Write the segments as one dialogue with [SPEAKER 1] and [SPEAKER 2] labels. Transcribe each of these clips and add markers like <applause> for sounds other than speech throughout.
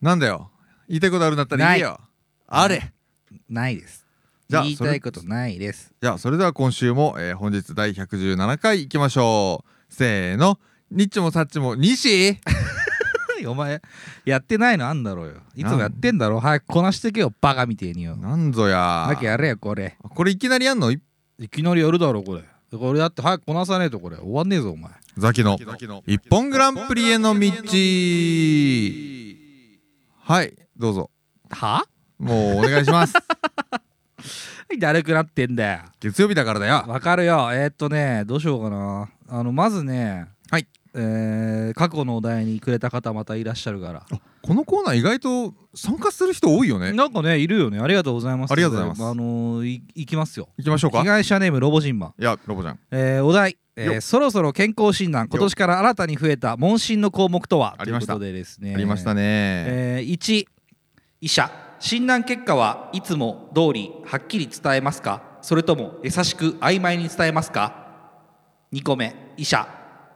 [SPEAKER 1] なんだよ言いたいことあるんだったら言えよあれ
[SPEAKER 2] ないです
[SPEAKER 1] じゃあ
[SPEAKER 2] 言いたいことないです
[SPEAKER 1] じゃあそれでは今週も、えー本日第117回いきましょうせーのニッチもサッチも西
[SPEAKER 2] お前やってないのあんだろうよいつもやってんだろ早くこなしてけよバカみてえによ
[SPEAKER 1] なんぞや
[SPEAKER 2] だけやれよこれ
[SPEAKER 1] これいきなりやんのい
[SPEAKER 2] いきなりやるだろこれこれだって早くこなさねえとこれ終わんねえぞお前
[SPEAKER 1] ザキの一本グランプリへの道はいどうぞ
[SPEAKER 2] は
[SPEAKER 1] もうお願いし
[SPEAKER 2] <laughs>
[SPEAKER 1] ます
[SPEAKER 2] だるくなってんだよ
[SPEAKER 1] 月曜日だからだよ
[SPEAKER 2] わかるよえー、っとねどうしようかなあのまずね
[SPEAKER 1] はい
[SPEAKER 2] えー、過去のお題にくれた方またいらっしゃるから
[SPEAKER 1] このコーナー意外と参加する人多いよね
[SPEAKER 2] なんかねいるよねありがとうございます
[SPEAKER 1] ありがとうございます
[SPEAKER 2] あのー、いいきますよ
[SPEAKER 1] 行きましょうか
[SPEAKER 2] 被害者ネームロボジンマン
[SPEAKER 1] いやロボちゃん
[SPEAKER 2] えーお題、えー
[SPEAKER 1] よ
[SPEAKER 2] そろそろ健康診断今年から新たに増えた問診の項目とは
[SPEAKER 1] ありました
[SPEAKER 2] ということでですね
[SPEAKER 1] ありましたね
[SPEAKER 2] えー1医者診断結果はいつも通りはっきり伝えますかそれとも優しく曖昧に伝えますか2個目医者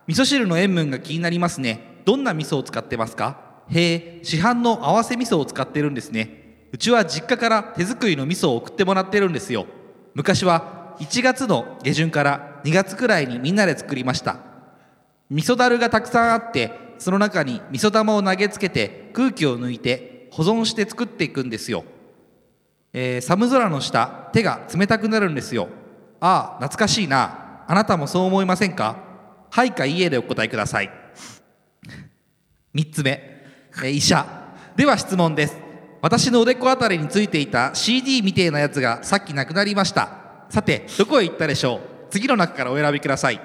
[SPEAKER 2] 味噌汁の塩分が気になりますねどんな味噌を使ってますかへえ市販の合わせ味噌を使ってるんですねうちは実家から手作りの味噌を送ってもらってるんですよ昔は1月の下旬から2月くらいにみんなで作りました味噌だるがたくさんあってその中に味噌玉を投げつけて空気を抜いて保存して作っていくんですよ、えー寒空の下手が冷たくなるんですよああ懐かしいなあなたもそう思いませんかはいかいいえでお答えください3つ目、えー医者では質問です私のおでこあたりについていた CD みてえなやつがさっきなくなりましたさてどこへ行ったでしょう次の中からお選びください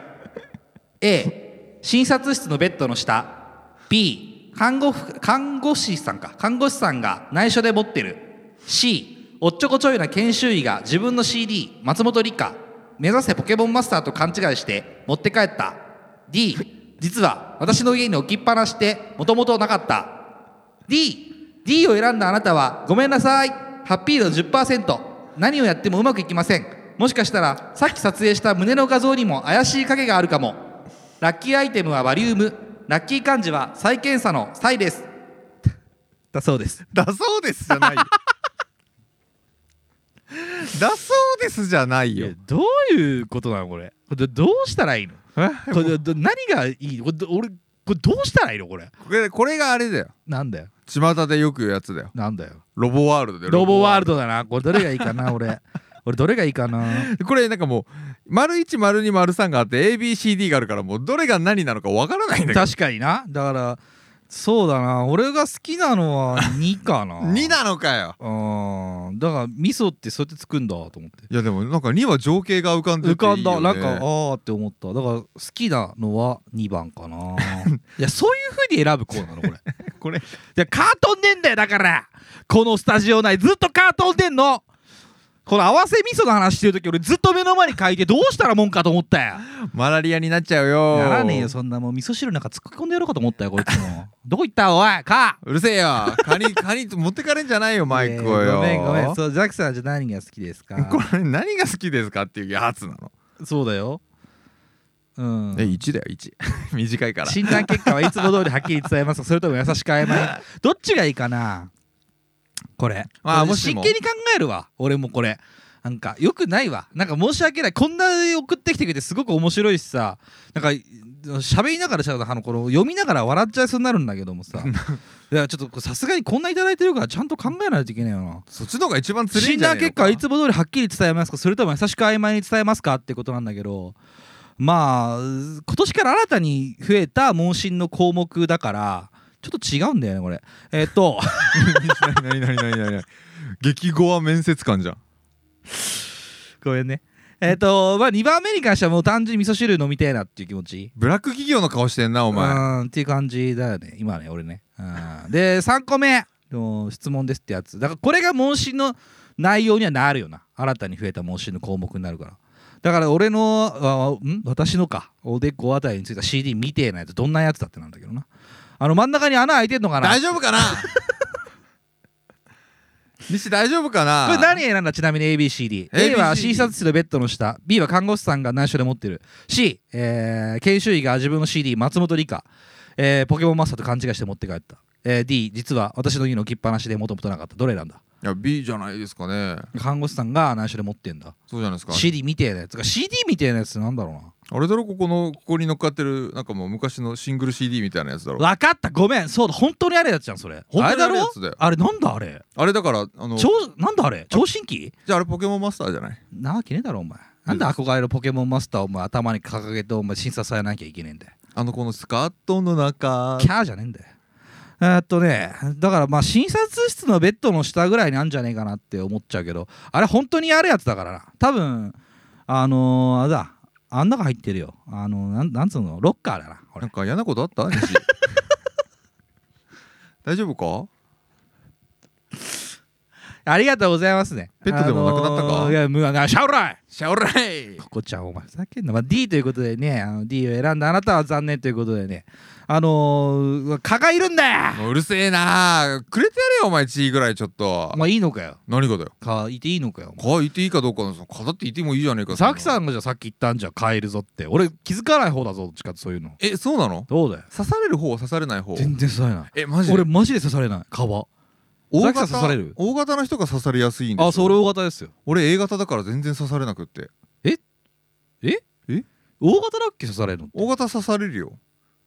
[SPEAKER 2] A 診察室のベッドの下 B 看護婦看護師さんか看護師さんが内緒で持ってる C おっちょこちょいな研修医が自分の CD 松本理香目指せポケモンマスターと勘違いして持って帰った D 実は私の家に置きっぱなしでもともとなかった D D を選んだあなたはごめんなさいハッピーの10%何をやってもうまくいきませんもしかしたらさっき撮影した胸の画像にも怪しい影があるかもラッキーアイテムはバリウムラッキー漢字は再検査の「サイ」ですだそうです
[SPEAKER 1] だそうですじゃ
[SPEAKER 2] <laughs>
[SPEAKER 1] ないよだそうですじゃないよ
[SPEAKER 2] どういうことなのこれどうしたらいいの
[SPEAKER 1] え
[SPEAKER 2] <laughs> これど何がいいのこれど俺これどうしたらいいのこれ
[SPEAKER 1] これこれがあれだよ
[SPEAKER 2] なんだよ
[SPEAKER 1] 巷でよく言うやつだよ
[SPEAKER 2] なんだよ
[SPEAKER 1] ロボワールドだよ
[SPEAKER 2] ロボワール
[SPEAKER 1] ロ
[SPEAKER 2] ドだなこれどれがいいか <laughs> な俺俺どれがいいか
[SPEAKER 1] ボ
[SPEAKER 2] な
[SPEAKER 1] ワールドこれなんかもう丸1丸2丸3があって ABCD があるからもうどれが何なのかわからないんだけど
[SPEAKER 2] 確かになだからそうだな俺が好きなの
[SPEAKER 1] <laughs>
[SPEAKER 2] は2かな
[SPEAKER 1] 2なのかよ
[SPEAKER 2] あーだから味噌ってそうやって作るんだと思って
[SPEAKER 1] いやでもなんか2は情景が浮かんで
[SPEAKER 2] 浮
[SPEAKER 1] て
[SPEAKER 2] かん
[SPEAKER 1] いい
[SPEAKER 2] だ
[SPEAKER 1] よ、ね、
[SPEAKER 2] なんかあーって思っただから好きなのは2番
[SPEAKER 1] <laughs>
[SPEAKER 2] かないやそういうふうに選ぶコーナーなのこれ
[SPEAKER 1] これ
[SPEAKER 2] いやカートンねんだよだからこのスタジオ内ずっとカートンでんのこの合わせ味噌の話してる時俺ずっと目の前に書いてどうしたらもんかと思ったよ
[SPEAKER 1] マラリアになっちゃうよ
[SPEAKER 2] ならねえよそんなもう味噌汁なんか突っ込んでやろうかと思ったよこいつもどこ行ったおいカ
[SPEAKER 1] うるせえよカニ <laughs> カニ持ってかれんじゃないよマイクをよ、
[SPEAKER 2] えーごめんごめんそうザクさんじゃ何が好きですか
[SPEAKER 1] これ何が好きですかっていうやつなの、
[SPEAKER 2] そうだようん
[SPEAKER 1] え1だよ1 <laughs> 短いから
[SPEAKER 2] 診断結果はいつも通りはっきり伝えますかそれとも優しく
[SPEAKER 1] <laughs>
[SPEAKER 2] 曖昧どっちがいいかなこれ
[SPEAKER 1] あー
[SPEAKER 2] これ
[SPEAKER 1] もしも
[SPEAKER 2] 真剣に考えるわ俺もこれなんかよくないわなんか申し訳ないこんな送ってきてくれてすごく面白いしさなんか喋りながらしゃあのこの読みながら笑っちゃいそうになるんだけど
[SPEAKER 1] <laughs>
[SPEAKER 2] もさいやちょっとさすがにこんないただいてるからちゃんと考えないといけないよな
[SPEAKER 1] そっちの方が一番つりん
[SPEAKER 2] 診
[SPEAKER 1] じゃ
[SPEAKER 2] 断
[SPEAKER 1] ねえ
[SPEAKER 2] 結
[SPEAKER 1] の
[SPEAKER 2] 果
[SPEAKER 1] か
[SPEAKER 2] はいつも通りはっきり伝えますかそれとも優しく曖昧に伝えますかってことなんだけどまあ今年から新たに増えた問診の項目だからちょっと違うんだよねこれえっ、と <laughs>
[SPEAKER 1] 何何何何何 <laughs> 激語は面接官じゃん
[SPEAKER 2] ごめんねえっ、とまあ2番目に関してはもう単純に味噌汁飲みたいなっていう気持ち
[SPEAKER 1] ブラック企業の顔してんなお
[SPEAKER 2] う
[SPEAKER 1] 前
[SPEAKER 2] ーんっていう感じだよね今ね俺ねうんで3個目の質問ですってやつだからこれが問診の内容にはなるよな新たに増えた問診の項目になるからだから俺のあん私のかおでこあたりについた CD みてえなやつどんなやつだってなんだけどなあの真ん中に穴開いてんのかな
[SPEAKER 1] 大丈夫か
[SPEAKER 2] <laughs>
[SPEAKER 1] な西大丈夫かな
[SPEAKER 2] これ何選んだちなみに ABCD。A は
[SPEAKER 1] ABCD
[SPEAKER 2] C 察室のベッドの下。B は看護師さんが内緒で持ってる。C、えー研修医が自分の CD 松本理香、えーポケモンマスターと勘違いして持って帰った。えー D 実は私の家の置きっぱなしでもともとなかったどれなんだ
[SPEAKER 1] いや B じゃないですかね
[SPEAKER 2] 看護師さんが内緒で持ってんだ
[SPEAKER 1] そうじゃないですか
[SPEAKER 2] CD みてえなやつが CD みてえなやつってなんだろうな
[SPEAKER 1] あれだろここのここに乗っかってるなんかもう昔のシングル CD みたいなやつだろ
[SPEAKER 2] 分かったごめんそうだ本当にあれやつじゃんそれ
[SPEAKER 1] 本
[SPEAKER 2] あれ
[SPEAKER 1] 当にあ
[SPEAKER 2] だ
[SPEAKER 1] るや
[SPEAKER 2] ろ
[SPEAKER 1] つだよ
[SPEAKER 2] あれなんだあれ
[SPEAKER 1] あれだからあのじ
[SPEAKER 2] 超なんだあれ超新規
[SPEAKER 1] ゃああれポケモンマスターじゃない
[SPEAKER 2] なわけねえだろお前なんで憧れるポケモンマスターをお前頭に掲げてお前審査されなきゃいけねえんだよ
[SPEAKER 1] あのこのスカートの中
[SPEAKER 2] キャーじゃねえんだよえーっとねだからまあ診察室のベッドの下ぐらいにあんじゃねえかなって思っちゃうけどあれ本当にあるやつだからな多分あのー、あれだあん中入ってるよあのー、なんなんつうのロッカーだなこ
[SPEAKER 1] な
[SPEAKER 2] れ
[SPEAKER 1] んか嫌なことあった
[SPEAKER 2] <laughs>
[SPEAKER 1] 西大丈夫か
[SPEAKER 2] ありがとうございますね
[SPEAKER 1] ペットでもなくなったか
[SPEAKER 2] あのーいやむあシャオライ
[SPEAKER 1] シャオライ
[SPEAKER 2] ここちゃんお前ふざけんな、まあ、D ということでねあの D を選んだあなたは残念ということでねあのー、蚊がいるんだよ
[SPEAKER 1] もううるせえなくれてやれよお前地位ぐらいちょっと
[SPEAKER 2] まあいいのかよ
[SPEAKER 1] 何がだよ
[SPEAKER 2] 蚊いていいのかよ
[SPEAKER 1] 蚊いていいかどうかの蚊だっていてもいいじゃねえか
[SPEAKER 2] さき
[SPEAKER 1] ん
[SPEAKER 2] さんがじゃあさっき言ったんじゃ変えるぞって俺気づかない方だぞどっちかってそういうの
[SPEAKER 1] えそうなの
[SPEAKER 2] どうだよ
[SPEAKER 1] 刺される方刺されない方
[SPEAKER 2] 全然刺されな
[SPEAKER 1] えマジ
[SPEAKER 2] い
[SPEAKER 1] で
[SPEAKER 2] 俺マジで刺されない皮
[SPEAKER 1] 大
[SPEAKER 2] ザキ
[SPEAKER 1] 型
[SPEAKER 2] さん刺される
[SPEAKER 1] 大型の人が刺されやすいんですよ
[SPEAKER 2] あそれ大型ですよ
[SPEAKER 1] 俺 A 型だから全然刺されなくって
[SPEAKER 2] 大型だっけ刺されるのって
[SPEAKER 1] 大型刺されるよ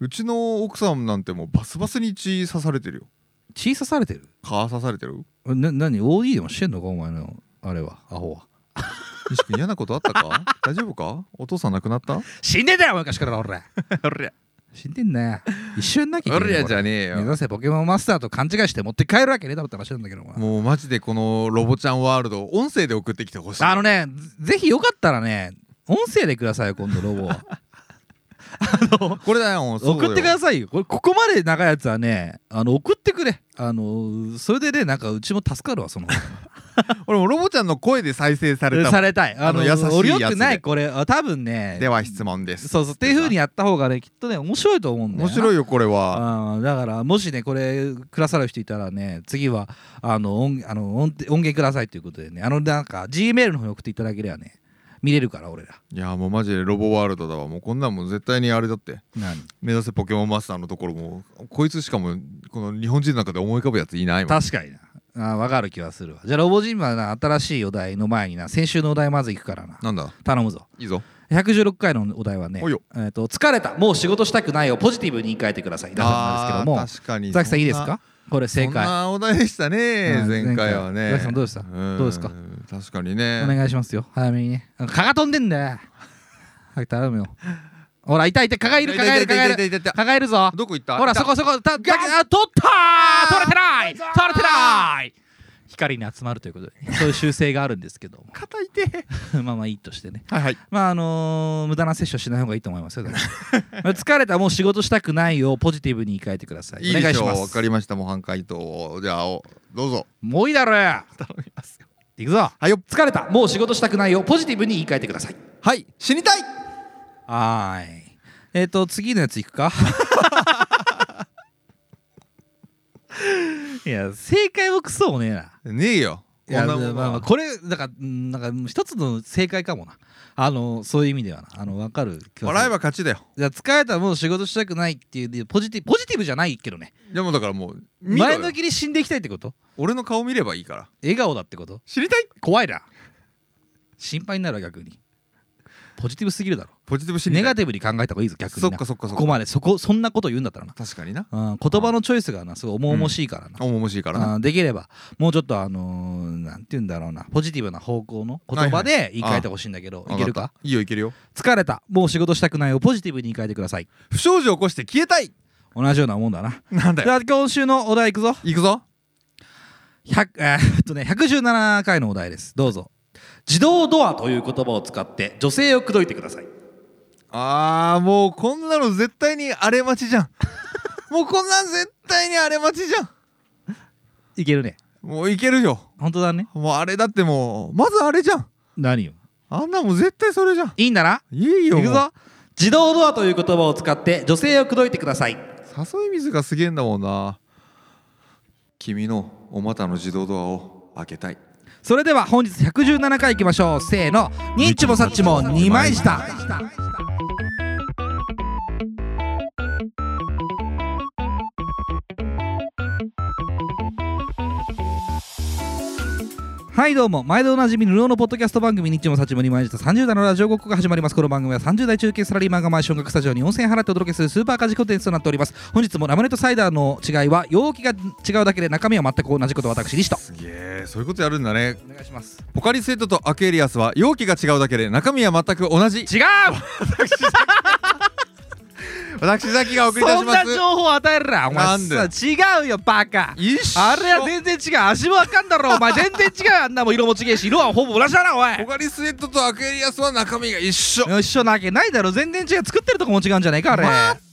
[SPEAKER 1] うちの奥さんなんてもうバスバスに血刺されてるよ
[SPEAKER 2] 血刺されてる
[SPEAKER 1] 蚊刺されてる
[SPEAKER 2] な何 OD でもしてんのかお前のあれはアホは
[SPEAKER 1] 西君嫌なことあったか大丈夫かお父さん亡くな
[SPEAKER 2] <laughs>
[SPEAKER 1] った
[SPEAKER 2] 死んでんだよ昔から俺
[SPEAKER 1] 俺や
[SPEAKER 2] 死んでんだよ一緒になきゃいけな
[SPEAKER 1] 俺
[SPEAKER 2] いんだ
[SPEAKER 1] や
[SPEAKER 2] よ
[SPEAKER 1] じゃねえ
[SPEAKER 2] 目
[SPEAKER 1] よ
[SPEAKER 2] 指せポケモンマスターと勘違いして持って帰るわけねえだろって話なんだけどお前
[SPEAKER 1] もうマジでこのロボちゃんワールド音声で送ってきてほしい
[SPEAKER 2] あのねぜぜひよかったらね音声でくださいよ今度ロボを
[SPEAKER 1] これだよそうだよ
[SPEAKER 2] 送ってくださいよこれここまで長いやつはねあの送ってくれあのそれでねなんかうちも助かる
[SPEAKER 1] <laughs>
[SPEAKER 2] わその
[SPEAKER 1] 俺もロボちゃんの声で再生されたも
[SPEAKER 2] さ
[SPEAKER 1] ん
[SPEAKER 2] れたいあの
[SPEAKER 1] あの優しいやつで
[SPEAKER 2] 俺よくないこれあ多分ね
[SPEAKER 1] では質問です
[SPEAKER 2] そうそうっていう風にやった方がねきっとね面白いと思うんだよ
[SPEAKER 1] 面白
[SPEAKER 2] い
[SPEAKER 1] いよこれは
[SPEAKER 2] あーだからもしねこれくださる人いたらね次はあの音あの音音源くださいということでねあのなんか G メールの方に送っていただければね見れるから俺ら
[SPEAKER 1] いやもうマジでロボワールドだわもうこんなんもう絶対にあれだって目指せポケモンマスターのところもこいつしかもこの日本人の中で思い浮かぶやついないもん
[SPEAKER 2] 確かになあーわかる気はするわじゃあロボジンはな新しいお題の前にな先週のお題まずいくからな
[SPEAKER 1] なんだ
[SPEAKER 2] 頼むぞ
[SPEAKER 1] いいぞ
[SPEAKER 2] 116回のお題はね
[SPEAKER 1] おいよ
[SPEAKER 2] 「えー、と疲れたもう仕事したくない」をポジティブに言い換えてくださいだったんですけども
[SPEAKER 1] あー確かに
[SPEAKER 2] ザキさんいいです
[SPEAKER 1] そな
[SPEAKER 2] かこれ正
[SPEAKER 1] そん
[SPEAKER 2] 解
[SPEAKER 1] なお題でしたね
[SPEAKER 2] うん
[SPEAKER 1] 前回は
[SPEAKER 2] 前
[SPEAKER 1] ね
[SPEAKER 2] 回ザキさんどうでした
[SPEAKER 1] ん
[SPEAKER 2] どうですか
[SPEAKER 1] 確かに
[SPEAKER 2] お
[SPEAKER 1] ね
[SPEAKER 2] 願いしますよ早めにね蚊が飛んでんだよはい頼むよほら痛い痛い蚊がいる蚊がいる蚊がいる
[SPEAKER 1] いる
[SPEAKER 2] 蚊がいるぞ
[SPEAKER 1] どこ行った
[SPEAKER 2] ほらそこそこたたあ取ったー取れてない取れてない光に集まるということでそういう習性があるんですけ
[SPEAKER 1] <laughs>
[SPEAKER 2] ども
[SPEAKER 1] 肩痛い
[SPEAKER 2] <laughs> まあまあいいとしてね
[SPEAKER 1] はいはい
[SPEAKER 2] まああのー無駄な摂取はしない方がいいと思いますよ。だからまあ <laughs> 疲れたもう仕事したくないをポジティブに言い換えてください。
[SPEAKER 1] いい
[SPEAKER 2] お願
[SPEAKER 1] で
[SPEAKER 2] い
[SPEAKER 1] し
[SPEAKER 2] し
[SPEAKER 1] ょう
[SPEAKER 2] ま
[SPEAKER 1] わ
[SPEAKER 2] す
[SPEAKER 1] か。りました模範解答をじゃあおどうぞ
[SPEAKER 2] もういいだろよ。
[SPEAKER 1] 頼みますよ
[SPEAKER 2] いくぞ。
[SPEAKER 1] はいよ
[SPEAKER 2] 疲れたもう仕事したくないをポジティブに言い換えてください。
[SPEAKER 1] はい死にたい
[SPEAKER 2] はーい。えっ、と次のやついくか。 <laughs> いや正解もクソもねえな。
[SPEAKER 1] ねえよ
[SPEAKER 2] い
[SPEAKER 1] こ
[SPEAKER 2] や
[SPEAKER 1] んなもんは
[SPEAKER 2] まあまあこれだからうんなんか一つの正解かもな。あのそういう意味ではなあのわかる。
[SPEAKER 1] 笑えば勝ちだよ
[SPEAKER 2] じゃあ疲れたもう仕事したくないっていうでポジティブポジティブじゃないけどね
[SPEAKER 1] でもだからもう見ろ
[SPEAKER 2] 前
[SPEAKER 1] よ
[SPEAKER 2] 向きに死んでいきたいってこと
[SPEAKER 1] 俺の顔見ればいいから
[SPEAKER 2] 笑顔だってこと
[SPEAKER 1] 知りたい
[SPEAKER 2] 怖いな心配になるわ逆にポジティブすぎるだろ
[SPEAKER 1] ポジティブ心理
[SPEAKER 2] ネガティブに考えた方がいいぞ逆に
[SPEAKER 1] そ
[SPEAKER 2] な
[SPEAKER 1] っかそっかそ
[SPEAKER 2] こ
[SPEAKER 1] っ
[SPEAKER 2] こ
[SPEAKER 1] か
[SPEAKER 2] までそこそんなこと言うんだったらな、
[SPEAKER 1] 確かにな
[SPEAKER 2] うん、言葉のチョイスがなすごい重々しいからな、
[SPEAKER 1] 重々しいからな
[SPEAKER 2] あーできればもうちょっとあのー、なんて言うんだろうなポジティブな方向の言葉で言い換えてほしいんだけど、いける
[SPEAKER 1] わっ
[SPEAKER 2] か
[SPEAKER 1] たいいよいけるよ
[SPEAKER 2] 疲れたもう仕事したくないをポジティブに言い換えてください
[SPEAKER 1] 不祥事を起こして消えたい
[SPEAKER 2] 同じようなもんだな
[SPEAKER 1] なんだ
[SPEAKER 2] じ
[SPEAKER 1] よ
[SPEAKER 2] ゃあ今週のお題いくぞ
[SPEAKER 1] 行くぞ
[SPEAKER 2] 100え <laughs> ーっとね117回のお題ですどうぞ自動ドアという言葉を使って女性を口説いてください
[SPEAKER 1] あーもうこんなの絶対に荒れ待ちじ <laughs> ゃんもうこんなん絶対に荒れ待ちじゃん
[SPEAKER 2] いけるね
[SPEAKER 1] もういけるよ
[SPEAKER 2] 本当だね
[SPEAKER 1] もうあれだってもうまずあれじゃん
[SPEAKER 2] 何よ
[SPEAKER 1] あんなもん絶対それじゃん
[SPEAKER 2] いいんだない
[SPEAKER 1] いよ
[SPEAKER 2] いくぞ自動ドアという言葉を使って女性を口説いてください
[SPEAKER 1] 誘い水がすげえんだもんな君のお股の自動ドアを開けたい
[SPEAKER 2] それでは本日117回いきましょうせーのニッチもサッチも2枚下はいどうも毎度おなじみルオのポッドキャスト番組日曜もさちもにまいじた30代のラジオごっこが始まりますこの番組は30代中継サラリーマンが毎週音楽スタジオに4000円払ってお届けするスーパーカジコンテンツとなっております本日もラムネとサイダーの違いは容器が違うだけで中身は全く同じこと私西と
[SPEAKER 1] すげえそういうことやるんだね
[SPEAKER 2] お願いします
[SPEAKER 1] ポカリスエットとアクエリアスは容器が違うだけで中身は全く同じ
[SPEAKER 2] 違う
[SPEAKER 1] 私ザキがお送りいた
[SPEAKER 2] そ
[SPEAKER 1] し
[SPEAKER 2] ん
[SPEAKER 1] ま
[SPEAKER 2] な
[SPEAKER 1] す
[SPEAKER 2] 情報与えるなお
[SPEAKER 1] な
[SPEAKER 2] 前
[SPEAKER 1] んで
[SPEAKER 2] さ違うよバカ
[SPEAKER 1] 一緒
[SPEAKER 2] あれは全然違う足もあかんだろお前全然違うよあんなもん色も違えし色はほぼ同じだなおい
[SPEAKER 1] ポカリスエットとアクエリアスは中身が一緒
[SPEAKER 2] 一緒なわけないだろ全然違う作ってるとこも違うんじゃないかあれ、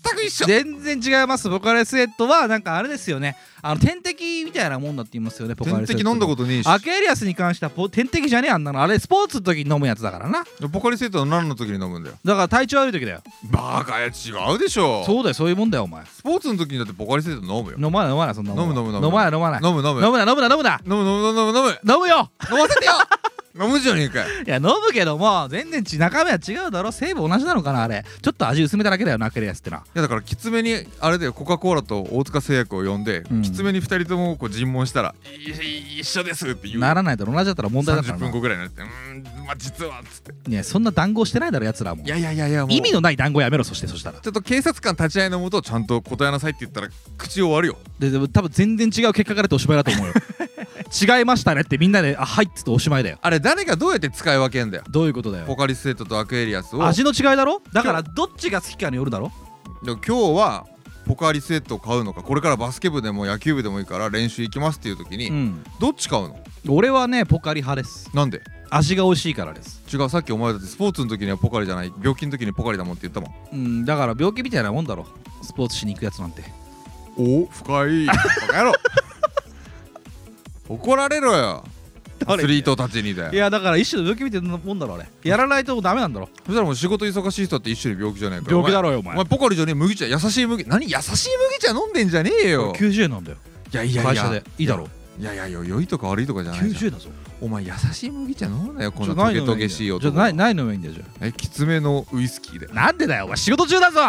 [SPEAKER 1] 全く一緒
[SPEAKER 2] 全然違いますポカレスエットはなんかあれですよねあの点滴みたいなもんだって言いますよねポカ
[SPEAKER 1] 点
[SPEAKER 2] レスエット
[SPEAKER 1] 滴飲んだことねえし
[SPEAKER 2] アケリアスに関してはポ点滴じゃねえあんなのあれスポーツの時に飲むやつだからな
[SPEAKER 1] ポカリスエットは何の時に飲むんだよ
[SPEAKER 2] だから体調悪い時だよ
[SPEAKER 1] バカや違うでしょ
[SPEAKER 2] そうだよそういうもんだよお前
[SPEAKER 1] スポーツの時にだってポカリスエット飲むよ
[SPEAKER 2] 飲まない飲まないそんなもん
[SPEAKER 1] 飲む飲む飲む
[SPEAKER 2] 飲まない飲まない
[SPEAKER 1] 飲む飲む
[SPEAKER 2] 飲むな飲むな飲むな
[SPEAKER 1] 飲む飲む飲む飲む
[SPEAKER 2] 飲むよ
[SPEAKER 1] 飲ませてよ <laughs> 飲むじゃねえかよ
[SPEAKER 2] いや飲むけども全然ち中身は違うだろ成分同じなのかなあれちょっと味薄めただけだよなアケリアスってのはい
[SPEAKER 1] やだからきつめにあれだよコカ・コーラと大塚製薬を呼んで、
[SPEAKER 2] うん
[SPEAKER 1] きつめに2人ともこう尋問したら「いい一緒です」って言う
[SPEAKER 2] ならないだろ同じだったら問題だか
[SPEAKER 1] 30
[SPEAKER 2] ら
[SPEAKER 1] 分
[SPEAKER 2] な
[SPEAKER 1] 後ぐらいになって「うーんまあ実は」っつって
[SPEAKER 2] ねそんな談合してないだろやつらも
[SPEAKER 1] 「いやいやいやいやもう
[SPEAKER 2] 意味のない談合やめろそしてそしたら
[SPEAKER 1] ちょっと警察官立ち会いのもとちゃんと答えなさい」って言ったら口を割るよ
[SPEAKER 2] ででも多分全然違う結果が出ておしまいだと思うよ <laughs> 違いましたねってみんなで「あはい」っつっておしまいだよ
[SPEAKER 1] あれ誰がどうやって使い分けんだよ
[SPEAKER 2] どういうことだ
[SPEAKER 1] ポ
[SPEAKER 2] よ
[SPEAKER 1] カリスエットとアクエリアスを
[SPEAKER 2] 味の違いだろだからどっちが好きかによるだろ
[SPEAKER 1] でも今日はポカリスエットを買うのかこれからバスケ部でも野球部でもいいから練習行きますっていう時に、
[SPEAKER 2] うん
[SPEAKER 1] どっち買うの
[SPEAKER 2] 俺はねポカリ派です
[SPEAKER 1] なんで
[SPEAKER 2] 味が美味しいからです
[SPEAKER 1] 違うさっきお前だってスポーツの時にはポカリじゃない病気の時にポカリだもんって言ったも
[SPEAKER 2] うんだから病気みたいなもんだろスポーツしに行くやつなんて
[SPEAKER 1] んお深いバカ野
[SPEAKER 2] <laughs>
[SPEAKER 1] 郎怒られろよア
[SPEAKER 2] 誰
[SPEAKER 1] スリートたちにだ
[SPEAKER 2] い
[SPEAKER 1] よ
[SPEAKER 2] やだから一種の病気みたいなもんだろあれやらないとダメなんだろ
[SPEAKER 1] そしたらもう仕事忙しい人って一緒に病気じゃねえか
[SPEAKER 2] 病気だ
[SPEAKER 1] ろ
[SPEAKER 2] ろよお
[SPEAKER 1] お
[SPEAKER 2] 前
[SPEAKER 1] 前ポカリじゃねえ麦茶優しい麦何優しい麦茶飲んでんじゃねえよ
[SPEAKER 2] 90円なんだよ
[SPEAKER 1] いやいやいや
[SPEAKER 2] 会社でいいだろ
[SPEAKER 1] いやいやいや良いとか悪いとかじゃないじゃん
[SPEAKER 2] 90円だぞ
[SPEAKER 1] お前優しい麦茶飲むなよこんな
[SPEAKER 2] じゃあ
[SPEAKER 1] ト
[SPEAKER 2] ない
[SPEAKER 1] ゲ
[SPEAKER 2] のが
[SPEAKER 1] ト
[SPEAKER 2] いいんだよ
[SPEAKER 1] ゲしい
[SPEAKER 2] じゃ
[SPEAKER 1] 男
[SPEAKER 2] あないないのがいいんだよじゃ
[SPEAKER 1] えきつめのウイスキーだよ
[SPEAKER 2] あなんでだよお前仕事中だぞ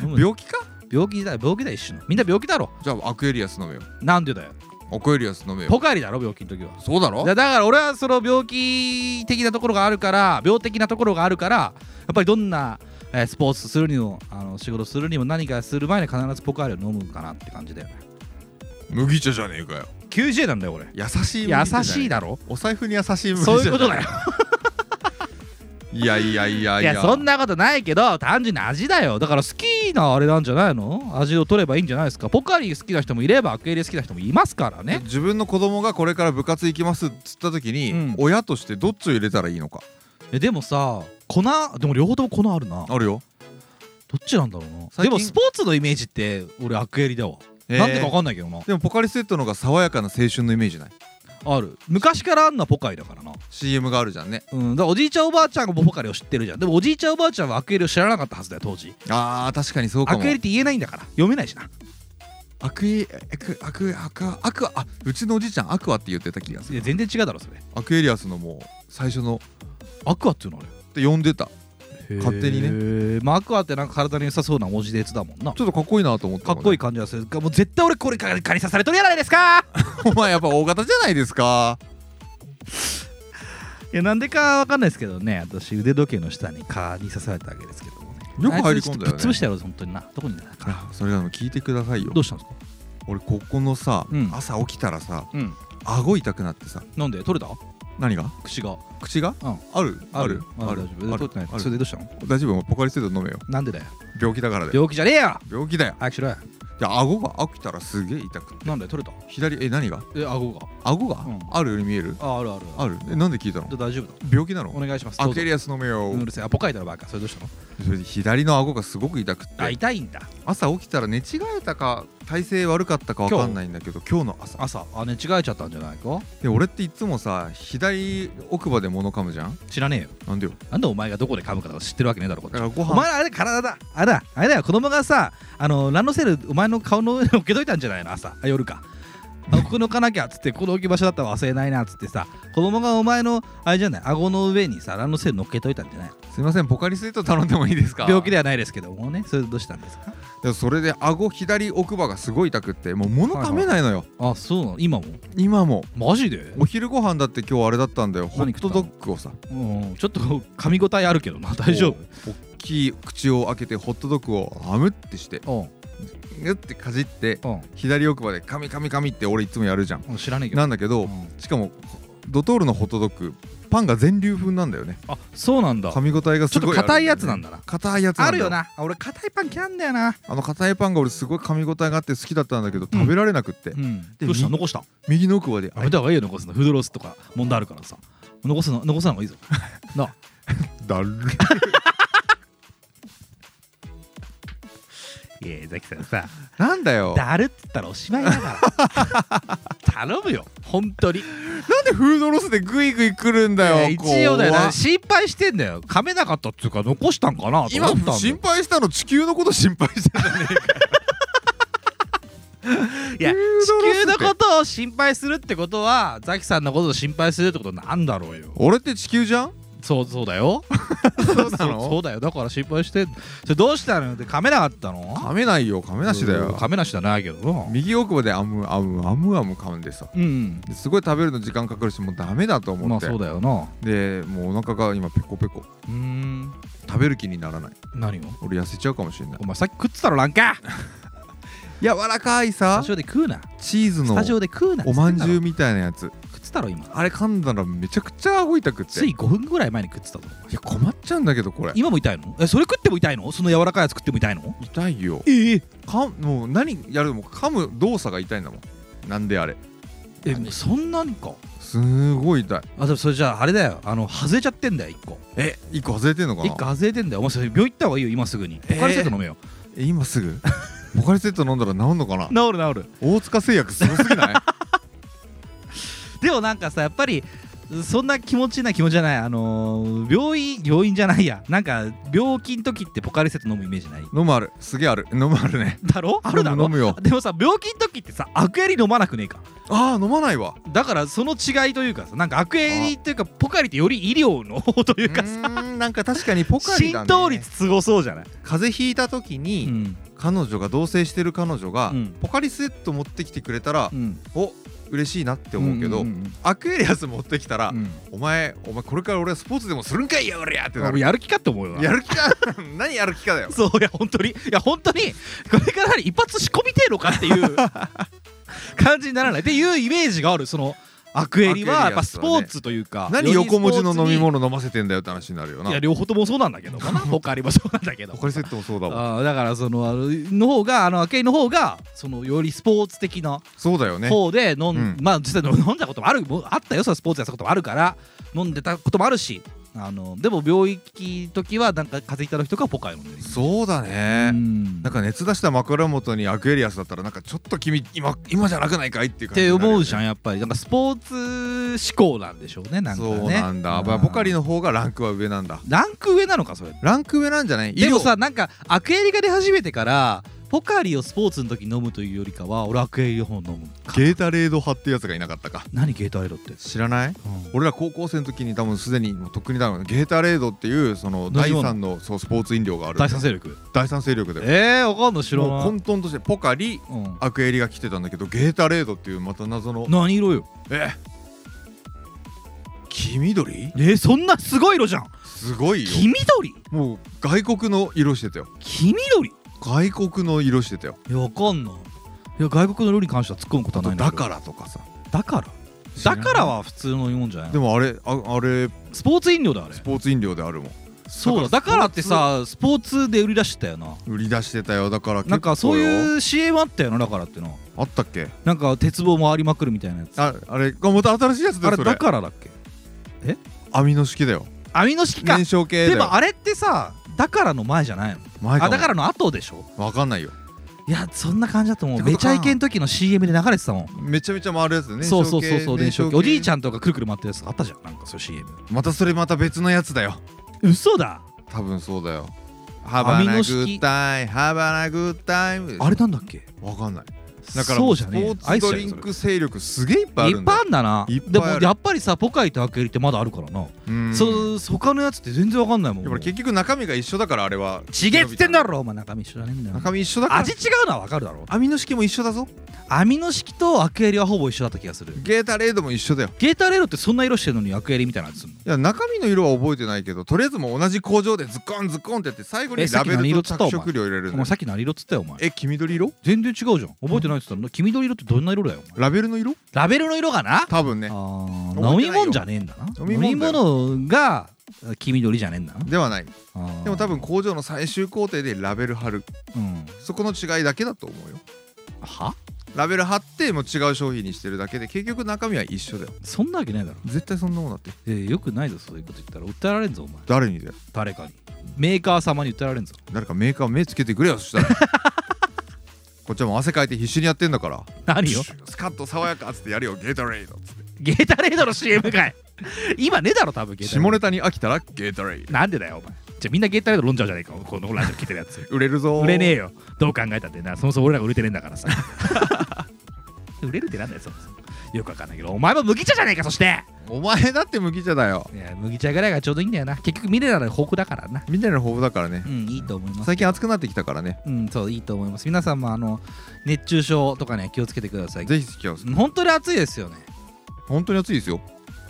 [SPEAKER 2] 病
[SPEAKER 1] 病気か
[SPEAKER 2] 病気だよ病気だよ一種のみんな病気だろ
[SPEAKER 1] じゃあアクエリアス飲めよ
[SPEAKER 2] なんでだよ
[SPEAKER 1] アクエリアス飲めよ
[SPEAKER 2] ポカリだろ病気の時は
[SPEAKER 1] そうだ
[SPEAKER 2] だ
[SPEAKER 1] ろ
[SPEAKER 2] だから俺はその病気的なところがあるから病的なところがあるからやっぱりどんな、えースポーツするにもあの仕事するにも何かする前に必ずポカリを飲むかなって感じだよね
[SPEAKER 1] 麦茶じゃねえかよ
[SPEAKER 2] 90円なんだよ俺
[SPEAKER 1] 優しい麦茶じゃねえ
[SPEAKER 2] 優しいだろ
[SPEAKER 1] お財布に優しい麦茶
[SPEAKER 2] そういうことだよ
[SPEAKER 1] いやいやいや
[SPEAKER 2] いやそんなことないけど単純に味だよだから好きなあれなんじゃないの味を取ればいいんじゃないですかポカリ好きな人もいればアクエリア好きな人もいますからね
[SPEAKER 1] 自分の子供がこれから部活行きますっつった時に、
[SPEAKER 2] うん
[SPEAKER 1] 親としてどっちを入れたらいいのか
[SPEAKER 2] えでもさ粉でも両方とも粉あるなど
[SPEAKER 1] あるよ
[SPEAKER 2] っちなんだろうな
[SPEAKER 1] 最近
[SPEAKER 2] でもスポーツのイメージって俺アクエリだわ、
[SPEAKER 1] へー
[SPEAKER 2] なんでか分かんないけどな
[SPEAKER 1] でもポカリスエットの方が爽やかな青春のイメージない
[SPEAKER 2] ある昔からあんなポカリだからな
[SPEAKER 1] CM があるじゃんね
[SPEAKER 2] うんだからおじいちゃんおばあちゃんがポカリを知ってるじゃんでもおじいちゃんおばあちゃんはアクエリを知らなかったはずだよ当時
[SPEAKER 1] あー確かにそうか
[SPEAKER 2] ア
[SPEAKER 1] も
[SPEAKER 2] クエリって言えないんだから読めないしな
[SPEAKER 1] アクエアクアクアクアアクアあうちのおじいちゃんアクアって言ってた気がす
[SPEAKER 2] い
[SPEAKER 1] る
[SPEAKER 2] や全然違うだろそれ
[SPEAKER 1] アクエリアスのもう最初の
[SPEAKER 2] アクアっていうのあれ
[SPEAKER 1] って呼んでた勝手にね
[SPEAKER 2] ねまあアクアってなんか体に良さそうな文字列だもんな
[SPEAKER 1] ちょっとかっこいいなと思った
[SPEAKER 2] かっこいい感じがするもう絶対俺これ蚊に刺されとるやないで
[SPEAKER 1] <laughs>
[SPEAKER 2] すか
[SPEAKER 1] いお前やっぱ大型じゃないですか
[SPEAKER 2] いやなんでかわかんないですけどね私腕時計の下に蚊に刺されたわけですけどもね
[SPEAKER 1] よく入り込んだよね
[SPEAKER 2] あいつぶっ潰してやろうぜ本当になどこにいるんだ蚊
[SPEAKER 1] あそれはもう聞いてくださいよ
[SPEAKER 2] どうしたんですか
[SPEAKER 1] 俺ここのさ、
[SPEAKER 2] うん
[SPEAKER 1] 朝起きたらさ
[SPEAKER 2] うん
[SPEAKER 1] 顎痛くなってさ
[SPEAKER 2] なんで取れた
[SPEAKER 1] 何が
[SPEAKER 2] 口が
[SPEAKER 1] 口が、
[SPEAKER 2] うん
[SPEAKER 1] あるある
[SPEAKER 2] ある大丈夫
[SPEAKER 1] あ
[SPEAKER 2] 取
[SPEAKER 1] る
[SPEAKER 2] ってない
[SPEAKER 1] あ
[SPEAKER 2] それ
[SPEAKER 1] る
[SPEAKER 2] でどうしたの
[SPEAKER 1] 大丈夫お前ポカリスエット飲めよ
[SPEAKER 2] なんでだよ
[SPEAKER 1] 病気だからだよ
[SPEAKER 2] 病気じゃねえよ
[SPEAKER 1] 病気だよ
[SPEAKER 2] 早くしろよ
[SPEAKER 1] じゃあ顎が起きたらすげえ痛くて
[SPEAKER 2] なんだよ取れた
[SPEAKER 1] 左え何が
[SPEAKER 2] え顎が
[SPEAKER 1] 顎が、
[SPEAKER 2] うん
[SPEAKER 1] あるように見える
[SPEAKER 2] ああるある
[SPEAKER 1] あるえなんで聞いたの
[SPEAKER 2] じゃあ大丈夫だ
[SPEAKER 1] 病気なの
[SPEAKER 2] お願いします
[SPEAKER 1] ア
[SPEAKER 2] どう
[SPEAKER 1] ク
[SPEAKER 2] ぞ
[SPEAKER 1] エリアス飲めよ、
[SPEAKER 2] うんうるせえアポカイだろバカそれどうしたの
[SPEAKER 1] それで左の顎がすごく痛くって
[SPEAKER 2] あ痛いんだ
[SPEAKER 1] 朝起きたら寝違えたか体勢悪かったかわかんないんだけど今日の朝
[SPEAKER 2] 朝あね違えちゃったんじゃないか
[SPEAKER 1] で俺っていつもさ左奥歯で物噛むじゃん
[SPEAKER 2] 知らねえよ
[SPEAKER 1] なんでよ
[SPEAKER 2] なんでお前がどこで噛むかとか知ってるわけねえだろこっち
[SPEAKER 1] だからご
[SPEAKER 2] お
[SPEAKER 1] 飯
[SPEAKER 2] 前あれ体だあれだあれだよ子供がさあのランドセルお前の顔の上に置けといたんじゃないの朝あ夜かあここに置かなきゃっつってこの置き場所だったら忘れないなっつってさ子供がお前のあれじゃない顎の上にさランドセル乗っけといたんじゃない
[SPEAKER 1] すいませんポカリスエット頼んでもいいですか
[SPEAKER 2] 病気ではないですけどもねそれどうしたんですか
[SPEAKER 1] いやそれで顎左奥歯がすごい痛くってもう物噛めないのよ、
[SPEAKER 2] あそうなの今も
[SPEAKER 1] 今も
[SPEAKER 2] マジで、
[SPEAKER 1] お昼ご飯だって今日あれだったんだよホ
[SPEAKER 2] 何
[SPEAKER 1] ッ
[SPEAKER 2] 食っ
[SPEAKER 1] ト
[SPEAKER 2] たの
[SPEAKER 1] ドッグをさ
[SPEAKER 2] うん、ちょっと噛み応えあるけどな大丈
[SPEAKER 1] こう大きい口を開けてホットドッグをハムってして
[SPEAKER 2] 夫うん
[SPEAKER 1] グッてかじって
[SPEAKER 2] うん
[SPEAKER 1] 左奥歯でカミカミカミって俺いつもやるじゃん
[SPEAKER 2] うん知らねえけど
[SPEAKER 1] なんだけど、
[SPEAKER 2] うん
[SPEAKER 1] しかもドトールのホットドッグパンが全粒粉なんだよね
[SPEAKER 2] あそうなんだ
[SPEAKER 1] 噛み応えがす
[SPEAKER 2] ちょっと
[SPEAKER 1] ごいある
[SPEAKER 2] 硬いやつなんだな
[SPEAKER 1] 硬いやつなんだ
[SPEAKER 2] あるよなあ俺硬いパン嫌なんだよな
[SPEAKER 1] あの硬いパンが俺すごい噛み応えがあって好きだったんだけど
[SPEAKER 2] うん
[SPEAKER 1] 食べられなくって、
[SPEAKER 2] うん
[SPEAKER 1] で
[SPEAKER 2] どうした
[SPEAKER 1] み
[SPEAKER 2] 残した
[SPEAKER 1] 右の奥歯で
[SPEAKER 2] やめた方がいいよ残すのフードロスとか問題あるからさ残すの残さない方がいいぞなあ
[SPEAKER 1] だる
[SPEAKER 2] <laughs> いや江崎さんさ
[SPEAKER 1] なんだよ
[SPEAKER 2] だるっつったらおしまいだから <laughs> 頼むよ本当に
[SPEAKER 1] なんでフードロスでグイグイ来るんだ
[SPEAKER 2] いや
[SPEAKER 1] よ
[SPEAKER 2] 一応だよ
[SPEAKER 1] 怖
[SPEAKER 2] な
[SPEAKER 1] っ
[SPEAKER 2] 心配してんだよ噛めなかったっていうか残したんかなと思
[SPEAKER 1] 今
[SPEAKER 2] ったんだよ
[SPEAKER 1] 心配したの地球のこと心配してたね
[SPEAKER 2] いや
[SPEAKER 1] フードロス
[SPEAKER 2] 地球
[SPEAKER 1] って
[SPEAKER 2] のことを心配するってことはザキさんのことを心配するってことなんだろうよ
[SPEAKER 1] 俺って地球じゃん
[SPEAKER 2] そうそうだよ
[SPEAKER 1] そうな
[SPEAKER 2] そうそ
[SPEAKER 1] の
[SPEAKER 2] うだよだから心配してそれどうしたのよって噛めなかったの
[SPEAKER 1] 噛めないよ噛めなしだ
[SPEAKER 2] うん
[SPEAKER 1] よ
[SPEAKER 2] 亀梨じゃないけどな
[SPEAKER 1] 右奥歯でアムアムアムアム噛んでさ
[SPEAKER 2] うん
[SPEAKER 1] ですごい食べるの時間かかるしもうダメだと思
[SPEAKER 2] まあ
[SPEAKER 1] って、
[SPEAKER 2] そうだよな
[SPEAKER 1] でもうお腹が今ペコペコ
[SPEAKER 2] うーん
[SPEAKER 1] 食べる気にならない
[SPEAKER 2] 何を
[SPEAKER 1] 俺痩せちゃうかもしれない
[SPEAKER 2] お前さっき食ってたろなんか
[SPEAKER 1] 柔らかい
[SPEAKER 2] ス
[SPEAKER 1] さ
[SPEAKER 2] タジオで食うな
[SPEAKER 1] チーズ
[SPEAKER 2] ス
[SPEAKER 1] の
[SPEAKER 2] タジオで食うな
[SPEAKER 1] おまんじゅう
[SPEAKER 2] う
[SPEAKER 1] みたいなやつ
[SPEAKER 2] 食ってたろ今
[SPEAKER 1] あれ噛んだらめちゃくちゃ顎痛くって
[SPEAKER 2] つ
[SPEAKER 1] い
[SPEAKER 2] い5分ぐらい前に食ってたぞ
[SPEAKER 1] や困っちゃうんだけどこれ
[SPEAKER 2] 今も痛いのえそれ食っても痛いのその柔らかいやつ食っても痛いの
[SPEAKER 1] 痛いよ
[SPEAKER 2] ええ
[SPEAKER 1] かもう何やるのも噛む動作が痛いんだもんなんであれ
[SPEAKER 2] えもうそんなんか
[SPEAKER 1] すーごい痛い
[SPEAKER 2] あでもそれじゃああれだよあの外れちゃってんだよ1個
[SPEAKER 1] え一個外れてんのかな
[SPEAKER 2] 1個外れてんだよお前それ病院行った方がいいよ今すぐにポカリセット飲めよ、
[SPEAKER 1] え今すぐ <laughs> ポカリセット飲んだら治んのかな
[SPEAKER 2] 治る治る
[SPEAKER 1] 大塚製薬すごすぎ
[SPEAKER 2] <laughs>
[SPEAKER 1] ない
[SPEAKER 2] でもなんかさやっぱりそんな気持ちいいな気持ちじゃないあのー病院病院じゃないやなんか病気の時ってポカリセット飲むイメージない
[SPEAKER 1] 飲むあるすげえある飲むあるね
[SPEAKER 2] だろあるだろ
[SPEAKER 1] 飲むよ
[SPEAKER 2] でもさ病気の時ってさアクエリ飲まなくねえか
[SPEAKER 1] ああ飲まないわ
[SPEAKER 2] だからその違いというかさなんかアクエリというかポカリってより医療のといううかさ
[SPEAKER 1] ーんなんか確かにポカリだ
[SPEAKER 2] 浸
[SPEAKER 1] ね
[SPEAKER 2] 透率すごそうじゃない、
[SPEAKER 1] 風邪ひいた時
[SPEAKER 2] う
[SPEAKER 1] に、
[SPEAKER 2] ん
[SPEAKER 1] 彼女が同棲してる彼女が、
[SPEAKER 2] うん
[SPEAKER 1] ポカリスエット持ってきてくれたら、
[SPEAKER 2] うん、
[SPEAKER 1] お嬉しいなって思うけど、
[SPEAKER 2] んん
[SPEAKER 1] アクエリアス持ってきたら、
[SPEAKER 2] うんうん
[SPEAKER 1] お前お前これから俺はスポーツでもするんかいやおりゃってな
[SPEAKER 2] 俺
[SPEAKER 1] る
[SPEAKER 2] やる気かって思うよな
[SPEAKER 1] やる気か <laughs> 何やる気かだよ
[SPEAKER 2] そういや本当にいや本当にこれから一発仕込みてえのかっていう
[SPEAKER 1] <laughs>
[SPEAKER 2] 感じにならないっていうイメージがあるそのアクエリはやっぱスポーツというか、
[SPEAKER 1] 何横文字の飲み
[SPEAKER 2] よ
[SPEAKER 1] 物飲ませてんだよって話になるよ
[SPEAKER 2] りスポーツにい
[SPEAKER 1] な
[SPEAKER 2] や両方ともそうなんだけどもな他ありもそうなんだけど
[SPEAKER 1] ポカリスエットもそうだわ
[SPEAKER 2] あーだからそのあのの方があのアクエリの方がそのよりスポーツ的な
[SPEAKER 1] そうだよね
[SPEAKER 2] 方で飲ん、
[SPEAKER 1] うん
[SPEAKER 2] まあ実際飲んだこともあるもうあったよそのスポーツやったこともあるから飲んでたこともあるしあのでも病気時はなんか風邪ひいた時とかはポカリ飲んでる
[SPEAKER 1] そうだね、
[SPEAKER 2] うん
[SPEAKER 1] なんか熱出した枕元にアクエリアスだったらなんかちょっと君今今じゃなくないかいっていう感じ
[SPEAKER 2] って
[SPEAKER 1] になるよ
[SPEAKER 2] 思
[SPEAKER 1] ね
[SPEAKER 2] うじゃんやっぱりなんかスポーツ思考なんでしょうねなんかね
[SPEAKER 1] そうなんだ、まあ
[SPEAKER 2] うん
[SPEAKER 1] ポカリの方がランクは上なんだ
[SPEAKER 2] ランク上なのかそれ
[SPEAKER 1] ランク上なんじゃない
[SPEAKER 2] でもさなんかアクエリが出始めてからポカリをスポーツの時に飲むというよりかは俺アクエリの方飲むか
[SPEAKER 1] ゲータレード派ってやつがいなかったか
[SPEAKER 2] 何ゲートアイロって、
[SPEAKER 1] 知らない
[SPEAKER 2] うん
[SPEAKER 1] 俺ら高校生の時に多分すでにもうとっくに多分ゲータレードっていうその
[SPEAKER 2] 同
[SPEAKER 1] 第
[SPEAKER 2] じもの
[SPEAKER 1] 三のそうスポーツ飲料がある
[SPEAKER 2] 第三勢力
[SPEAKER 1] 第三勢力で
[SPEAKER 2] えー、わかんの知ら
[SPEAKER 1] もう
[SPEAKER 2] ない、
[SPEAKER 1] 混沌としてポカリ
[SPEAKER 2] うん
[SPEAKER 1] アクエリが来てたんだけどゲータレードっていうまた謎の
[SPEAKER 2] 何色よ
[SPEAKER 1] え黄緑
[SPEAKER 2] えー、そんなすごい色じゃん
[SPEAKER 1] すごいよ
[SPEAKER 2] 黄緑
[SPEAKER 1] もう外国の色してたよ
[SPEAKER 2] 黄緑
[SPEAKER 1] 外国の色してたよ
[SPEAKER 2] いやわかんないいや外国の色に関しては突っ込むことはないん
[SPEAKER 1] だ
[SPEAKER 2] だけど
[SPEAKER 1] からとかさ
[SPEAKER 2] だからだからは普通の飲み物じゃない
[SPEAKER 1] で
[SPEAKER 2] の
[SPEAKER 1] もあれああれ
[SPEAKER 2] スポーツ飲料だあれ
[SPEAKER 1] スポーツ飲料であるもん
[SPEAKER 2] そうだだからってさスポーツで売り出してたよな
[SPEAKER 1] 売り出してたよだから
[SPEAKER 2] なんかそう
[SPEAKER 1] う
[SPEAKER 2] いう CM あったよなだからっての
[SPEAKER 1] あったっけ
[SPEAKER 2] なんか鉄棒回りまくるみたいなやつあ
[SPEAKER 1] ああれあまた新しいやつだよ
[SPEAKER 2] れ
[SPEAKER 1] それ
[SPEAKER 2] だからだっけ
[SPEAKER 1] アミノ式だよ
[SPEAKER 2] アミノ式か
[SPEAKER 1] 燃焼系だ
[SPEAKER 2] で
[SPEAKER 1] よ
[SPEAKER 2] もあれってさだからの前じゃないの
[SPEAKER 1] 前か
[SPEAKER 2] あ
[SPEAKER 1] も
[SPEAKER 2] だからの後でしょ
[SPEAKER 1] わかんないよ
[SPEAKER 2] いやそんな感じだと思
[SPEAKER 1] っ
[SPEAKER 2] う
[SPEAKER 1] てこ
[SPEAKER 2] め
[SPEAKER 1] と
[SPEAKER 2] ち
[SPEAKER 1] か
[SPEAKER 2] ゃイケの時の CM で流れてたもん
[SPEAKER 1] めちゃめちゃ回るやつね
[SPEAKER 2] そうそうそうそ
[SPEAKER 1] 燃
[SPEAKER 2] う電
[SPEAKER 1] 焼
[SPEAKER 2] 焼
[SPEAKER 1] 系
[SPEAKER 2] おじいち
[SPEAKER 1] ん
[SPEAKER 2] ゃんとかくるくる回ってるやつあったじゃんなんかそういう CM
[SPEAKER 1] またそれまた別のやつだよ
[SPEAKER 2] 嘘だ
[SPEAKER 1] 多分そうだよハバナグ
[SPEAKER 2] アミノ
[SPEAKER 1] ッ
[SPEAKER 2] 式
[SPEAKER 1] タイムハバナグッタイム
[SPEAKER 2] あれなんだっけ
[SPEAKER 1] わかんないだから
[SPEAKER 3] そうじゃねえ
[SPEAKER 1] スポーツドリンク勢力すげえいっぱいあ
[SPEAKER 2] い
[SPEAKER 1] る
[SPEAKER 2] っ
[SPEAKER 1] ん
[SPEAKER 2] ぱい
[SPEAKER 1] だ
[SPEAKER 2] あんだない
[SPEAKER 1] っぱい
[SPEAKER 2] でも
[SPEAKER 1] ある
[SPEAKER 2] やっぱりさポカイとアクエリってまだあるからな、
[SPEAKER 1] うん
[SPEAKER 2] そ他のやつって全然わかんないもん
[SPEAKER 1] やっぱり結局中身が一緒だからあれは
[SPEAKER 2] ちげっつってんだろお前中身一緒じゃねえんだよ
[SPEAKER 1] 中身一緒だから
[SPEAKER 2] 味違うのはわかるだろ
[SPEAKER 1] アミノ式も一緒だぞ
[SPEAKER 2] アミノ式とアクエリはほぼ一緒だった気がする
[SPEAKER 1] ゲータレードも一緒だよ
[SPEAKER 2] ゲータレードってそんな色してるのにアクエリみたいなやつすんの
[SPEAKER 1] いや中身の色は覚えてないけどとりあえずもう同じ工場でズッコンズッコンってやって最後
[SPEAKER 2] え
[SPEAKER 1] に
[SPEAKER 2] さ
[SPEAKER 1] ラ
[SPEAKER 2] っき
[SPEAKER 1] ベ
[SPEAKER 2] 何色
[SPEAKER 1] ル
[SPEAKER 2] っつ
[SPEAKER 1] と着
[SPEAKER 2] った
[SPEAKER 1] 色料入れるんだ
[SPEAKER 2] お前
[SPEAKER 1] よ
[SPEAKER 2] さっき何色っつったよお前
[SPEAKER 1] え黄緑色
[SPEAKER 2] 全然違うじゃん覚えてないっつったの黄緑色ってどんな色だよお前
[SPEAKER 1] ラベルの色
[SPEAKER 2] ラベルの色がな
[SPEAKER 1] 多分ね
[SPEAKER 2] あー飲
[SPEAKER 1] 覚えて
[SPEAKER 2] み
[SPEAKER 1] ないよ
[SPEAKER 2] 物じゃねえんだな
[SPEAKER 1] 飲
[SPEAKER 2] 飲
[SPEAKER 1] み
[SPEAKER 2] み
[SPEAKER 1] 物だよ
[SPEAKER 2] 物が黄緑じゃねえんだな
[SPEAKER 1] ではない
[SPEAKER 2] あー
[SPEAKER 1] でも多分工場の最終工程でラベル貼る
[SPEAKER 2] うん
[SPEAKER 1] そこの違いだけだと思うよ
[SPEAKER 2] は
[SPEAKER 1] ラベル貼ってもう違う商品にしてるだけで結局中身は一緒だよ
[SPEAKER 2] そんなわけないだろ
[SPEAKER 1] 絶対そんなもんだって
[SPEAKER 2] えーよくないぞそういうこと言ったら訴えられんぞお前
[SPEAKER 1] 誰にだよ
[SPEAKER 2] 誰かにメーカー様に訴えられんぞ
[SPEAKER 1] 誰かメーカー目つけてくれよそしたら
[SPEAKER 2] <laughs>
[SPEAKER 1] こっちはもう汗かいて必死にやってんだから
[SPEAKER 2] 何よ
[SPEAKER 1] スカッと爽やかっつってやるよゲータレードっつって
[SPEAKER 2] ゲータレードの CM かい今ねえだろ多分ゲータレード
[SPEAKER 1] 下ネタに飽きたらゲータレード
[SPEAKER 2] なんでだよお前じゃあみんなゲータレード飲んじゃうじゃねえかこのラジオ聞いてるやつ
[SPEAKER 1] 売れるぞー
[SPEAKER 2] 売れねえよどう考えたってなそもそも俺らが売れてねえんだからさ <laughs> 売れるってなんだよそもそもよくわかんないけどお前も麦茶じゃねえかそして
[SPEAKER 1] お前だって麦茶だよ
[SPEAKER 2] いや麦茶ぐらいがちょうどいいんだよな結局ミネラル豊富だからな
[SPEAKER 1] みんなの豊富だからね
[SPEAKER 2] うんいいと思います
[SPEAKER 1] 最近暑くなってきたからね
[SPEAKER 2] うんそういいと思います皆さんもあの熱中症とかね気をつけてください
[SPEAKER 1] ぜひ今日
[SPEAKER 2] 本当に暑いですよね
[SPEAKER 1] 本当に暑い
[SPEAKER 2] <laughs>
[SPEAKER 1] ですよ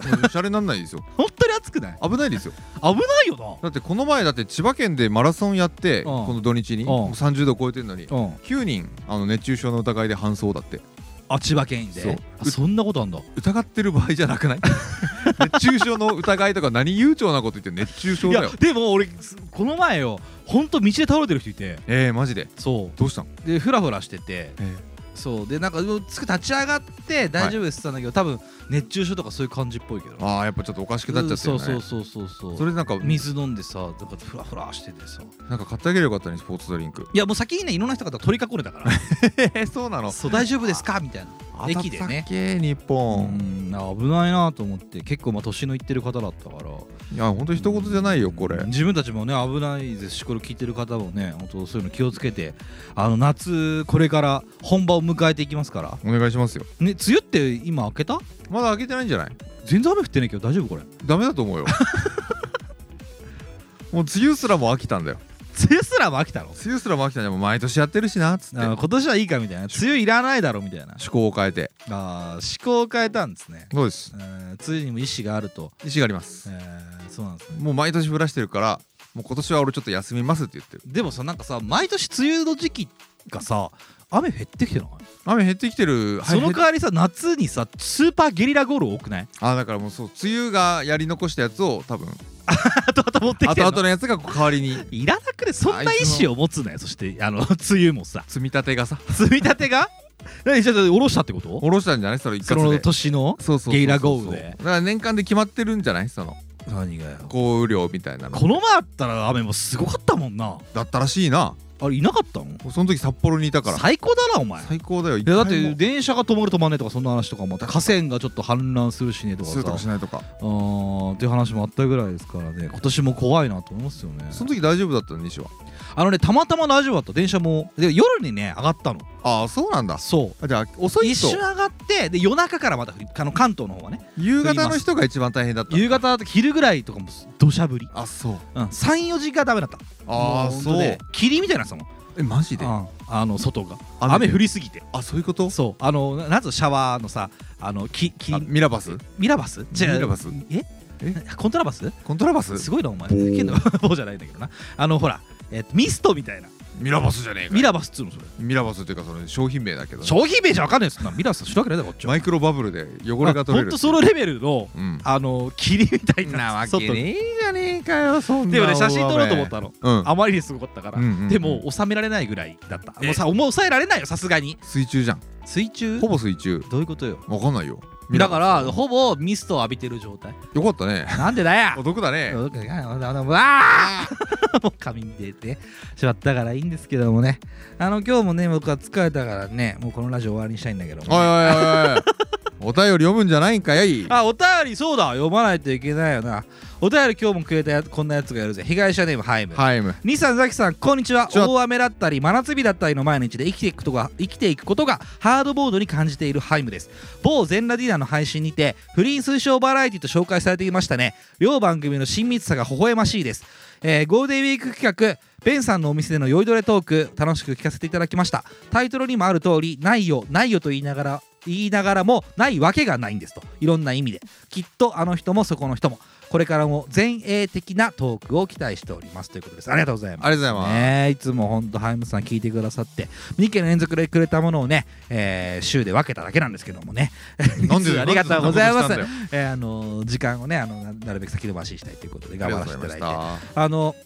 [SPEAKER 1] シャレなんないですよ
[SPEAKER 2] 本当に暑くない
[SPEAKER 1] 危ないですよ
[SPEAKER 2] 危ないよ
[SPEAKER 1] だってこの前だって千葉県でマラソンやってこの土日に
[SPEAKER 2] うん
[SPEAKER 1] もう30度超えてんのに
[SPEAKER 2] なうん
[SPEAKER 1] 9人あの熱中症の疑いで搬送だって
[SPEAKER 2] あ千葉県で
[SPEAKER 1] そう
[SPEAKER 2] あそんなことあんだ
[SPEAKER 1] 疑ってる場合じゃなくない <laughs> 熱中症の疑いとか何悠長なこと言って熱中症
[SPEAKER 2] い
[SPEAKER 1] だ
[SPEAKER 2] や
[SPEAKER 1] よ
[SPEAKER 2] でも俺すこの前よほんと道で倒れてる人いて
[SPEAKER 1] えー、マジで
[SPEAKER 2] そ
[SPEAKER 1] どうしたの、
[SPEAKER 2] うでフラフラしてて
[SPEAKER 1] え
[SPEAKER 2] そうでなんかうつく立ち上がって大丈夫ですって言ったんだけど、多分熱中症とかそういう感じっぽいけど
[SPEAKER 1] ー、ああやっぱちょっとおかしくなっちゃってる
[SPEAKER 2] そ
[SPEAKER 1] よ
[SPEAKER 2] う
[SPEAKER 1] ね
[SPEAKER 2] そうそうそうそう
[SPEAKER 1] それでなんか
[SPEAKER 2] 水飲んでさだからフラフラしててさ
[SPEAKER 1] なんか買ってあげればよかったねスポーツドリンク
[SPEAKER 2] いやもう先にねいろんな人が取り囲んでたか <laughs>
[SPEAKER 1] えー、そうな
[SPEAKER 2] ら
[SPEAKER 1] の
[SPEAKER 2] そう大丈夫ですかみたいな駅でね
[SPEAKER 1] け日
[SPEAKER 2] う
[SPEAKER 1] 本
[SPEAKER 2] んあ危ないなと思って結構まあ年のいってる方だったから
[SPEAKER 1] いや本当一言じゃないよこれ
[SPEAKER 2] 自分たちもね危ないですしこれ聞いてる方もね本当そういうの気をつけてあの夏これから本番を迎えていきますから
[SPEAKER 1] お願いしますよ
[SPEAKER 2] ね梅雨って今明けた
[SPEAKER 1] まだ開けてないんじゃない
[SPEAKER 2] 全然雨降ってないけど大丈夫これ
[SPEAKER 1] ダメだと思うよ <laughs> もう梅雨すらも飽きたんだよ
[SPEAKER 2] 梅雨すらも飽きたの
[SPEAKER 1] 梅雨すらも飽きたんだよもう毎年やってるしなっつって
[SPEAKER 2] あー今年はいいかみたいな梅雨いらないだろみたいな
[SPEAKER 1] 趣向を変えて
[SPEAKER 2] あー思考を変えたんですね
[SPEAKER 1] そうです
[SPEAKER 2] えー梅雨にも意志があると、
[SPEAKER 1] 意思があります
[SPEAKER 2] えーそうなんですね
[SPEAKER 1] もう毎年降らしてるからもう今年は俺ちょっと休みますって言ってる
[SPEAKER 2] でもさなんかさ毎年梅雨の時期がさ雨減ってきてない、
[SPEAKER 1] 雨減ってきてる
[SPEAKER 2] その
[SPEAKER 1] か
[SPEAKER 2] 代わりさ夏にさスーパーゲリラゴール多くない
[SPEAKER 1] あだからもうそう梅雨がやり残したやつを
[SPEAKER 2] <laughs>
[SPEAKER 1] 多分
[SPEAKER 2] 後々持ってきて
[SPEAKER 1] 後
[SPEAKER 2] る
[SPEAKER 1] 々のやつが代わりに
[SPEAKER 2] いらなくねそんな意思を持つなよそしてあの <laughs> 梅雨もさ
[SPEAKER 1] 積み立てがさ
[SPEAKER 2] 積み立てが何じゃあ下ろしたってこと
[SPEAKER 1] 下ろしたんじゃないその一
[SPEAKER 2] そ
[SPEAKER 1] 括
[SPEAKER 2] の
[SPEAKER 1] で
[SPEAKER 2] 年の
[SPEAKER 1] そうそうそうそう
[SPEAKER 2] ゲリラ豪雨で
[SPEAKER 1] だから年間で決まってるんじゃないその
[SPEAKER 2] 何がよ
[SPEAKER 1] 降雨量みたいなの
[SPEAKER 2] この前あったら雨もすごかったもんな
[SPEAKER 1] だったらしいな
[SPEAKER 2] あれいなかったの
[SPEAKER 1] その時札幌にいたから
[SPEAKER 2] 最高だなお前
[SPEAKER 1] 最高だよい
[SPEAKER 2] いやだって電車が止まる止まんないとかそんな話とかもあって河川がちょっと氾濫するしねとか
[SPEAKER 1] す
[SPEAKER 2] さ
[SPEAKER 1] るとかしないとか
[SPEAKER 2] あーっていう話もあったぐらいですからね今年も怖いなと思いますよね
[SPEAKER 1] その時大丈夫だったの西は
[SPEAKER 2] あのねたまたまラジオだった電車もで夜にね上がったの
[SPEAKER 1] ああそうなんだ
[SPEAKER 2] そ
[SPEAKER 1] あじゃあ遅
[SPEAKER 2] う
[SPEAKER 1] い
[SPEAKER 2] 一
[SPEAKER 1] と
[SPEAKER 2] 瞬上がってで夜中からまたあの関東の方はね
[SPEAKER 1] 夕方の人が一番大変だった
[SPEAKER 2] 夕方と昼ぐらいとかも土砂降り、
[SPEAKER 1] あそう
[SPEAKER 2] うん、34時間ダメだった
[SPEAKER 1] ああ
[SPEAKER 2] も
[SPEAKER 1] そ
[SPEAKER 2] 本当
[SPEAKER 1] う
[SPEAKER 2] で霧みたいなさもん、
[SPEAKER 1] えマジで
[SPEAKER 2] うんあの外が
[SPEAKER 1] 雨
[SPEAKER 2] 雨
[SPEAKER 1] で
[SPEAKER 2] 降りすぎて
[SPEAKER 1] あそういうこと
[SPEAKER 2] そうあのななんつうのシャワーのさあのきき
[SPEAKER 1] あミラバス
[SPEAKER 2] ミラバス違う
[SPEAKER 1] ミラバス
[SPEAKER 2] え
[SPEAKER 1] え
[SPEAKER 2] コントラバス
[SPEAKER 1] コントラバス
[SPEAKER 2] すごいなお前
[SPEAKER 1] 棒
[SPEAKER 2] けど棒じゃないんだけどなあのほら、えっとミストみたいな
[SPEAKER 1] ミラバスじゃねえか
[SPEAKER 2] ミラバスっつうのそれ
[SPEAKER 1] ミラバスっていうかその商品名だけどね
[SPEAKER 2] 商品名じゃわかんないですなミラバス知るわけないだろこっちは
[SPEAKER 1] マイクロバブルで汚れが取れ
[SPEAKER 2] ほん
[SPEAKER 1] る
[SPEAKER 2] とそのレベルの
[SPEAKER 1] うん
[SPEAKER 2] あの霧みたいな外に
[SPEAKER 1] えじゃねえかよそん
[SPEAKER 2] でもね写真撮ろうと思ったの
[SPEAKER 1] うん
[SPEAKER 2] あまりにすごかったから、
[SPEAKER 1] うんうんうん
[SPEAKER 2] でも収められないぐらいだった
[SPEAKER 1] え
[SPEAKER 2] もうさもう抑えられないよさすがに
[SPEAKER 1] 水中じゃん
[SPEAKER 2] 水中
[SPEAKER 1] ほぼ水中
[SPEAKER 2] どういうことよ
[SPEAKER 1] わかんないよ
[SPEAKER 2] だからほぼミストを浴びてる状態
[SPEAKER 1] よかったね
[SPEAKER 2] <laughs> なんでだよ
[SPEAKER 1] お得だね
[SPEAKER 2] どうかあのあのわー <laughs> もう髪に出てしまったからいいんですけどもねあの今日もね僕は疲れたからねもうこのラジオ終わりにしたいんだけども <laughs>
[SPEAKER 1] おいおいおいおいお便り読むんじゃないんかやい
[SPEAKER 2] あお便りそうだ読まないといけないよなお便り今日もくれたやこんなやつがいるぜ被害者ネームハイム
[SPEAKER 1] ハイム
[SPEAKER 2] 兄さんザキさんこんにちは
[SPEAKER 1] ちは
[SPEAKER 2] 大雨だったり真夏日だったりの毎日で生きていくことが生きていくことがハードボードに感じているハイムです某全ラディナーの配信にて不倫推奨バラエティと紹介されていましたね両番組の親密さが微笑ましいです、えーゴールデンウィーク企画ベンさんのお店での酔いどれトーク楽しく聞かせていただきましたタイトルにもある通りないよないよと言いながら言いながらもないわけがないんですといろんな意味できっとあの人もそこの人もこれからも前衛的なトークを期待しておりますということですありがとうございます
[SPEAKER 1] ありがとうございます、
[SPEAKER 2] ねえいつも本当ハイムさん聞いてくださって2件連続でくれたものをね、えー週で分けただけなんですけどもね <laughs>
[SPEAKER 1] なんで
[SPEAKER 2] いつもありがとうございま
[SPEAKER 1] なんで
[SPEAKER 2] す
[SPEAKER 1] そんなことし
[SPEAKER 2] えーあのー時間をねあのななるべく先延ばしにしたいということで
[SPEAKER 1] あ
[SPEAKER 2] 頑
[SPEAKER 1] り
[SPEAKER 2] 張
[SPEAKER 1] が
[SPEAKER 2] ら
[SPEAKER 1] と
[SPEAKER 2] せ
[SPEAKER 1] う
[SPEAKER 2] て
[SPEAKER 1] ご
[SPEAKER 2] い
[SPEAKER 1] ざ
[SPEAKER 2] た
[SPEAKER 1] い
[SPEAKER 2] だいて
[SPEAKER 1] まし
[SPEAKER 2] あの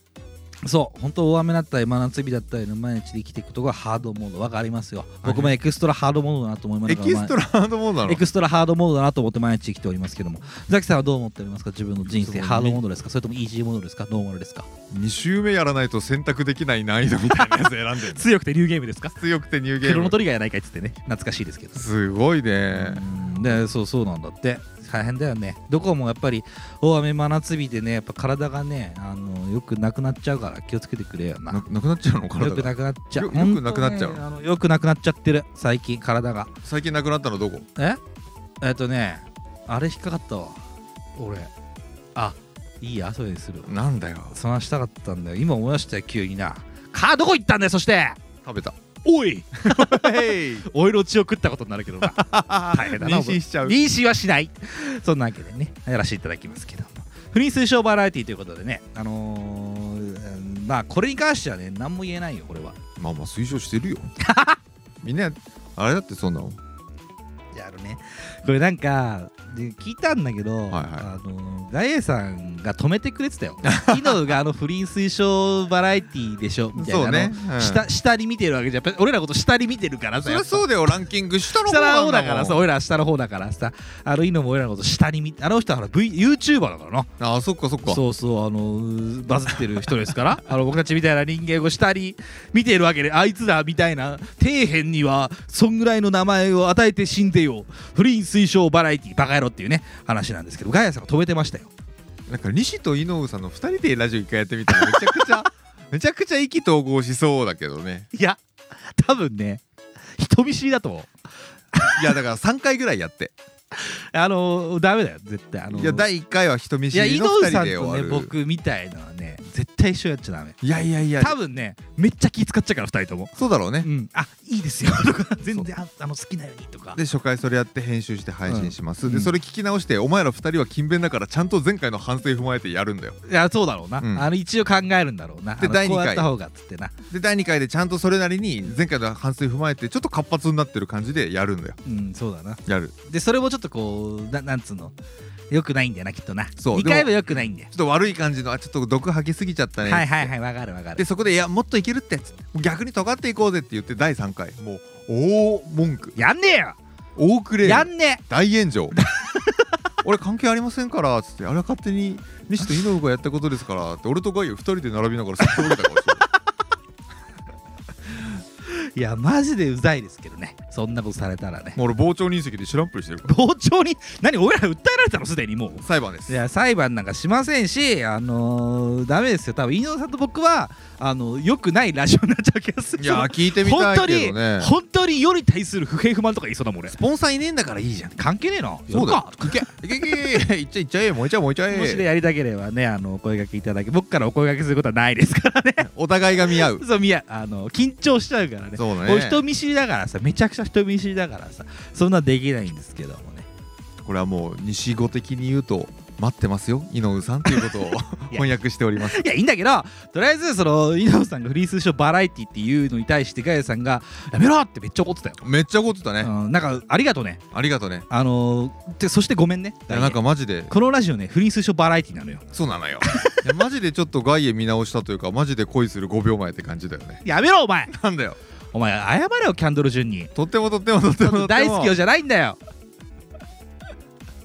[SPEAKER 2] そう本当大雨だったり真夏日だったりの毎日で生きていくことがハードモード分かりますよ僕もエクストラハードモードだなと思いま
[SPEAKER 1] たエ
[SPEAKER 2] すが
[SPEAKER 1] キストラハードモードなの
[SPEAKER 2] エクストラハードモードだなと思って毎日生きておりますけどもザキさんはどう思っておりますか自分の人
[SPEAKER 1] そうね
[SPEAKER 2] 生ハードモードですかそれともイージーモードですかノーマルですか
[SPEAKER 1] 2周目やらないと選択できない難易度みたいなやつ選んで
[SPEAKER 2] <laughs>
[SPEAKER 1] る
[SPEAKER 2] 強くてニューゲームですか
[SPEAKER 1] 強くてニューゲー
[SPEAKER 2] クロノ
[SPEAKER 1] ム
[SPEAKER 2] トリガーやないかいっつってね懐かしいですけど
[SPEAKER 1] すごいね
[SPEAKER 2] うんでそうそうなんだって大変だよねどこもやっぱり大雨真夏日でねやっぱ体がねあのよくなくなっちゃうから気をつけてくれよな
[SPEAKER 1] ななくなっちゃうの体
[SPEAKER 2] よく
[SPEAKER 1] が
[SPEAKER 2] なくなっちゃう
[SPEAKER 1] よよくなくなっちゃう
[SPEAKER 2] 本当ねあのよくなくなっちゃってる最近体が
[SPEAKER 1] 最近なくなったのどこ
[SPEAKER 2] ええっとねあれ引っかかったわ俺あいいやそれにする
[SPEAKER 1] なんだよ
[SPEAKER 2] その話したかったんだよ今思い出したよ急になカーどこ行ったんだよそして
[SPEAKER 1] 食べ
[SPEAKER 2] <laughs>
[SPEAKER 1] た
[SPEAKER 2] おい
[SPEAKER 1] へい
[SPEAKER 2] オイル落ちを食ったことになるけどな <laughs> 大変だな
[SPEAKER 1] 妊娠しちゃう
[SPEAKER 2] 妊娠はしないそんなわけでねやらせていただきますけども不倫推奨バラエティということでねあのーうんまあこれに関してはね何も言えないよこれは
[SPEAKER 1] まあまあ推奨してる
[SPEAKER 2] <laughs>
[SPEAKER 1] よみんなあれだってそんなの
[SPEAKER 2] やるねこれなんかで聞いたんだけど、
[SPEAKER 1] いはい
[SPEAKER 2] あのー大栄さんが止めてくれてたよ <laughs> 昨日があの不倫推奨バラエティでしょみたいな
[SPEAKER 1] そうね
[SPEAKER 2] あの
[SPEAKER 1] うん
[SPEAKER 2] 下下に見てるわけじゃんやっぱり俺らのこと下に見てるから
[SPEAKER 1] そ
[SPEAKER 2] さ
[SPEAKER 1] り
[SPEAKER 2] やっ
[SPEAKER 1] ゃ
[SPEAKER 2] ぱ
[SPEAKER 1] そうだよランキング下の方
[SPEAKER 2] 下
[SPEAKER 1] な
[SPEAKER 2] の
[SPEAKER 1] ん
[SPEAKER 2] 方
[SPEAKER 1] だ
[SPEAKER 2] だ
[SPEAKER 1] もん
[SPEAKER 2] からさ俺ら下の方だからさあのイノも俺らのこと下に見あの人はほら、v、YouTuber だからな
[SPEAKER 1] あそっかそっか
[SPEAKER 2] そうそうあのーバズってる人ですから <laughs> あの僕たちみたいな人間を下に見てるわけであいつらみたいな底辺にはそんぐらいの名前を与えて死んでよ不倫推奨バラエティバカ野郎っていうね話なんですけどガヤさんが止めてましたよ
[SPEAKER 1] なんか西と井上さんの2人でラジオ一回やってみたらめちゃくち
[SPEAKER 2] <laughs>
[SPEAKER 1] ゃめちゃくちゃ意気投合しそうだけどね
[SPEAKER 2] いや多分ね人見知りだと思う
[SPEAKER 1] いやだから3回ぐらいやって
[SPEAKER 2] あのーダメだよ絶対あのー
[SPEAKER 1] いや第1回は人見
[SPEAKER 2] い
[SPEAKER 1] 知
[SPEAKER 2] や
[SPEAKER 1] り
[SPEAKER 2] 井
[SPEAKER 1] の2
[SPEAKER 2] 上
[SPEAKER 1] 人
[SPEAKER 2] さん
[SPEAKER 1] で終
[SPEAKER 2] と
[SPEAKER 1] わ
[SPEAKER 2] ね
[SPEAKER 1] る
[SPEAKER 2] 僕みたいなのはね絶対一緒やっちゃダメ
[SPEAKER 1] いやいやいや
[SPEAKER 2] 多分ねめっちゃ気使っちゃうから2人とも、
[SPEAKER 1] そうだろうね
[SPEAKER 2] うん、あいいですよ <laughs> とか全然ああの好きなようにとか
[SPEAKER 1] で初回それやって編集して配信します、
[SPEAKER 2] うんう
[SPEAKER 1] で
[SPEAKER 2] ん
[SPEAKER 1] それ聞き直してお前ら2人は勤勉だからちゃんと前回の反省踏まえてやるんだよ
[SPEAKER 2] いやそうだろうな、
[SPEAKER 1] うん
[SPEAKER 2] あの一応考えるんだろうな
[SPEAKER 1] で
[SPEAKER 2] あの
[SPEAKER 1] 第二
[SPEAKER 2] こう
[SPEAKER 1] 回
[SPEAKER 2] やった方がっつってな、
[SPEAKER 1] で第2回でちゃんとそれなりに前回の反省踏まえてちょっと活発になってる感じでやるんだよ
[SPEAKER 2] うん、そうだな
[SPEAKER 1] やるちょ
[SPEAKER 2] でそれもちょっとこうななんつうのよくないんだよなきっとな
[SPEAKER 1] そう
[SPEAKER 2] 2回はよくないんだよ
[SPEAKER 1] っと悪い感じのあちょっと毒吐きすぎちゃったね、
[SPEAKER 2] はいはいはいわかるわか
[SPEAKER 1] で
[SPEAKER 2] る
[SPEAKER 1] そこでいやもっといけるってつって逆に尖っていこうぜって言って第3回もう大文句
[SPEAKER 2] やんねえよ
[SPEAKER 1] 大クレ
[SPEAKER 2] や
[SPEAKER 1] ーム
[SPEAKER 2] んね
[SPEAKER 1] 大炎上 <laughs> 俺関係ありませんからつってあれは勝手に西と井上がやったことですからって俺とガイオ2人で並びながら説得受けたから
[SPEAKER 2] えいやマジでうざいですけどねそんなことされたらね
[SPEAKER 1] もう俺傍聴人席で知らんぷりしてるから
[SPEAKER 2] 傍聴に何俺ら訴えられたのすでにもう
[SPEAKER 1] 裁判です
[SPEAKER 2] いや裁判なんかしませんし、あのー、ダメですよ多分飯尾さんと僕はあのよくないラジオになっちゃう気がする
[SPEAKER 1] いやー聞いてみたいけどね
[SPEAKER 2] 本当に本当に世に対する不平不満とか言いそうだもん俺
[SPEAKER 1] スポンサーいねえんだからいいじゃん
[SPEAKER 2] 関係ねえな
[SPEAKER 1] そうだ
[SPEAKER 2] やるか
[SPEAKER 1] いけいけいけいっちゃいっちゃえ燃えちゃえ燃えちゃ
[SPEAKER 2] もしで
[SPEAKER 1] え
[SPEAKER 2] やりたければねあのお声掛けいただけ僕からお声掛けすることはないですから <laughs> ね
[SPEAKER 1] お互いが見合う
[SPEAKER 2] そうみやあの緊張しちゃうからね
[SPEAKER 1] そうだ
[SPEAKER 2] お人
[SPEAKER 1] ね
[SPEAKER 2] 見知りだからさめちゃくちゃ人見知りだからさそんなできないんですけどもね <laughs>
[SPEAKER 1] これはもう西語的に言うと待ってますよ井上さんということ
[SPEAKER 2] <laughs>
[SPEAKER 1] を翻訳しております
[SPEAKER 2] いやいいんだけどとりあえずその井上さんがフリースショーバラエティっていうのに対してガヤさんが「やめろ!」ってめっちゃ怒ってたよ、
[SPEAKER 1] めっちゃ怒ってたね
[SPEAKER 2] うん、なんかありがとうね
[SPEAKER 1] ありがとうね
[SPEAKER 2] あのー、でそしてごめんね
[SPEAKER 1] いやなんかマジで
[SPEAKER 2] このラジオねフリースショーバラエティなのよ
[SPEAKER 1] そうなの
[SPEAKER 2] <laughs>
[SPEAKER 1] よいやマジでちょっと外へ見直したというかマジで恋する5秒前って感じだよ
[SPEAKER 2] <laughs>
[SPEAKER 1] ね
[SPEAKER 2] やめろお前
[SPEAKER 1] なんだよ
[SPEAKER 2] お前謝れよキャンドル順に
[SPEAKER 1] とってもとってもとってもとっても
[SPEAKER 2] 大好きよじゃないんだよ。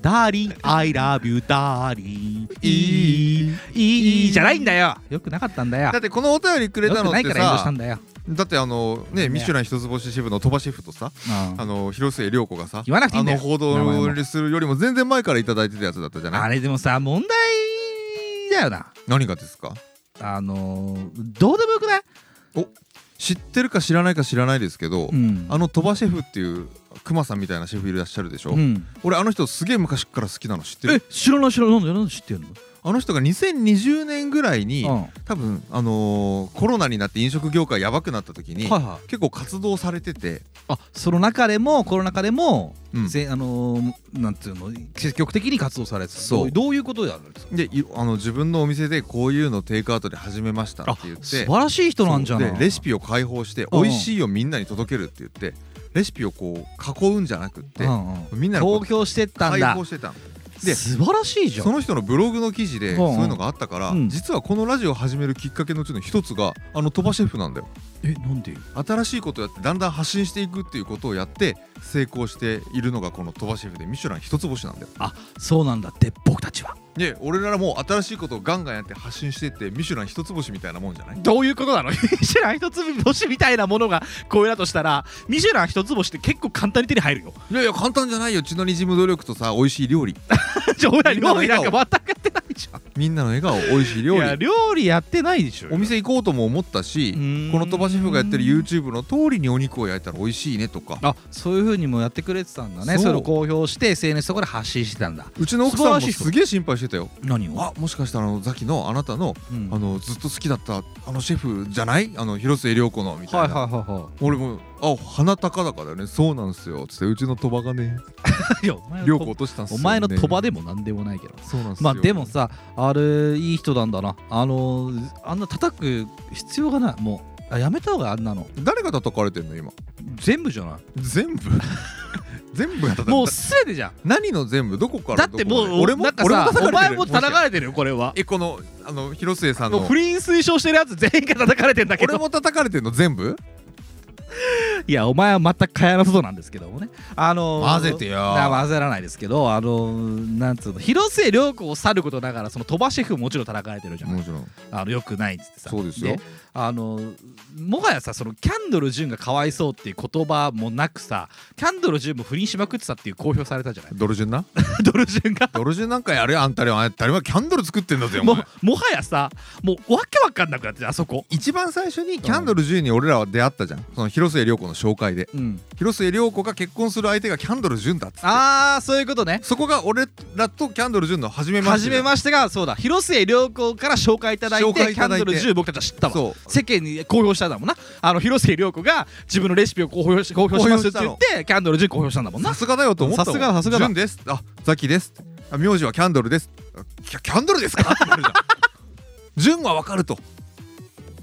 [SPEAKER 2] ダーリン、I love you, ダーリン。いい、いい、じゃないんだよ。よくなかったんだよ
[SPEAKER 1] だ。ってこのお便りくれ
[SPEAKER 2] よ
[SPEAKER 1] た
[SPEAKER 2] く
[SPEAKER 1] のっ
[SPEAKER 2] ない
[SPEAKER 1] て
[SPEAKER 2] から炎上した
[SPEAKER 1] さ
[SPEAKER 2] んだよ。
[SPEAKER 1] だってあのねミシュラン一つ星シェフの鳥羽シェフとさあの広末涼子がさ
[SPEAKER 2] 言わなくていい
[SPEAKER 1] あ
[SPEAKER 2] んだ
[SPEAKER 1] の
[SPEAKER 2] よ
[SPEAKER 1] 報道するよりも全然前からいただいてたやつだったじゃ
[SPEAKER 2] あ
[SPEAKER 1] ない
[SPEAKER 2] れでもさ問題だよな
[SPEAKER 1] 何がですか
[SPEAKER 2] あのーどうでもよくない、
[SPEAKER 1] 知ってるか知らないか知らないですけど、
[SPEAKER 2] ん
[SPEAKER 1] あの鳥羽シェフっていうクマさんみたいなシェフいらっしゃるでしょ、
[SPEAKER 2] うん、
[SPEAKER 1] 俺あの人すげえ昔から好きなの知って
[SPEAKER 2] え
[SPEAKER 1] る
[SPEAKER 2] 知らない知らないなんでなんで知ってんの、
[SPEAKER 1] あの人が2020年ぐらいに、
[SPEAKER 2] うん
[SPEAKER 1] 多分あのーコロナになって飲食業界やばくなった時に、
[SPEAKER 2] はいはい
[SPEAKER 1] 結構活動されてて
[SPEAKER 2] あその中でもコロナ禍でも、
[SPEAKER 1] うん
[SPEAKER 2] ぜあのーなんていうの積極的に活動されてた
[SPEAKER 1] そう
[SPEAKER 2] どうどういうことであるんですか
[SPEAKER 1] でいあの自分のお店でこういうのテイクアウトで始めましたって言って
[SPEAKER 2] 素晴らしい人なんじゃない
[SPEAKER 1] そうでレシピを開放して
[SPEAKER 2] うん
[SPEAKER 1] 美味しいをみんなに届けるって言ってレシピをこう囲うんじゃなくって
[SPEAKER 2] うんうん
[SPEAKER 1] みんなのこ
[SPEAKER 2] 投
[SPEAKER 1] う
[SPEAKER 2] 票してったん
[SPEAKER 1] 開
[SPEAKER 2] だ
[SPEAKER 1] 放してたので
[SPEAKER 2] 素晴らしいじゃん
[SPEAKER 1] その人のブログの記事で
[SPEAKER 2] うん
[SPEAKER 1] そううんいうのがあったから、
[SPEAKER 2] うん
[SPEAKER 1] 実はこのラジオを始めるきっかけのうちの一つがあの鳥羽シェフなんだよ
[SPEAKER 2] えなんで
[SPEAKER 1] 新しいことをやってだんだん発信していくっていうことをやって成功しているのがこの鳥羽シェフでミシュラン一つ星なんだよ
[SPEAKER 2] あそうなんだって僕たちは
[SPEAKER 1] で俺らも新しいことをガンガンやって発信していってミシュラン一つ星みたいなもんじゃない
[SPEAKER 2] どういうことなのミシュラン一つ星みたいなものがこういうだとしたらミシュラン一つ星って結構簡単に手に入る <laughs> よ
[SPEAKER 1] いやいや簡単じゃないよ血のにじむ努力とさ美味しい料理みんなの笑顔
[SPEAKER 2] 俺ら料理なんか全くやってないじゃん
[SPEAKER 1] みんなの笑顔美味しい料
[SPEAKER 2] いや
[SPEAKER 1] 理
[SPEAKER 2] 料理やってないでしょ
[SPEAKER 1] お店行こうとも思ったし
[SPEAKER 2] うーん
[SPEAKER 1] この鳥羽シェフがやってる YouTube の通りにお肉を焼いたら美味しいねとか
[SPEAKER 2] あそういうふうにもやってくれてたんだね
[SPEAKER 1] そう
[SPEAKER 2] それを公表して SNS とかで発信してたんだ
[SPEAKER 1] うちの奥さんも
[SPEAKER 2] 素晴らしい人
[SPEAKER 1] すげえ心配してたよ
[SPEAKER 2] 何を
[SPEAKER 1] あもしかしたらあのザキのあなたの,、
[SPEAKER 2] うん
[SPEAKER 1] あのずっと好きだったあのシェフじゃないあの広末涼子のみたいな、
[SPEAKER 2] は
[SPEAKER 1] 俺も「あ鼻高々だよねそうなんすよ」つってうちの鳥羽がね
[SPEAKER 2] いいやお前の
[SPEAKER 1] 涼子落としたんすよ、
[SPEAKER 2] お
[SPEAKER 1] ね、
[SPEAKER 2] 前の鳥羽でも何でもないけど
[SPEAKER 1] そうなんすよ
[SPEAKER 2] まあでもさあれいい人なんだなあのあんな叩く必要がないもうあやめた方がいいあんなの
[SPEAKER 1] 誰が叩かれてんの今
[SPEAKER 2] 全部じゃない
[SPEAKER 1] 全
[SPEAKER 2] <laughs>
[SPEAKER 1] 部全部が叩か
[SPEAKER 2] も
[SPEAKER 1] れ
[SPEAKER 2] う
[SPEAKER 1] て
[SPEAKER 2] 全てじゃん
[SPEAKER 1] 何の全部どこから
[SPEAKER 2] だって
[SPEAKER 1] ど
[SPEAKER 2] も
[SPEAKER 1] こま
[SPEAKER 2] う
[SPEAKER 1] で俺も
[SPEAKER 2] なんか
[SPEAKER 1] 俺も
[SPEAKER 2] さ
[SPEAKER 1] 叩かれて
[SPEAKER 2] お
[SPEAKER 1] る
[SPEAKER 2] 前も叩か
[SPEAKER 1] れ
[SPEAKER 2] れてるよこれは
[SPEAKER 1] えこのあの広末さん
[SPEAKER 2] もう
[SPEAKER 1] の
[SPEAKER 2] 不倫推奨してるやつ全員が叩かれてんだけ
[SPEAKER 1] 俺
[SPEAKER 2] ど
[SPEAKER 1] も叩かれてんの全部
[SPEAKER 2] いやお前は全く蚊帳の外なんですけどもねあの
[SPEAKER 1] 混ぜてよ
[SPEAKER 2] な混ぜらないですけどあのなんつうの広末涼子を去ることながらその鳥羽シェフももちろん叩かれてるじゃん
[SPEAKER 1] もちろん
[SPEAKER 2] あのよくないっつってさ
[SPEAKER 1] そうですよ
[SPEAKER 2] あのもはやさそのキャンドル・ジュンがかわいそうっていう言葉もなくさキャンドル・ジュンも不倫しまくってたっていう公表されたじゃ
[SPEAKER 1] <laughs>
[SPEAKER 2] ない
[SPEAKER 1] ドルジュンな
[SPEAKER 2] ドル・ジュンが
[SPEAKER 1] ドルジュンなんかやれよあんたりはあんたりはキャンドル作ってんだぜお
[SPEAKER 2] も
[SPEAKER 1] 前
[SPEAKER 2] うもはやさもうわけわかんなくなっててあそこ
[SPEAKER 1] 一番最初にキャンドル10に俺らは出会ったじゃんその広末涼子の紹介で
[SPEAKER 2] うん
[SPEAKER 1] 広末涼子が結婚する相手がキャンドル10だっつって
[SPEAKER 2] あーそういうことね
[SPEAKER 1] そこが俺らとキャンドル10の初めまし
[SPEAKER 2] 初
[SPEAKER 1] て
[SPEAKER 2] めましてがそうだ広末涼子から紹介いただいて
[SPEAKER 1] 紹介い
[SPEAKER 2] キャ
[SPEAKER 1] ただ
[SPEAKER 2] ン
[SPEAKER 1] い
[SPEAKER 2] ド
[SPEAKER 1] て
[SPEAKER 2] ル・ジュン僕たちは知ったわ
[SPEAKER 1] そう
[SPEAKER 2] 世間に公表したんだもんなあの広末涼子が自分のレシピを公表し公表しますって言ってキャンドル・ジュン公表したんだもんな
[SPEAKER 1] さすがだよと思ったもん
[SPEAKER 2] さすがさすがだ
[SPEAKER 1] 純ですあザキですあ名字はキャンドルですあキャキャンドルですかってな <laughs> るじゃん純はわかると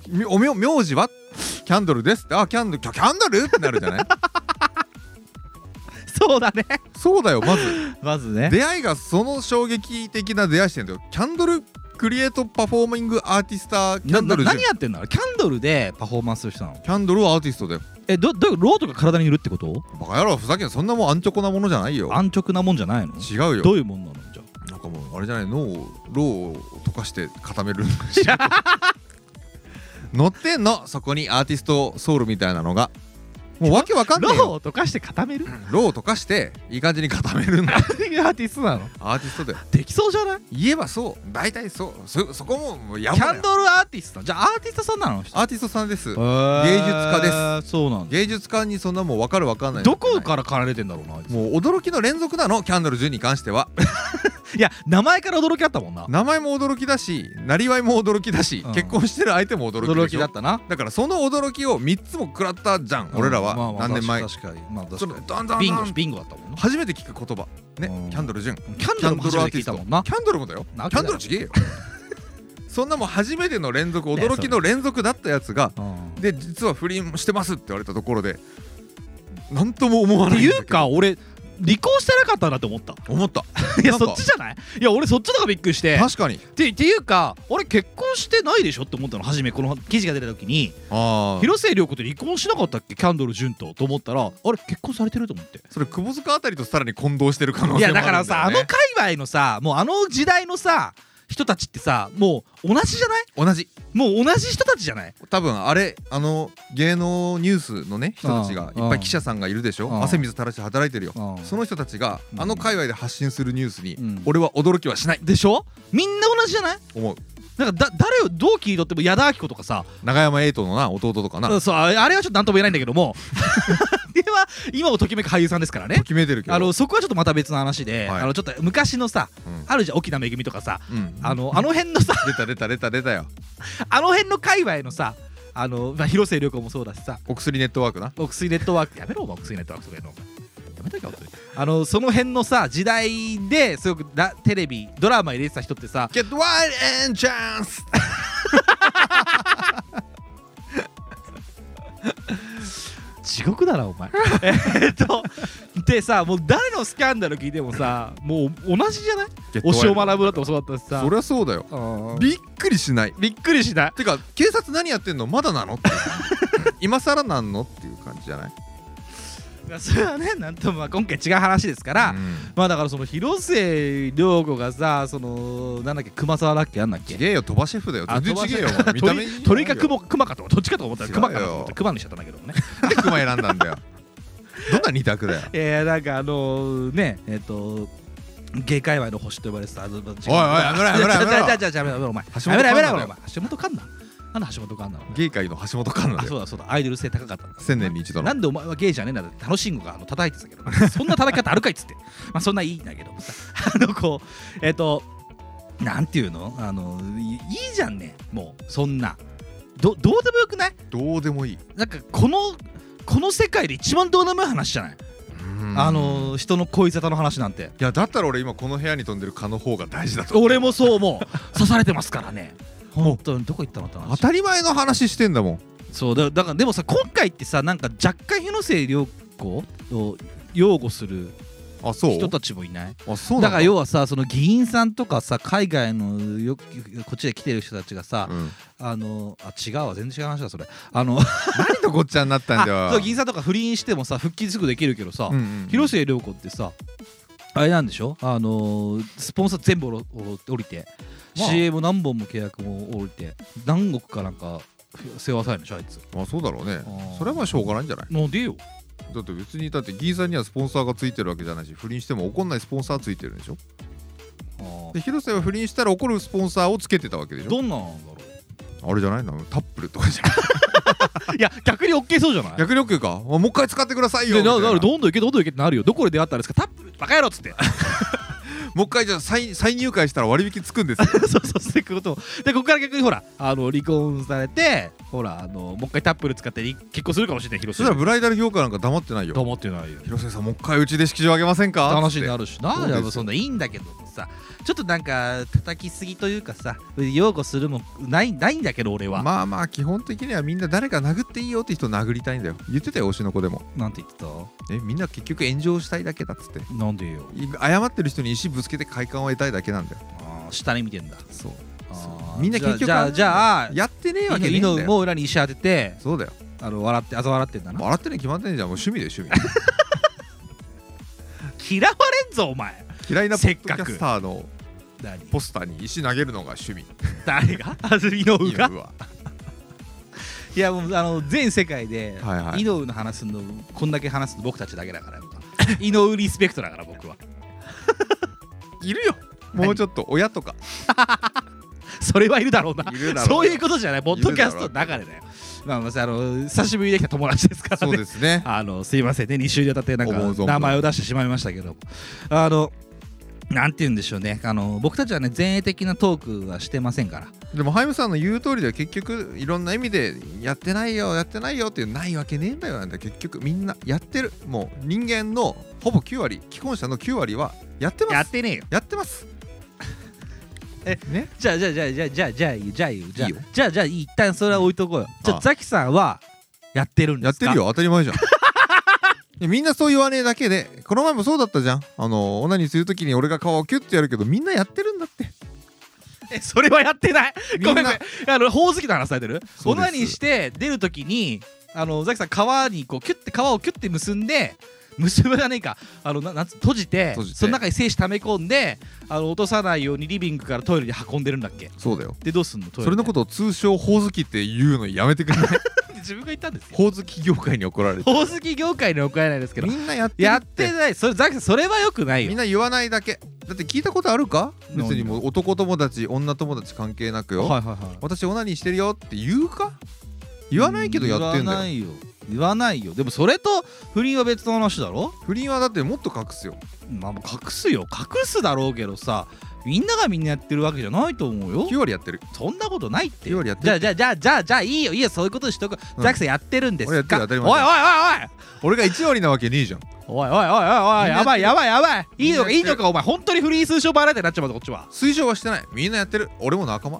[SPEAKER 1] みお名名字はキャンドルですあキャンドルキャキャンドルってなるじゃ
[SPEAKER 2] <laughs>
[SPEAKER 1] ない
[SPEAKER 2] <laughs> そうだね
[SPEAKER 1] そうだよまず
[SPEAKER 2] まずね
[SPEAKER 1] 出会いがその衝撃的な出会いしてんだよキャンドルクリエイトパフォーミングアーティスターキャ
[SPEAKER 2] な
[SPEAKER 1] ンド
[SPEAKER 2] な
[SPEAKER 1] ル純
[SPEAKER 2] 何やってんだろうキャンドルでパフォーマンスしたの
[SPEAKER 1] キャンドルはアーティストだよ
[SPEAKER 2] えどどういうローとか体に塗るってこと
[SPEAKER 1] バカ野郎ふざけんなそんなもん安直なものじゃないよ
[SPEAKER 2] 安直なもんじゃないの
[SPEAKER 1] 違うよ
[SPEAKER 2] どういうもんなのじゃあ
[SPEAKER 1] なんかもうあれじゃない脳をロを溶かして固める
[SPEAKER 2] <laughs>
[SPEAKER 1] 乗ってんのそこにアーティストソウルみたいなのがもうわけわかんねえ
[SPEAKER 2] ロー
[SPEAKER 1] よ
[SPEAKER 2] を溶かして固める
[SPEAKER 1] ロを溶かしていい感じに固めるんだ
[SPEAKER 2] <laughs> いうアーティストなの
[SPEAKER 1] アーティストだよ
[SPEAKER 2] できそうじゃない
[SPEAKER 1] 言えばそう大体そうそそこももうや
[SPEAKER 2] キ
[SPEAKER 1] ば
[SPEAKER 2] ャ
[SPEAKER 1] い
[SPEAKER 2] ンドルアーティストじゃあアーティストさんなの
[SPEAKER 1] アーティストさんです
[SPEAKER 2] 芸
[SPEAKER 1] 芸術家
[SPEAKER 2] ですそうなんだ
[SPEAKER 1] 芸術家にそんなもうわかるわかんない
[SPEAKER 2] どこから借られてんだろうなあいつ
[SPEAKER 1] もう驚きの連続なのキャンドル10に関してはい
[SPEAKER 2] や名前から驚きあったもんな
[SPEAKER 1] 名前も驚きだしなりわいも驚きだし、
[SPEAKER 2] うん
[SPEAKER 1] 結婚してる相手も驚きでしょ
[SPEAKER 2] 驚きだったな
[SPEAKER 1] だからその驚きを3つも食らったじゃん、俺ら
[SPEAKER 2] うんまあ
[SPEAKER 1] は
[SPEAKER 2] まあ
[SPEAKER 1] 何年前、
[SPEAKER 2] 確かにまあ
[SPEAKER 1] そ
[SPEAKER 2] 確
[SPEAKER 1] の
[SPEAKER 2] かに
[SPEAKER 1] だんだん
[SPEAKER 2] ビ
[SPEAKER 1] だ
[SPEAKER 2] ンゴ
[SPEAKER 1] ん
[SPEAKER 2] ビンゴだったもんな
[SPEAKER 1] 初めて聞く言葉ね、
[SPEAKER 2] うん
[SPEAKER 1] キャンドル純
[SPEAKER 2] キャンドルも初めて聞いたもんな
[SPEAKER 1] キャンドルもだよ
[SPEAKER 2] なわ
[SPEAKER 1] キャ
[SPEAKER 2] けだ
[SPEAKER 1] ンド
[SPEAKER 2] ろ
[SPEAKER 1] ルちげえ
[SPEAKER 2] <laughs>
[SPEAKER 1] よそんなもん初めての連続
[SPEAKER 2] ねそう
[SPEAKER 1] 驚きの連続だったやつが
[SPEAKER 2] うん
[SPEAKER 1] で実は不倫してますって言われたところで何とも思わ
[SPEAKER 2] っ
[SPEAKER 1] な
[SPEAKER 2] て
[SPEAKER 1] いんだけ
[SPEAKER 2] い
[SPEAKER 1] ど
[SPEAKER 2] うか俺離婚してなかったなって
[SPEAKER 1] <laughs>
[SPEAKER 2] 思った
[SPEAKER 1] 思った
[SPEAKER 2] いや
[SPEAKER 1] なんか
[SPEAKER 2] そっちじゃないいや俺そっちの方がびっくりして
[SPEAKER 1] 確かに
[SPEAKER 2] ってっていうか俺結婚してないでしょって思ったの初めこの記事が出た時に
[SPEAKER 1] ああ
[SPEAKER 2] 広末涼子って離婚しなかったっけキャンドル・ジュンとと思ったらあれ結婚されてると思って。
[SPEAKER 1] それ窪塚あたりとさらに混同してる可能
[SPEAKER 2] い
[SPEAKER 1] 性
[SPEAKER 2] や
[SPEAKER 1] もあるんだよ、ね、
[SPEAKER 2] だからさあの界隈のさもうあの時代のさ人たちってさもう同じじゃない
[SPEAKER 1] 同じ
[SPEAKER 2] もう同じ人たちじゃない
[SPEAKER 1] 多分あれあの芸能ニュースのね人たちが
[SPEAKER 2] うん
[SPEAKER 1] いっぱい記者さんがいるでし
[SPEAKER 2] うん
[SPEAKER 1] ょ汗水垂らして働いてるよ
[SPEAKER 2] うん
[SPEAKER 1] その人たちが
[SPEAKER 2] うん
[SPEAKER 1] あの界隈で発信するニュースに
[SPEAKER 2] うん
[SPEAKER 1] 俺は驚きはしない
[SPEAKER 2] でしょみんな同じじゃない
[SPEAKER 1] 思う
[SPEAKER 2] なんかだ誰をどう切り取っても矢田亜希子とかさ
[SPEAKER 1] 永山瑛斗のな弟とかな
[SPEAKER 2] うんそうあれあれはちょっと何とも言えないんだけども <laughs> あれは今をときめく俳優さんですからね
[SPEAKER 1] 決めてるけど
[SPEAKER 2] あのそこはちょっとまた別の話で、
[SPEAKER 1] はい
[SPEAKER 2] あのちょっと昔のさ
[SPEAKER 1] うん
[SPEAKER 2] あるじゃん沖縄めぐみとかさ
[SPEAKER 1] うん
[SPEAKER 2] あのあの辺のさ <laughs>
[SPEAKER 1] 出た出た出た出たよ
[SPEAKER 2] あの辺の界隈のさあの、まあ、広末涼子もそうだしさ
[SPEAKER 1] お薬ネットワークな
[SPEAKER 2] お薬ネットワークやめろお前お薬ネットワークとか言うのやめたかお前あのその辺のさ時代ですごくラテレビドラマ入れてた人ってさ
[SPEAKER 1] Get wide and chance
[SPEAKER 2] 地獄だなお前えっとでさもう誰のスキャンダル聞いてもさもう同じじゃない推しを学ぶだってそうだったしさ
[SPEAKER 1] そりゃそうだよ
[SPEAKER 2] うんび
[SPEAKER 1] びっくりしない
[SPEAKER 2] びっくりしない
[SPEAKER 1] てか警察何やってんのまだなの <laughs> っていう感じ今更なんのっていう感じじゃない
[SPEAKER 2] それはねなんともまあ今回違う話ですから、
[SPEAKER 1] うん
[SPEAKER 2] まあだからその広末涼子がさそのなんだっけ熊沢だっけなんだっ
[SPEAKER 1] ち
[SPEAKER 2] け
[SPEAKER 1] げえよ鳥羽シェフだよ
[SPEAKER 2] あ
[SPEAKER 1] 全然ちげえよお前見た目
[SPEAKER 2] 鳥鳥か熊熊かと思ったどっちかと思ったら
[SPEAKER 1] 違うよ
[SPEAKER 2] 熊かなと思ったら熊にしちゃったんだけどもね
[SPEAKER 1] なんで熊選んだんだよ <laughs> どんな二択だよ
[SPEAKER 2] えー、なんかあのねえっ、と芸界隈の星と呼ばれてたおいおい
[SPEAKER 1] おいやめろやめろやめろ
[SPEAKER 2] じゃじゃじゃやめろやめろお前
[SPEAKER 1] 橋本
[SPEAKER 2] やめろやめ
[SPEAKER 1] 環奈だ
[SPEAKER 2] ろ
[SPEAKER 1] よ
[SPEAKER 2] お前橋本環奈なんだ橋本環奈なの
[SPEAKER 1] 芸界の橋本環
[SPEAKER 2] あ
[SPEAKER 1] 奈だ
[SPEAKER 2] そ
[SPEAKER 1] よ
[SPEAKER 2] うだそうだアイドル性高かったんだ
[SPEAKER 1] 千年に一度の
[SPEAKER 2] なんでお前はゲイじゃねえんだって楽しんごがあの叩いてたけど、 <laughs> そんな叩き方あるかいっつって、まあ、そんないいんだけども <laughs> さ、あのこう、えっ、と、なんていうのあのい、いいじゃんね、もう、そんな。どどうでもよくない
[SPEAKER 1] どうでもいい
[SPEAKER 2] なんか、この、この世界で一番どうでもいい話じゃない、
[SPEAKER 1] うん
[SPEAKER 2] あの、人の恋沙汰の話なんて。
[SPEAKER 1] いやだったら俺今この部屋に飛んでる蚊の方が大事だと
[SPEAKER 2] 俺もそう思う、刺されてますか
[SPEAKER 1] <laughs>
[SPEAKER 2] らね。本当にどこ行ったのって
[SPEAKER 1] 当
[SPEAKER 2] 話
[SPEAKER 1] たり前の話してんだもん
[SPEAKER 2] そうだだからでもさ今回ってさなんか若干広末涼子を擁護する
[SPEAKER 1] あそう
[SPEAKER 2] 人たちもいない
[SPEAKER 1] あそうな
[SPEAKER 2] だ
[SPEAKER 1] ん
[SPEAKER 2] から要はさその議員さんとかさ海外のよこっちで来てる人たちがさ、
[SPEAKER 1] うん
[SPEAKER 2] あのあ違うわ全然違う話だそれあの
[SPEAKER 1] 何とごっちゃになったんだよ
[SPEAKER 2] <laughs> あそう議員さんとか不倫してもさ復帰すぐできるけどさ、
[SPEAKER 1] うんうんうん
[SPEAKER 2] 広末涼子ってさあれなんでしょあのスポンサー全部おろお降りて、
[SPEAKER 1] まあ
[SPEAKER 2] CM 何本も契約も降りて何億かなんか背負わされるんでしょあいつ
[SPEAKER 1] まあそうだろうね
[SPEAKER 2] あー
[SPEAKER 1] それはまあしょうがないんじゃない
[SPEAKER 2] なんでよ
[SPEAKER 1] だって別にだってギーザにはスポンサーがついてるわけじゃないし不倫しても怒んないスポンサーついてるんでしょ
[SPEAKER 2] あー
[SPEAKER 1] で広瀬は不倫したら怒るスポンサーをつけてたわけでしょ
[SPEAKER 2] どんなんなんだろ
[SPEAKER 1] あれじゃないのタップルとかじゃない <laughs>
[SPEAKER 2] ういや <laughs> 逆に OK そうじゃない
[SPEAKER 1] 逆力かあもう一回使ってくださいよ
[SPEAKER 2] で
[SPEAKER 1] みたい
[SPEAKER 2] な
[SPEAKER 1] な
[SPEAKER 2] なるどんどんいけどんどんいけってなるよどこで出会ったんですかタップバカ野郎っつ
[SPEAKER 1] <laughs>
[SPEAKER 2] って
[SPEAKER 1] もう一回じゃあ再再入会したら割引つくん
[SPEAKER 2] <laughs>
[SPEAKER 1] ですよ
[SPEAKER 2] そうそうそういうことでここから逆にほらあの離婚されてほらあのもう一回タップル使ってり結婚するかもしれない広
[SPEAKER 1] そした
[SPEAKER 2] 瀬
[SPEAKER 1] らブライダル業界なんか黙ってないよ
[SPEAKER 2] 思ってないよ
[SPEAKER 1] 広瀬さんもう一回うちで式場あげませんか
[SPEAKER 2] 話に
[SPEAKER 1] つ
[SPEAKER 2] な
[SPEAKER 1] って
[SPEAKER 2] るしな
[SPEAKER 1] そう
[SPEAKER 2] そ
[SPEAKER 1] ですよ
[SPEAKER 2] そんないいんだけどさちょっとなんか叩きすぎというかさ擁護するもんないないんだけど俺は、
[SPEAKER 1] まあまあ基本的にはみんな誰か殴っていいよって人殴りたいんだよ言ってたよ推しの子でも
[SPEAKER 2] なんて言って
[SPEAKER 1] えみんな結局炎上したいだけだっつって
[SPEAKER 2] たなんでよ
[SPEAKER 1] い謝ってる人に石ぶつけて快感を得たいだけなんだよ
[SPEAKER 2] あー下に見てんだ
[SPEAKER 1] そう
[SPEAKER 2] あー
[SPEAKER 1] みんな結局
[SPEAKER 2] じゃあじゃあじゃあ
[SPEAKER 1] やってねえわけねえ
[SPEAKER 2] 胃
[SPEAKER 1] んだ
[SPEAKER 2] の
[SPEAKER 1] よ
[SPEAKER 2] もう裏に石当てて
[SPEAKER 1] そうだよ
[SPEAKER 2] あの笑って嘲笑ってんだな
[SPEAKER 1] 笑ってね決まってんじゃんもう趣味で趣 <laughs> 味
[SPEAKER 2] 嫌われんぞお前
[SPEAKER 1] 嫌いなポッドキャスターの
[SPEAKER 2] 何
[SPEAKER 1] ポスターに石投げるのが趣味
[SPEAKER 2] 誰があず井の
[SPEAKER 1] い
[SPEAKER 2] 上
[SPEAKER 1] い
[SPEAKER 2] が
[SPEAKER 1] のうわ
[SPEAKER 2] いやもうあの全世界で
[SPEAKER 1] はいはい
[SPEAKER 2] 井上の話すのこんだけ話すの僕たちだけだから今井上リスペクトだから僕はい
[SPEAKER 1] るよ <laughs> もうちょっと親とか
[SPEAKER 2] それはいるだろうない
[SPEAKER 1] るだろう
[SPEAKER 2] そういうことじゃないポッドキャストの中でだよまあまああの久しぶりにできた友達ですからね
[SPEAKER 1] そうですね
[SPEAKER 2] あのすいませんね2週にわたってなん
[SPEAKER 1] 思う存
[SPEAKER 2] か
[SPEAKER 1] 分
[SPEAKER 2] 名前を出してしまいましたけどあのなんて言うんでしょうねあの僕たちはね前衛的なトークはしてませんから
[SPEAKER 1] でもハイムさんの言う通りでは結局いろんな意味でやってないよやってないよっていうないわけねえんだよなんだ結局みんなやってるもう人間のほぼ9割既婚者の9割はやってます
[SPEAKER 2] や
[SPEAKER 1] や
[SPEAKER 2] ってねえよ
[SPEAKER 1] ってます
[SPEAKER 2] え
[SPEAKER 1] ね
[SPEAKER 2] じゃあじゃあじゃあじゃあじゃあじゃあいいよじゃあいいよじゃあ
[SPEAKER 1] いいよ
[SPEAKER 2] じゃあじゃあ一旦それは置いとこうよじゃ
[SPEAKER 1] あ
[SPEAKER 2] あ
[SPEAKER 1] あ
[SPEAKER 2] ザキさんはやってるん
[SPEAKER 1] や
[SPEAKER 2] で
[SPEAKER 1] っ
[SPEAKER 2] す
[SPEAKER 1] て
[SPEAKER 2] か
[SPEAKER 1] るよ当たり前じゃん <laughs> いやみんなそう言わねえだけでこの前もそうだったじゃんあのオナニーするときに俺が顔をキュッてやるけどみんなやってるんだ
[SPEAKER 2] <laughs>
[SPEAKER 1] って
[SPEAKER 2] えそれはやってない
[SPEAKER 1] みんな
[SPEAKER 2] ごめんごめんあのほおずきの話されてる
[SPEAKER 1] そ
[SPEAKER 2] オ
[SPEAKER 1] うです
[SPEAKER 2] ナニーして出るときにあのザキさん皮にこうキュッて皮をキュッて結んで結ばないかあのななんつ閉じて
[SPEAKER 1] 閉じて
[SPEAKER 2] その中に精子溜め込んであの落とさないようにリビングからトイレに運んでるんだっけ
[SPEAKER 1] そうだよ
[SPEAKER 2] でどうすんのトイレ
[SPEAKER 1] それのこととを通称ほおずきって言うのやめてくれない
[SPEAKER 2] <laughs> 自分が言ったんですよ
[SPEAKER 1] ほおずき業界に怒られて
[SPEAKER 2] 宝石業界に怒られないですけど
[SPEAKER 1] みんなやってる
[SPEAKER 2] やってないそれザキさんそれはよくない
[SPEAKER 1] みん
[SPEAKER 2] よ
[SPEAKER 1] な言わないだけだって聞いたことあるか
[SPEAKER 2] ない
[SPEAKER 1] 別にもう男友達女友達関係なくよ、
[SPEAKER 2] はいはいはい
[SPEAKER 1] 私オナニーしてるよって言うか言わないけどやってん
[SPEAKER 2] 言わな
[SPEAKER 1] だよ
[SPEAKER 2] いよ言わないよでもそれと不倫は別の話だろ
[SPEAKER 1] 不倫はだってもっと隠すよ
[SPEAKER 2] まあまあ隠すよ隠すだろうけどさみんながみんなやってるわけじゃないと思うよ
[SPEAKER 1] 9割やってる
[SPEAKER 2] そんなことないって
[SPEAKER 1] 9割やって
[SPEAKER 2] じゃあ
[SPEAKER 1] る
[SPEAKER 2] じゃあじゃあじゃあじゃあいいよいいよそういうことにしとく、
[SPEAKER 1] うん
[SPEAKER 2] ザキさんやってるんです
[SPEAKER 1] 俺やって
[SPEAKER 2] か
[SPEAKER 1] る当たり前
[SPEAKER 2] おいおい
[SPEAKER 1] 俺が1割なわけねえじゃん
[SPEAKER 2] おいおいおいおいおいおいやばいやばいやばいいいのかい
[SPEAKER 1] みんなやってる
[SPEAKER 2] いのかお前本当にフリー推奨バラエティになっちまうぞこっちは
[SPEAKER 1] 推奨はしてないみんなやってる俺も <laughs> 仲間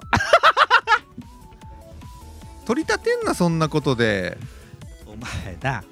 [SPEAKER 1] 取り立てんなそんなことで
[SPEAKER 2] お前だ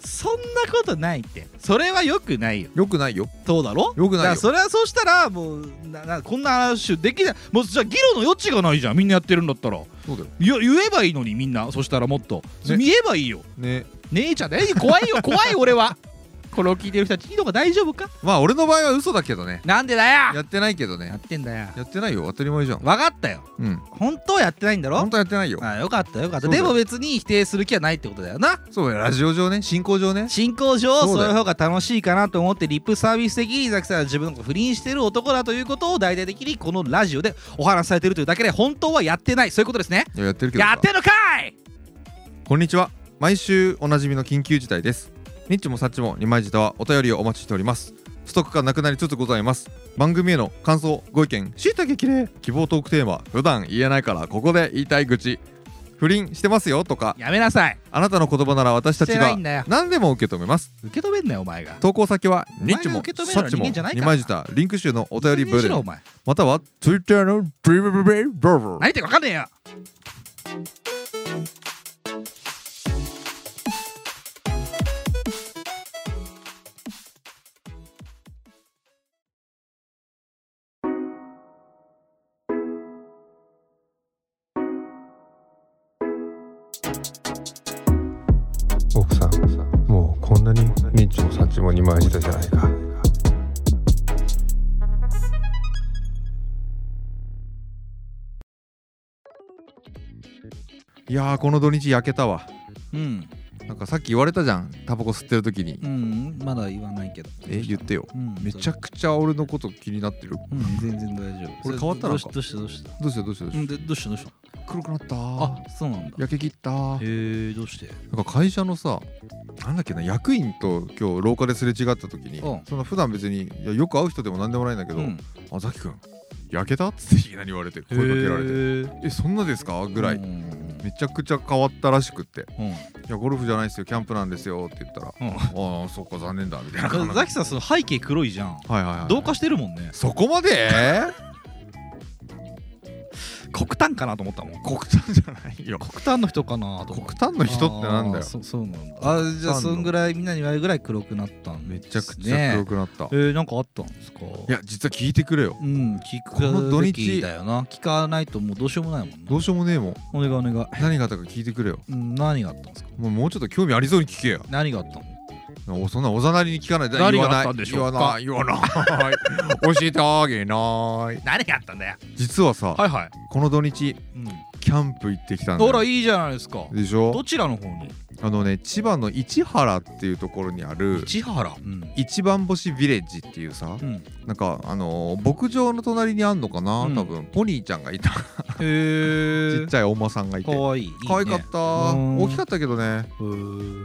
[SPEAKER 2] そんなことないってそれはよくないよ
[SPEAKER 1] よくないよ
[SPEAKER 2] そうだ
[SPEAKER 1] よ
[SPEAKER 2] ろ
[SPEAKER 1] くないよ
[SPEAKER 2] だからそれはそうしたらもうななこんな話できないもうじゃあ議論の余地がないじゃんみんなやってるんだったらよ
[SPEAKER 1] そうだよ
[SPEAKER 2] 言えばいいのにみんなそしたらもっと、
[SPEAKER 1] ね
[SPEAKER 2] 見えばいいよ
[SPEAKER 1] ね
[SPEAKER 2] 姉ちゃんね怖いよ怖い俺は <laughs> これを聞いてる人たちいいのか大丈夫か
[SPEAKER 1] まあ俺の場合は嘘だけどね
[SPEAKER 2] なんでだよ
[SPEAKER 1] やってないけど
[SPEAKER 2] や
[SPEAKER 1] ね
[SPEAKER 2] ってんだよ
[SPEAKER 1] やってないよ当たり前じゃん
[SPEAKER 2] 分かったよ
[SPEAKER 1] うん
[SPEAKER 2] 本当はやってないんだろ
[SPEAKER 1] 本当はやってないよ
[SPEAKER 2] ああよかったよかった
[SPEAKER 1] そうだ
[SPEAKER 2] で
[SPEAKER 1] よ
[SPEAKER 2] も別に否定する気はないってことだよな
[SPEAKER 1] そうだよラジオ上ね進行上ね
[SPEAKER 2] 進行上
[SPEAKER 1] そう
[SPEAKER 2] そ
[SPEAKER 1] だよ
[SPEAKER 2] の方が楽しいかなと思ってリップサービス的にザキさんは自分のこと不倫してる男だということを大々的にこのラジオでお話しされてるというだけで本当はやってないそういうことですね
[SPEAKER 1] いややってるけどさ
[SPEAKER 2] やってんのかい
[SPEAKER 1] こんにちは毎週おなじみの緊急事態ですニッチもサッチも二枚舌はお便りをお待ちしておりますストックがなくなりつつございます番組への感想ご意見しいたけきれ希望トークテーマ普段言えないからここで言いたい口不倫してますよとか
[SPEAKER 2] やめなさい
[SPEAKER 1] あなたの言葉なら私たち
[SPEAKER 2] してな
[SPEAKER 1] が
[SPEAKER 2] いんだよ
[SPEAKER 1] 何でも受け止めます
[SPEAKER 2] 受け止めんなよお前が
[SPEAKER 1] 投稿先は
[SPEAKER 2] 前
[SPEAKER 1] ニ
[SPEAKER 2] が
[SPEAKER 1] ッチも
[SPEAKER 2] 受け止め
[SPEAKER 1] サ
[SPEAKER 2] る
[SPEAKER 1] ッ
[SPEAKER 2] の
[SPEAKER 1] チ
[SPEAKER 2] 人
[SPEAKER 1] も
[SPEAKER 2] 間じゃないか
[SPEAKER 1] 二
[SPEAKER 2] ら
[SPEAKER 1] 枚舌リンク集のお便りブ
[SPEAKER 2] 宣伝し
[SPEAKER 1] レ
[SPEAKER 2] ろお前
[SPEAKER 1] または Twitter のブリブリブリブリブ
[SPEAKER 2] 何言ってるか分かんねえよ
[SPEAKER 3] 奥さんもうこんなにニッチもサッチも二枚舌じゃないか
[SPEAKER 1] リいやーこの土日焼けたわ
[SPEAKER 2] うん
[SPEAKER 1] なんかさっき言われたじゃんタバコ吸ってる時に
[SPEAKER 2] うんまだ言わないけど
[SPEAKER 1] え言ってよ
[SPEAKER 2] うん
[SPEAKER 1] めちゃくちゃ俺のこと気になってる
[SPEAKER 2] うん全然大丈夫
[SPEAKER 1] これ変わったのか
[SPEAKER 2] どうしたどうしたどうし
[SPEAKER 1] どうしたどうしたどう
[SPEAKER 2] た
[SPEAKER 1] し
[SPEAKER 2] うんでどうしたどうした
[SPEAKER 1] た黒くなった
[SPEAKER 2] あそうなんだ
[SPEAKER 1] 焼け切った
[SPEAKER 2] へえどうして
[SPEAKER 1] なんか会社のさなんだっけな役員と今日廊下ですれ違った時に
[SPEAKER 2] うん
[SPEAKER 1] そんな普段別にいやよく会う人でも何でもないんだけど
[SPEAKER 2] うん
[SPEAKER 1] 「あザキ君焼けた?」っつっていきなり言われて声かけられて「えそんなですか?」ぐらい
[SPEAKER 2] うん
[SPEAKER 1] めちゃくちゃ変わったらしくって
[SPEAKER 2] うん
[SPEAKER 1] 「いやゴルフじゃないですよキャンプなんですよ」って言ったら「
[SPEAKER 2] うん
[SPEAKER 1] ああそっか <laughs> 残念だ」みたいな
[SPEAKER 2] ザキさんその背景黒いじゃん
[SPEAKER 1] はいはいはい
[SPEAKER 2] 同化してるもんね
[SPEAKER 1] そこま <laughs> で
[SPEAKER 2] 黒炭かなと思ったもん
[SPEAKER 1] 黒炭じゃないよ
[SPEAKER 2] 黒炭の人かなと思
[SPEAKER 1] 黒
[SPEAKER 2] った
[SPEAKER 1] 炭の人ってなんだ
[SPEAKER 2] あー
[SPEAKER 1] よ
[SPEAKER 2] そそうなんだあじゃ
[SPEAKER 1] 黒炭
[SPEAKER 2] あ
[SPEAKER 1] の
[SPEAKER 2] そんぐらいみんなに言われるぐらい黒くなったん
[SPEAKER 1] め
[SPEAKER 2] で
[SPEAKER 1] ちゃ
[SPEAKER 2] す
[SPEAKER 1] く
[SPEAKER 2] ね
[SPEAKER 1] ちゃ黒くなった、
[SPEAKER 2] えー、なんかあったんですかい
[SPEAKER 1] いや実は聞いてくれよ
[SPEAKER 2] うん聞く
[SPEAKER 1] この土日
[SPEAKER 2] べきだよな聞かないともうどうしようもないもんな
[SPEAKER 1] どうしようもねえもん
[SPEAKER 2] お願いお願い、
[SPEAKER 1] 何があったか聞いてくれよ
[SPEAKER 2] うん、何があったんですか
[SPEAKER 1] もうもうちょっと興味ありそうに聞けよ
[SPEAKER 2] 何があったの
[SPEAKER 1] おそんなおざなりに聞かない
[SPEAKER 2] 何が
[SPEAKER 1] 言わない
[SPEAKER 2] あったんでしょ
[SPEAKER 1] 言
[SPEAKER 2] う
[SPEAKER 1] わない言わない教えてあげない
[SPEAKER 2] <laughs> 何があったんだよ
[SPEAKER 1] 実はさ、
[SPEAKER 2] はいはい、
[SPEAKER 1] この土日
[SPEAKER 2] う
[SPEAKER 1] キャンプ行ってきたん
[SPEAKER 2] ん、
[SPEAKER 1] だ
[SPEAKER 2] ほら
[SPEAKER 1] よ
[SPEAKER 2] いいじゃないですか
[SPEAKER 1] でしょ
[SPEAKER 2] どちらの方に
[SPEAKER 1] あのね千葉の市原っていうところにある
[SPEAKER 2] 千原うん、
[SPEAKER 1] 一番星ビレッジっていうさ
[SPEAKER 2] うん、
[SPEAKER 1] なんかあのー牧場の隣にあんのかな、
[SPEAKER 2] うん
[SPEAKER 1] 多分ポニーちゃんがいた
[SPEAKER 2] へ
[SPEAKER 1] ち
[SPEAKER 2] え
[SPEAKER 1] っちゃいお馬さんがいて
[SPEAKER 2] かわいいいい、ね、
[SPEAKER 1] 可愛かった
[SPEAKER 2] うん
[SPEAKER 1] 大きかったけどね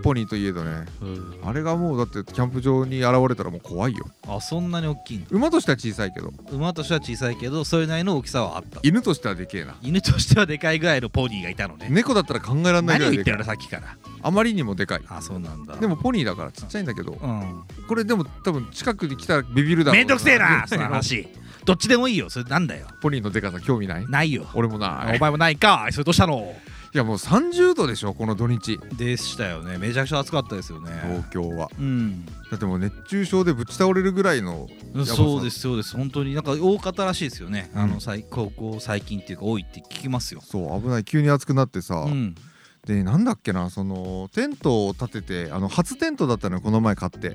[SPEAKER 2] ポ
[SPEAKER 1] ポニーといえどね
[SPEAKER 2] うん
[SPEAKER 1] あれがもうだってキャンプ場に現れたらもう怖いよ
[SPEAKER 2] あそんなに大きいんだ
[SPEAKER 1] 馬としては小さいけど
[SPEAKER 2] 馬としては小さいけどそれなりの大きさはあった
[SPEAKER 1] 犬としてはでけえな
[SPEAKER 2] 犬としてはでかいぐらいのポニーがいたのね
[SPEAKER 1] 猫だったら考えられないぐ
[SPEAKER 2] 何
[SPEAKER 1] ら
[SPEAKER 2] を
[SPEAKER 1] い
[SPEAKER 2] 言っ
[SPEAKER 1] でか
[SPEAKER 2] てるの
[SPEAKER 1] い
[SPEAKER 2] さっきから
[SPEAKER 1] あまりにもでかい
[SPEAKER 2] あそうなんだ
[SPEAKER 1] でもポニーだからちっちゃいんだけど
[SPEAKER 2] うん
[SPEAKER 1] これでも多分近くに来たらビビるだろう
[SPEAKER 2] めんどくせえな
[SPEAKER 1] そ
[SPEAKER 2] その
[SPEAKER 1] の話
[SPEAKER 2] 話どっちでもいいよそれなんだよ
[SPEAKER 1] ポニーのでかさ興味ない
[SPEAKER 2] ないよ
[SPEAKER 1] 俺も
[SPEAKER 2] お
[SPEAKER 1] ない
[SPEAKER 2] 前もないかそれどうしたの
[SPEAKER 1] いやもう30度でしょこの土日
[SPEAKER 2] でしたよねめちゃくちゃ暑かったですよね
[SPEAKER 1] 東京は
[SPEAKER 2] うん
[SPEAKER 1] だってもう熱中症でぶち倒れるぐらいのばさ
[SPEAKER 2] そうですそうです本当になんか多かったらしいですよね、あ
[SPEAKER 1] う
[SPEAKER 2] の
[SPEAKER 1] ん
[SPEAKER 2] 最高校最近っていうか多いって聞きますよ
[SPEAKER 1] そう危ない急に暑くなってさ、
[SPEAKER 2] うん
[SPEAKER 1] でなんだっけなそのテントを立ててあの初テントだったのよこの前買って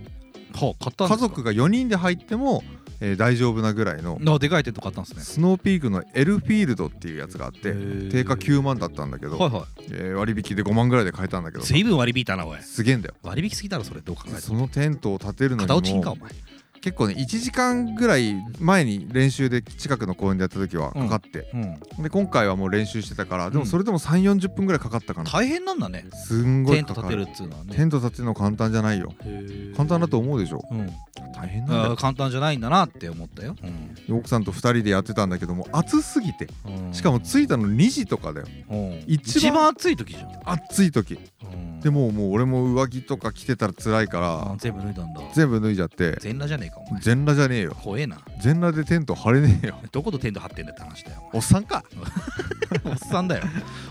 [SPEAKER 2] はあ、買った
[SPEAKER 1] 家
[SPEAKER 2] んですか
[SPEAKER 1] 族が4人で入っても、えー大丈夫なぐらいの
[SPEAKER 2] あでかいテント買ったんですね
[SPEAKER 1] スノーピークのエルフィールドっていうやつがあっ
[SPEAKER 2] へ
[SPEAKER 1] て
[SPEAKER 2] ー
[SPEAKER 1] 定価9万だったんだけど、
[SPEAKER 2] はいは
[SPEAKER 1] えー割引で5万ぐらいで買えたんだけ
[SPEAKER 2] い
[SPEAKER 1] ど
[SPEAKER 2] 随分割り引いたなおい
[SPEAKER 1] すげえんだよ
[SPEAKER 2] 割引すぎだろそれどう考えて
[SPEAKER 1] そ
[SPEAKER 2] も
[SPEAKER 1] のテントを建てるの
[SPEAKER 2] 片落ち
[SPEAKER 1] に
[SPEAKER 2] んかお
[SPEAKER 1] も
[SPEAKER 2] 前
[SPEAKER 1] 結構ね1時間ぐらい前に練習で近くの公園でやった時はかかって、
[SPEAKER 2] うん
[SPEAKER 1] で今回はもう練習してたからで
[SPEAKER 2] う
[SPEAKER 1] も
[SPEAKER 2] ん
[SPEAKER 1] それでも3 4 0分ぐらいかかったかな、
[SPEAKER 2] 大変なんだね
[SPEAKER 1] すんご
[SPEAKER 2] テ
[SPEAKER 1] い
[SPEAKER 2] ント
[SPEAKER 1] かか
[SPEAKER 2] 建てるっつうのは
[SPEAKER 1] テ
[SPEAKER 2] ね
[SPEAKER 1] ント建てるの簡単じゃないよ簡単だと思うでしょ
[SPEAKER 2] うん
[SPEAKER 1] 大変なんだ
[SPEAKER 2] あー
[SPEAKER 1] よ
[SPEAKER 2] 簡単じゃないんだなって思ったよ、うん
[SPEAKER 1] 奥さんと2人でやってたんだけども暑すぎて
[SPEAKER 2] うん
[SPEAKER 1] しかも着いたの2時とかだよ
[SPEAKER 2] うん
[SPEAKER 1] 一番
[SPEAKER 2] 一番暑い時じゃん、
[SPEAKER 1] 暑い時
[SPEAKER 2] うん
[SPEAKER 1] でもうもう俺も上着とか着てたら辛いか
[SPEAKER 2] あ
[SPEAKER 1] ら
[SPEAKER 2] 全部脱いだんだ
[SPEAKER 1] 全部脱いじゃって
[SPEAKER 2] 全裸じゃねえかお前
[SPEAKER 1] 全裸じゃねえよ
[SPEAKER 2] 怖えな
[SPEAKER 1] 全裸でテント張れねえよ
[SPEAKER 2] どことテント張ってんだって話だよ <laughs>
[SPEAKER 1] おっさんか
[SPEAKER 2] お前おっさんだよ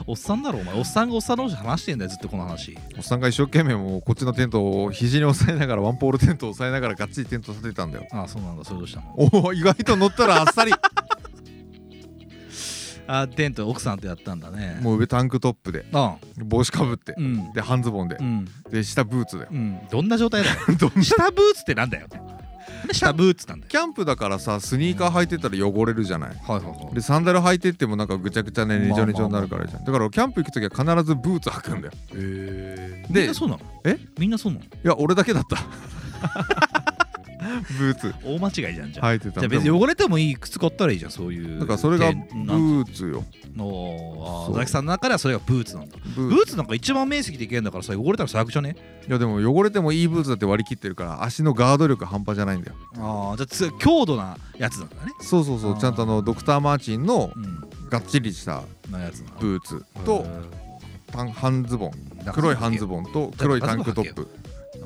[SPEAKER 2] おっさんだろお前おっさんがおっさん同士話してんだよずっとこの話
[SPEAKER 1] おっさんが一生懸命もうこっちのテントを肘に押さえながらワンポールテントを押さえながらがっちりテント立てたんだよ
[SPEAKER 2] ああそうなんだそれどうしたの
[SPEAKER 1] おお意外と乗ったらあっさり
[SPEAKER 2] あーテント奥さんとやったんだね
[SPEAKER 1] もう上タンクトップで
[SPEAKER 2] あ
[SPEAKER 1] 帽子かぶって
[SPEAKER 2] あうん
[SPEAKER 1] で半ズボンで
[SPEAKER 2] うん
[SPEAKER 1] で下ブーツだよ
[SPEAKER 2] うん <laughs> どんな状態だよ
[SPEAKER 1] どんな
[SPEAKER 2] 下ブーツってなんだよなんで下ブーツなんだよ
[SPEAKER 1] キャンプだからさスニーカー履いてたら汚れるじゃない
[SPEAKER 2] はいはいは
[SPEAKER 1] でサンダル履いてってもなんかぐちゃぐちゃねねじょねじょになるからじゃんだからキャンプ行く時は必ずブーツ履くんだよ
[SPEAKER 2] えみん
[SPEAKER 1] で
[SPEAKER 2] なそうなの
[SPEAKER 1] え
[SPEAKER 2] みんなそうなの
[SPEAKER 1] いや俺だけだった
[SPEAKER 2] <laughs>
[SPEAKER 1] ブーツ
[SPEAKER 2] 大間違いじゃんじゃあ
[SPEAKER 1] 履いてた
[SPEAKER 2] じゃあ別
[SPEAKER 1] で
[SPEAKER 2] に
[SPEAKER 1] も
[SPEAKER 2] 汚れてもいい靴買ったらいいじゃんそういう
[SPEAKER 1] だからそれが
[SPEAKER 2] テ
[SPEAKER 1] ブ
[SPEAKER 2] ンなん
[SPEAKER 1] ーツよそう
[SPEAKER 2] のあー佐々木さんの中ではそれがブーツなんだ
[SPEAKER 1] ブ
[SPEAKER 2] ブ
[SPEAKER 1] ーツ
[SPEAKER 2] ーツなんか一番面積でいけんだからさ汚れたら最悪じゃね
[SPEAKER 1] いやでも汚れてもいいブーツだって割り切ってるから足のガード力半端じゃないんだよ
[SPEAKER 2] ああじゃあつ強度なやつなんだね
[SPEAKER 1] そうそうそ
[SPEAKER 2] あ
[SPEAKER 1] う
[SPEAKER 2] ー
[SPEAKER 1] ちゃんとあのドクター・マーチンの
[SPEAKER 2] う
[SPEAKER 1] がっちりした
[SPEAKER 2] んなやつな
[SPEAKER 1] ブーツとパン半ズボン黒い半ズ
[SPEAKER 2] ボ
[SPEAKER 1] ボンと黒いタンクトップ
[SPEAKER 2] ン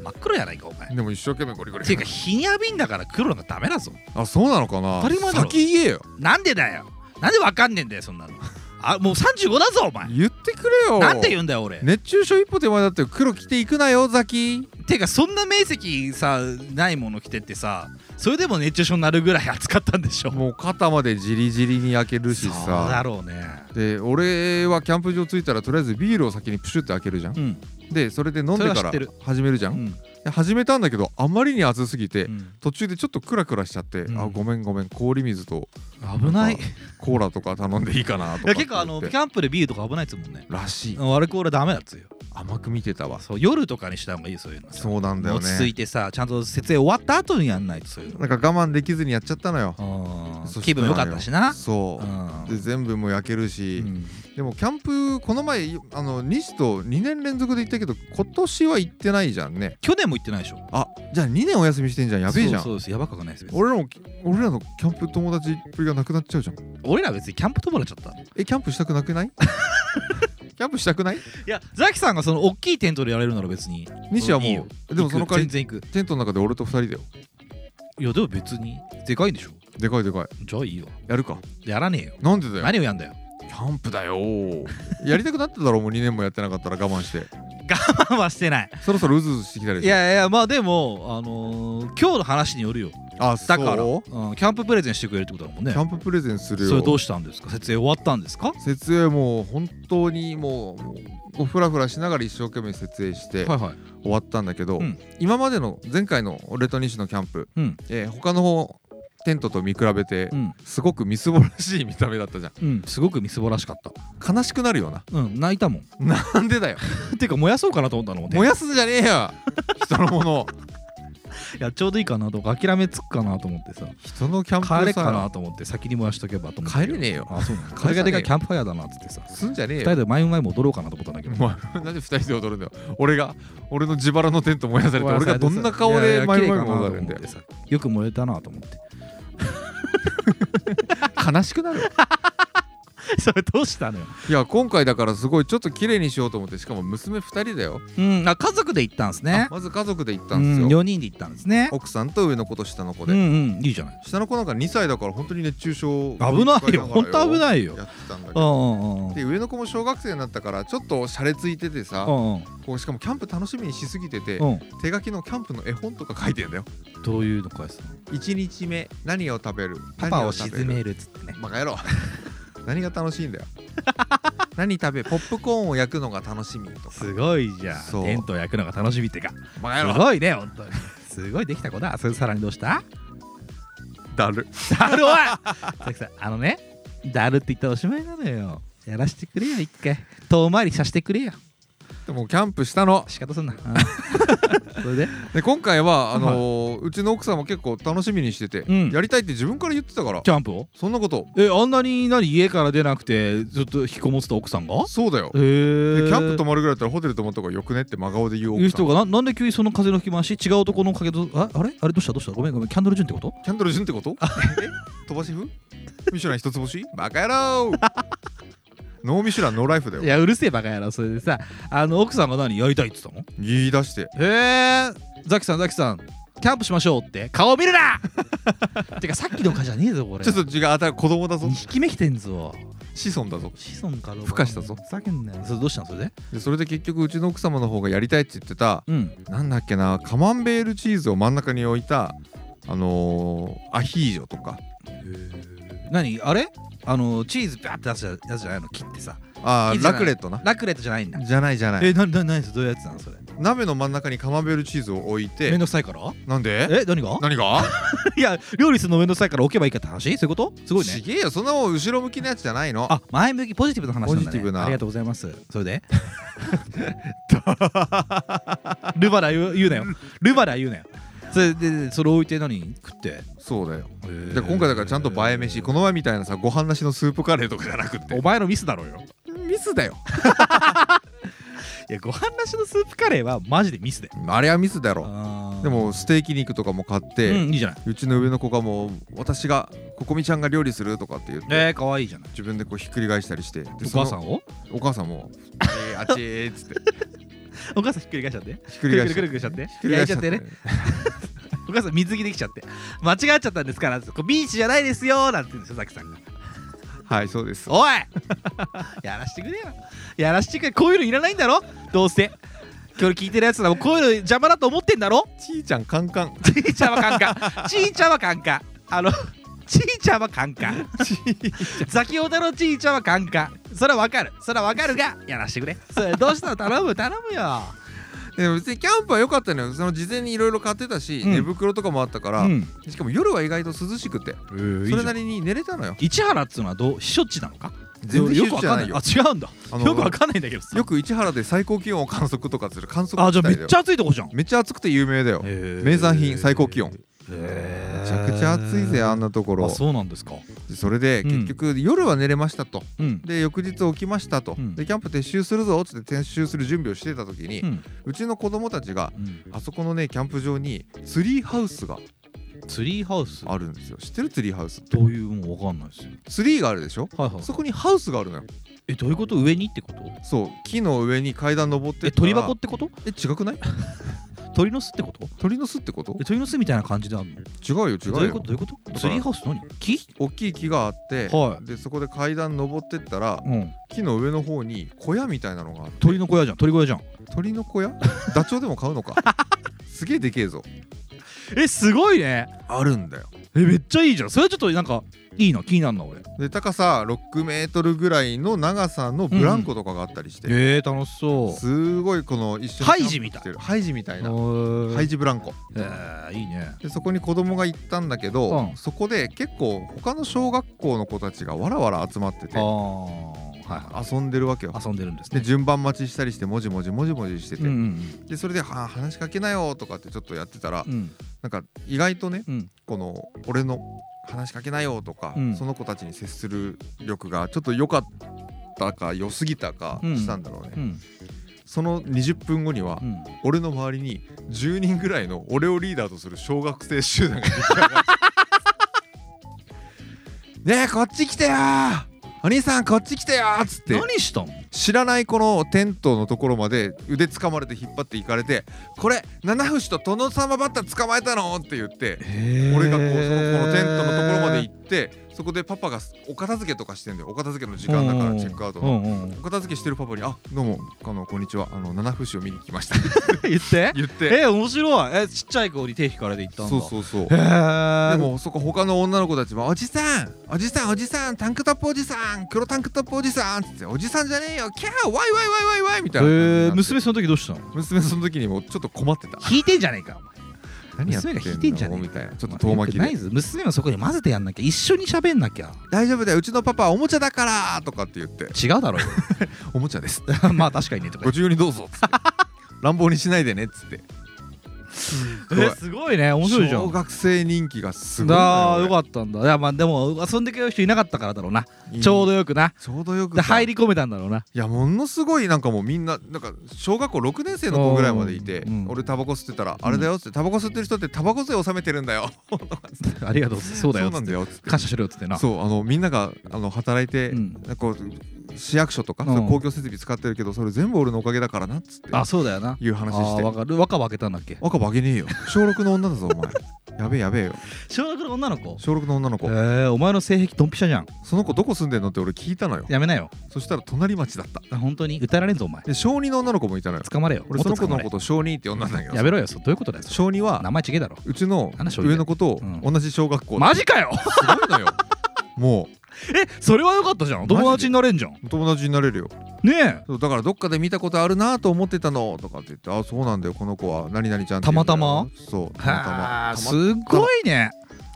[SPEAKER 2] 真っ黒やないかお前
[SPEAKER 1] でも一生懸命ゴリゴリ
[SPEAKER 2] ていうか日に浴びんだから黒なんかダメだぞ
[SPEAKER 1] あそうなのかな
[SPEAKER 2] 当たり前だろ
[SPEAKER 1] 先言えよ
[SPEAKER 2] なんでだよなんでわかんねえんだよそんなのあもう35だぞお前
[SPEAKER 1] 言ってくれよ
[SPEAKER 2] なんて言うんだよ俺
[SPEAKER 1] 熱中症一歩手前だって黒着ていくなよザキ
[SPEAKER 2] てかそんな面積さないもの着てってさそれでも熱中症になるぐらい暑かったんでしょ
[SPEAKER 1] もう肩までじりじりに焼けるし
[SPEAKER 2] そうだ
[SPEAKER 1] さ
[SPEAKER 2] ろうね
[SPEAKER 1] で俺はキャンプ場着いたらとりあえずビールを先にプシュって開けるじゃん
[SPEAKER 2] うん
[SPEAKER 1] でそれで飲んで
[SPEAKER 2] それ
[SPEAKER 1] か
[SPEAKER 2] は
[SPEAKER 1] ら
[SPEAKER 2] 知ってる
[SPEAKER 1] 始めるじゃ
[SPEAKER 2] うんん
[SPEAKER 1] で始めたんだけどあまりに暑すぎて
[SPEAKER 2] うん
[SPEAKER 1] 途中でちょっとクラクラしちゃって
[SPEAKER 2] うん
[SPEAKER 1] あごめんごめん氷水と
[SPEAKER 2] 危な
[SPEAKER 1] な
[SPEAKER 2] い
[SPEAKER 1] んかコーラとか頼んでいいかなと
[SPEAKER 2] い
[SPEAKER 1] かっ
[SPEAKER 2] や
[SPEAKER 1] て
[SPEAKER 2] 結構あのキ
[SPEAKER 1] 言って
[SPEAKER 2] ャンプでビールとか危ないっつもんね
[SPEAKER 1] らしい
[SPEAKER 2] あれこ俺ダメだっつうよ
[SPEAKER 1] 甘く見てたわ
[SPEAKER 2] そう夜とかにした方がいいよそういうのはさ
[SPEAKER 1] そうなんだよね
[SPEAKER 2] 落ち着いてさちゃんと設営終わった後にやんないとそういうの
[SPEAKER 1] なんか我慢できずにやっちゃったのよ
[SPEAKER 2] あー
[SPEAKER 1] そ
[SPEAKER 2] 気分良かったしな
[SPEAKER 1] そううんで全部もう焼けるし、
[SPEAKER 2] うん
[SPEAKER 1] でもキャンプこの前あの西と2年連続で行ったけど今年は行ってないじゃんね
[SPEAKER 2] 去年も行ってないでしょ
[SPEAKER 1] あじゃあ2年お休みしてんじゃんやべえじゃん
[SPEAKER 2] そうそうですやばくはないです別に
[SPEAKER 1] 俺らも俺らのキャンプ友達っぷりがなくなっちゃうじゃん
[SPEAKER 2] 俺ら別にキャンプ友達だったい
[SPEAKER 1] えキャンプしたくなくない <laughs> キャンプしたくない
[SPEAKER 2] やザキさんがその大きいテントでやれるなら別に
[SPEAKER 1] 西はもう
[SPEAKER 2] いいよ
[SPEAKER 1] でもその代わり
[SPEAKER 2] 行く全然行く
[SPEAKER 1] テントの中で俺と2人だよ
[SPEAKER 2] いやでも別にでかいんでしょ
[SPEAKER 1] でかいでかい
[SPEAKER 2] じゃあいいよ
[SPEAKER 1] やるか
[SPEAKER 2] やらねえよ
[SPEAKER 1] なんでだよ
[SPEAKER 2] 何をやん <laughs> だよ
[SPEAKER 1] キャンプだよやりたくなっただろうもう2年もやってなかったら我慢して
[SPEAKER 2] 我慢はしてない
[SPEAKER 1] そろそろうずうずしてきたで
[SPEAKER 2] い
[SPEAKER 1] しょ
[SPEAKER 2] やいやまあでもあのー今日の話によるよ
[SPEAKER 1] あ
[SPEAKER 2] だから、う
[SPEAKER 1] そ
[SPEAKER 2] ん、キャンププレゼンしてくれるってことだもん
[SPEAKER 1] う
[SPEAKER 2] ね
[SPEAKER 1] キャンププレゼンするよ
[SPEAKER 2] それどうしたんですか設営終わったんですか
[SPEAKER 1] 設営もう本当にもうもうフラフラしながら一生懸命設営して
[SPEAKER 2] はいはい
[SPEAKER 1] 終わったんだけど、
[SPEAKER 2] うん
[SPEAKER 1] 今までの前回の俺と西のキャンプ、
[SPEAKER 2] うん
[SPEAKER 1] えー他の方テントと見比べて
[SPEAKER 2] うん、
[SPEAKER 1] すごくみすぼらしい見た目だったじゃ
[SPEAKER 2] うん、すごくみすぼらしかった
[SPEAKER 1] ん悲しくなるよな
[SPEAKER 2] うん泣いたもん <laughs>
[SPEAKER 1] なんでだよ
[SPEAKER 2] てか燃やそうかなと思ったの
[SPEAKER 1] <laughs>
[SPEAKER 2] も
[SPEAKER 1] 燃やすんじゃねえよ人のものを
[SPEAKER 2] いやちょうどいいかなとか諦めつくかなと思ってさ
[SPEAKER 1] 人のキャンプ
[SPEAKER 2] 帰れっ
[SPEAKER 1] さ
[SPEAKER 2] かなと思って先に燃やしとけばと思って
[SPEAKER 1] 帰れねえよ
[SPEAKER 2] あそう
[SPEAKER 1] <laughs>
[SPEAKER 2] なの
[SPEAKER 1] 帰
[SPEAKER 2] これがでかい
[SPEAKER 1] 帰れねえよ
[SPEAKER 2] キャンプファイヤーだなっつってさ
[SPEAKER 1] すんじゃねえ
[SPEAKER 2] 二
[SPEAKER 1] よ
[SPEAKER 2] 人で前前も踊ろうかなと思ったんだけど
[SPEAKER 1] お前なんで二人で踊るんだよ俺が俺の自腹のテント燃やされて俺がどんな顔
[SPEAKER 2] いやい
[SPEAKER 1] で
[SPEAKER 2] や
[SPEAKER 1] 前
[SPEAKER 2] 綺麗か
[SPEAKER 1] 々
[SPEAKER 2] なと
[SPEAKER 1] も
[SPEAKER 2] 思
[SPEAKER 1] 踊るんだ
[SPEAKER 2] っ
[SPEAKER 1] よ
[SPEAKER 2] てさよく燃えたなと
[SPEAKER 1] <laughs>
[SPEAKER 2] 思って
[SPEAKER 1] 悲しくなるわ
[SPEAKER 2] それどうしたのよ
[SPEAKER 1] いや今回だからすごいちょっと綺麗にしようと思ってしかも娘2人だよ、
[SPEAKER 2] うんあ家族で行ったんですね
[SPEAKER 1] あまず家族で行った
[SPEAKER 2] うん
[SPEAKER 1] です
[SPEAKER 2] ん
[SPEAKER 1] よ、
[SPEAKER 2] 4人で行ったんですね
[SPEAKER 1] 奥さんと上の子と下の子
[SPEAKER 2] う
[SPEAKER 1] で、
[SPEAKER 2] んうんいいじゃない
[SPEAKER 1] 下の子なんか2歳だから本当に熱中症
[SPEAKER 2] 危ないよ
[SPEAKER 1] 本
[SPEAKER 2] 本
[SPEAKER 1] 当
[SPEAKER 2] 当危
[SPEAKER 1] い
[SPEAKER 2] ないよ
[SPEAKER 1] やってたんだけ
[SPEAKER 2] うん
[SPEAKER 1] ど
[SPEAKER 2] うんうん
[SPEAKER 1] で上の子も小学生になったからちょっと洒落ついててさ
[SPEAKER 2] うんうん
[SPEAKER 1] こうしかもキャンプ楽しみにしすぎてて
[SPEAKER 2] うん
[SPEAKER 1] 手書きのキャンプの絵本とか書いてんだよ
[SPEAKER 2] どういうのかですね
[SPEAKER 1] 1日目何を食べる
[SPEAKER 2] パパを
[SPEAKER 1] 何食べ
[SPEAKER 2] 沈めるっつってね
[SPEAKER 1] バカ野郎 <laughs> 何が楽しいんだよ <laughs> 何食べポップコーンを焼くのが楽しみとか
[SPEAKER 2] すごいじゃん
[SPEAKER 1] そう
[SPEAKER 2] テントを焼くのが楽しみってか
[SPEAKER 1] バカ
[SPEAKER 2] す
[SPEAKER 1] 野郎
[SPEAKER 2] ごいね本当にすごいできた子だそれさらにどうした
[SPEAKER 1] だる
[SPEAKER 2] だるおい佐々木さんあのねだるって言ったらおしまいなのよやらしてくれよ一回遠回りさせてくれよ
[SPEAKER 1] でもキャンプしたの
[SPEAKER 2] 仕方すんな、 <laughs> うんそれで
[SPEAKER 1] で今回はあのーうちの奥さんも結構楽しみにしてて、
[SPEAKER 2] うん
[SPEAKER 1] やりたいって自分から言ってたから
[SPEAKER 2] キャンプを
[SPEAKER 1] そんなこと
[SPEAKER 2] えあんなに何家から出なくてずっと引きこもってた奥さんが
[SPEAKER 1] そうだよ
[SPEAKER 2] えー
[SPEAKER 1] でキャンプ泊まるぐらいだったらホテル泊まった方がよくねって真顔で言う
[SPEAKER 2] いう
[SPEAKER 1] 奥さ
[SPEAKER 2] 人
[SPEAKER 1] ん
[SPEAKER 2] がななんで急にその風の吹き回し違う男の影とああれあれどうしたどうしたごめんごめんキャンドル順ってこと
[SPEAKER 1] キャンドル順って
[SPEAKER 2] <laughs>
[SPEAKER 1] ことえ飛ばし風ミシュラン一つ星バカ野郎
[SPEAKER 2] <laughs>
[SPEAKER 1] ノーミシュランノーライフだよ
[SPEAKER 2] やうるせえバカやろそれでさあの奥さんが何やりたいって言っ
[SPEAKER 1] 言い出して
[SPEAKER 2] たのへえザキさんザキさんキャンプしましょうって顔見るな <laughs> てかさっきの会じゃねえぞこれ
[SPEAKER 1] ちょっと違うあた子供だぞ
[SPEAKER 2] 2匹目来てんぞ
[SPEAKER 1] 子孫だぞ
[SPEAKER 2] 子孫かどう
[SPEAKER 1] 孵
[SPEAKER 2] か
[SPEAKER 1] 化したぞ
[SPEAKER 2] ふざけんなよそれどうしたのそれで
[SPEAKER 1] でそれで結局うちの奥様の方がやりたいって言ってた
[SPEAKER 2] うん
[SPEAKER 1] なんだっけなカマンベールチーズを真ん中に置いたあのーアヒージョとか
[SPEAKER 2] 何あれあのチーズバーって出すやつじゃないの切ってさ
[SPEAKER 1] あ
[SPEAKER 2] いい
[SPEAKER 1] ー
[SPEAKER 2] じゃ
[SPEAKER 1] ラ
[SPEAKER 2] ない
[SPEAKER 1] クレットな
[SPEAKER 2] ラクレットじゃないんだ
[SPEAKER 1] じゃないじゃない
[SPEAKER 2] えなな何それどういうやつなのそれ
[SPEAKER 1] 鍋の真ん中にカマンベールチーズを置い
[SPEAKER 2] めん
[SPEAKER 1] て
[SPEAKER 2] どくさいから
[SPEAKER 1] なんで
[SPEAKER 2] え何が
[SPEAKER 1] 何が
[SPEAKER 2] いや料理するのめんどくさいから置けばいいかって話そういうことすごいね
[SPEAKER 1] ちげえよそんなもん後ろ向きのやつじゃないの
[SPEAKER 2] あ前向きポジティブな話なんだ、ね、
[SPEAKER 1] ポジティブな
[SPEAKER 2] ありがとうございますそれでルバラ言う言うなよルバラ言うなよそれでそれ置いて何食って
[SPEAKER 1] そうだよで今回だからちゃんと映え飯この前みたいなさご飯なしのスープカレーとかじゃなくって
[SPEAKER 2] お前のミスだろうよ
[SPEAKER 1] ミスだよ
[SPEAKER 2] いやご飯なしのスープカレーはマジでミスで
[SPEAKER 1] あれはミスだろで
[SPEAKER 2] で
[SPEAKER 1] もステーキ肉とかも買っ
[SPEAKER 2] う
[SPEAKER 1] て、
[SPEAKER 2] んいいじゃないう
[SPEAKER 1] ちの上の子がもう私がここみちゃんが料理するとかって言って、
[SPEAKER 2] えー、かわいいじゃない
[SPEAKER 1] 自分でこうひっくり返したりしてで
[SPEAKER 2] お
[SPEAKER 1] その
[SPEAKER 2] 母さんを
[SPEAKER 1] お母さん
[SPEAKER 2] <laughs>
[SPEAKER 1] も「えー、あっちー」っつって
[SPEAKER 2] お母さんひっくり返しちゃって
[SPEAKER 1] ひっ
[SPEAKER 2] く
[SPEAKER 1] くり返して
[SPEAKER 2] くるくるくるくるしちゃって
[SPEAKER 1] ひっくり返しちゃっ
[SPEAKER 2] <laughs> 焼いちゃ
[SPEAKER 1] て
[SPEAKER 2] ってね
[SPEAKER 1] ね
[SPEAKER 2] お母さん水着できちゃって間違っちゃったんですからこれビーチじゃないですよなんて言うんですよザキさんが
[SPEAKER 1] はいそうです
[SPEAKER 2] おいやらしてくれよやらしてくれこういうのいらないんだろどうせ今日聞いてるやつらもこういうの邪魔だと思ってんだろ
[SPEAKER 1] ちーちゃんカンカン <laughs>
[SPEAKER 2] ちいちゃんはカンカンちいちゃんはカンカンあのちいちゃんはカンカンザキオタのちいちゃんはカンカンそれはわかるそれはわかるがやらしてくれそれどうしたの頼む頼むよ
[SPEAKER 1] でも別にキャンプは良かったのよその事前にいろいろ買ってたし、
[SPEAKER 2] うん
[SPEAKER 1] 寝袋とかもあったから、
[SPEAKER 2] うん
[SPEAKER 1] しかも夜は意外と涼しくてそ
[SPEAKER 2] そ
[SPEAKER 1] れ
[SPEAKER 2] れな
[SPEAKER 1] な
[SPEAKER 2] り
[SPEAKER 1] りに寝れたのよ
[SPEAKER 2] 市原っつうのはどう避暑地なのか
[SPEAKER 1] 全然
[SPEAKER 2] よ
[SPEAKER 1] 避
[SPEAKER 2] く
[SPEAKER 1] 暑
[SPEAKER 2] わ
[SPEAKER 1] 地じゃ
[SPEAKER 2] かん
[SPEAKER 1] な
[SPEAKER 2] ない
[SPEAKER 1] よ
[SPEAKER 2] いあ違うんだ
[SPEAKER 1] あの
[SPEAKER 2] よくわかんないんだけどさ
[SPEAKER 1] よく市原で最高気温を観測とかする観測
[SPEAKER 2] あじゃあめ
[SPEAKER 1] 地帯だ
[SPEAKER 2] っ
[SPEAKER 1] よ
[SPEAKER 2] ちゃ暑いとこじゃん
[SPEAKER 1] めっちゃ暑くて有名だよ名
[SPEAKER 2] 名
[SPEAKER 1] 産品最高気温
[SPEAKER 2] め
[SPEAKER 1] めちゃくちゃ暑いぜあんなところ
[SPEAKER 2] あそうなんですか
[SPEAKER 1] でそれで
[SPEAKER 2] うん
[SPEAKER 1] 結局夜は寝れましたと
[SPEAKER 2] うん
[SPEAKER 1] で翌日起きましたと
[SPEAKER 2] うん
[SPEAKER 1] でキャンプ撤収するぞっつって撤収する準備をしてた時に
[SPEAKER 2] うん
[SPEAKER 1] うちの子供たちが
[SPEAKER 2] うん
[SPEAKER 1] あそこのねキャンプ場にツリーハウスが
[SPEAKER 2] ツリーハウス
[SPEAKER 1] あるんですよ知ってるツリーハウス
[SPEAKER 2] どういうもんわかんないですよ
[SPEAKER 1] ツリーがあるでしょ
[SPEAKER 2] はいはい
[SPEAKER 1] そこにハウスがあるのよ
[SPEAKER 2] えどういうこと上にってこと
[SPEAKER 1] そう木の上に階段登って
[SPEAKER 2] え
[SPEAKER 1] ったら
[SPEAKER 2] 鳥箱ってこと
[SPEAKER 1] え違くない
[SPEAKER 2] 鳥の巣ってこと
[SPEAKER 1] 鳥の巣ってこと
[SPEAKER 2] え鳥の巣みたいな感じである
[SPEAKER 1] 違
[SPEAKER 2] の
[SPEAKER 1] うよ違
[SPEAKER 2] どう
[SPEAKER 1] う
[SPEAKER 2] いうこ
[SPEAKER 1] よ
[SPEAKER 2] とどういうこと
[SPEAKER 1] ら
[SPEAKER 2] ツリーハウス何木
[SPEAKER 1] 大きい木があって
[SPEAKER 2] は
[SPEAKER 1] でそこで階段登ってったら
[SPEAKER 2] うん
[SPEAKER 1] 木の上の方に小屋みたいなのがあって
[SPEAKER 2] 鳥の小屋じゃん鳥小屋じゃん
[SPEAKER 1] 鳥の小屋ダチョウでも買うの
[SPEAKER 2] <laughs>
[SPEAKER 1] かすげえでけえぞ
[SPEAKER 2] えすごいね
[SPEAKER 1] あるんだよ
[SPEAKER 2] えめっちゃいいじゃんそれはちょっとなんかいいな気になるな俺
[SPEAKER 1] で高さ6メートルぐらいの長さのブランコとかがあったりして、
[SPEAKER 2] えー、楽しそ
[SPEAKER 1] すごいこの一緒に
[SPEAKER 2] ハイジみたい
[SPEAKER 1] キャンプしてるハイジみたいな
[SPEAKER 2] う
[SPEAKER 1] ハイジブランコ
[SPEAKER 2] えー、いいね
[SPEAKER 1] でそこに子供が行ったんだけど、
[SPEAKER 2] うん
[SPEAKER 1] そこで結構他の小学校の子たちがわらわら集まってて
[SPEAKER 2] ああはいは
[SPEAKER 1] 遊んでるわけよ
[SPEAKER 2] い遊んでるんです
[SPEAKER 1] で
[SPEAKER 2] ね
[SPEAKER 1] 順番待ちしたりしてもじもじもじもじしてて、
[SPEAKER 2] うんうん
[SPEAKER 1] でそれで「はあ話しかけなよ」とかってちょっとやってたら、
[SPEAKER 2] うんうん
[SPEAKER 1] なんか意外とね
[SPEAKER 2] うん
[SPEAKER 1] この俺の話しかけなよとか、
[SPEAKER 2] うん
[SPEAKER 1] その子たちに接する力がちょっと良かったか良すぎたか
[SPEAKER 2] うん
[SPEAKER 1] したんだろうね、
[SPEAKER 2] うん
[SPEAKER 1] その20分後には、
[SPEAKER 2] うん
[SPEAKER 1] 俺の周りに10人ぐらいの俺をリーダーとする小学生集団が
[SPEAKER 2] <laughs>
[SPEAKER 1] ねえこっち来てよーお兄さんこっち来てよーっつって
[SPEAKER 2] 何したの
[SPEAKER 1] 知らないこのテントのところまで腕掴まれて引っ張っていかれて「これ七節と殿様バッタ捕まえたの?」って言って俺がこうそのこのテントのところまで行ってそこでパパがお片付けとかしてんだよお片付けの時間だからチェックアウト
[SPEAKER 2] う
[SPEAKER 1] の。
[SPEAKER 2] んうんうん <laughs>
[SPEAKER 1] お片付けしてるパパに「あどうもあのこんにちはあの七節を見に来ました」
[SPEAKER 2] 言って
[SPEAKER 1] 言って
[SPEAKER 2] え面白いえちっちゃい子に手引かれていったんだ
[SPEAKER 1] そうそうそう
[SPEAKER 2] へ
[SPEAKER 1] で
[SPEAKER 2] え
[SPEAKER 1] もそこ他の女の子たちも「おじさんおじさんおじさんタンクトップおじさん黒タンクトップおじさん」っつって「おじさんじゃねえよキャーワイワイワイワイワイ」みたいな感じになって
[SPEAKER 2] 娘その時どうしたの
[SPEAKER 1] 娘その時にもちょっと困ってた
[SPEAKER 2] 引いてんじゃねえかお前
[SPEAKER 1] 何やってんだ
[SPEAKER 2] 娘が引いてんじゃねえ
[SPEAKER 1] みたいなちょっと遠巻き
[SPEAKER 2] ない
[SPEAKER 1] で
[SPEAKER 2] ぞ娘もそこに混ぜてやんなきゃ一緒に喋んな <laughs> きゃ
[SPEAKER 1] 大丈夫だようちのパパはおもちゃだからとかって言って
[SPEAKER 2] 違うだろう
[SPEAKER 1] おもちゃです
[SPEAKER 2] よまあ確かにねと
[SPEAKER 1] ご
[SPEAKER 2] か
[SPEAKER 1] 自由にどうぞっつって <laughs> 乱暴にしないでねっつって
[SPEAKER 2] 言ってえすごいね面白いじゃ
[SPEAKER 1] 小
[SPEAKER 2] ん
[SPEAKER 1] 学生人気がすごい
[SPEAKER 2] だあよ
[SPEAKER 1] っ
[SPEAKER 2] かったんだいやまあでも遊んでくれる人いなかったからだろうな
[SPEAKER 1] た
[SPEAKER 2] ちょうどよくな
[SPEAKER 1] ちょうどよく
[SPEAKER 2] で
[SPEAKER 1] か
[SPEAKER 2] 入り込めたんだろうない <laughs>
[SPEAKER 1] やものすごいなんかもうみんななんか小学校6年生の子ぐらいまでいて、
[SPEAKER 2] うん
[SPEAKER 1] 俺タバコ吸ってたら、あれだよっつってタバコ吸ってる人ってタバコ税納めてるんだよ
[SPEAKER 2] ありがとうそうだよ
[SPEAKER 1] そうなんだよっつって
[SPEAKER 2] 感謝しろよっつってな
[SPEAKER 1] そうあのみんながあの働いて、
[SPEAKER 2] うん
[SPEAKER 1] こう市役所とか、
[SPEAKER 2] うん
[SPEAKER 1] そう公共設備使ってるけどそれ全部俺のおかげだからなっつって
[SPEAKER 2] あそうだよな
[SPEAKER 1] いう話して
[SPEAKER 2] あーわかる若分けたんだっけ
[SPEAKER 1] 若葉あげねえよ小6の女だぞお前やべえやべえよ
[SPEAKER 2] 小学の女の子
[SPEAKER 1] 小6の女の子、
[SPEAKER 2] えー、お前の性癖ドンピシャじゃん
[SPEAKER 1] その子どこ住んでんのって俺聞いたのよ
[SPEAKER 2] やめなよ
[SPEAKER 1] そしたら隣町だった
[SPEAKER 2] あ本当に歌えられんぞお前
[SPEAKER 1] で小2の女の子もいたのよ
[SPEAKER 2] 捕まれよ
[SPEAKER 1] 俺その子のことと小2って呼んだんだけど
[SPEAKER 2] やめろよそうどういうことだよそれ
[SPEAKER 1] 小2は
[SPEAKER 2] 名前違えだろ
[SPEAKER 1] うちの
[SPEAKER 2] 話を言え
[SPEAKER 1] 上の子と
[SPEAKER 2] うん
[SPEAKER 1] 同じ小学校
[SPEAKER 2] マジかよ
[SPEAKER 1] すごいのよも
[SPEAKER 2] えそれはよかったじゃん
[SPEAKER 1] マジで
[SPEAKER 2] 友達になれんじゃん
[SPEAKER 1] う友達になれるよ
[SPEAKER 2] ねえ
[SPEAKER 1] そうだからどっかで見たことあるなと思ってたのとかって言ってあそうなんだよこの子は何々ちゃんっていうんだよ
[SPEAKER 2] たま
[SPEAKER 1] そうたまた
[SPEAKER 2] は
[SPEAKER 1] ま
[SPEAKER 2] あ
[SPEAKER 1] た
[SPEAKER 2] す
[SPEAKER 1] ま
[SPEAKER 2] ごいね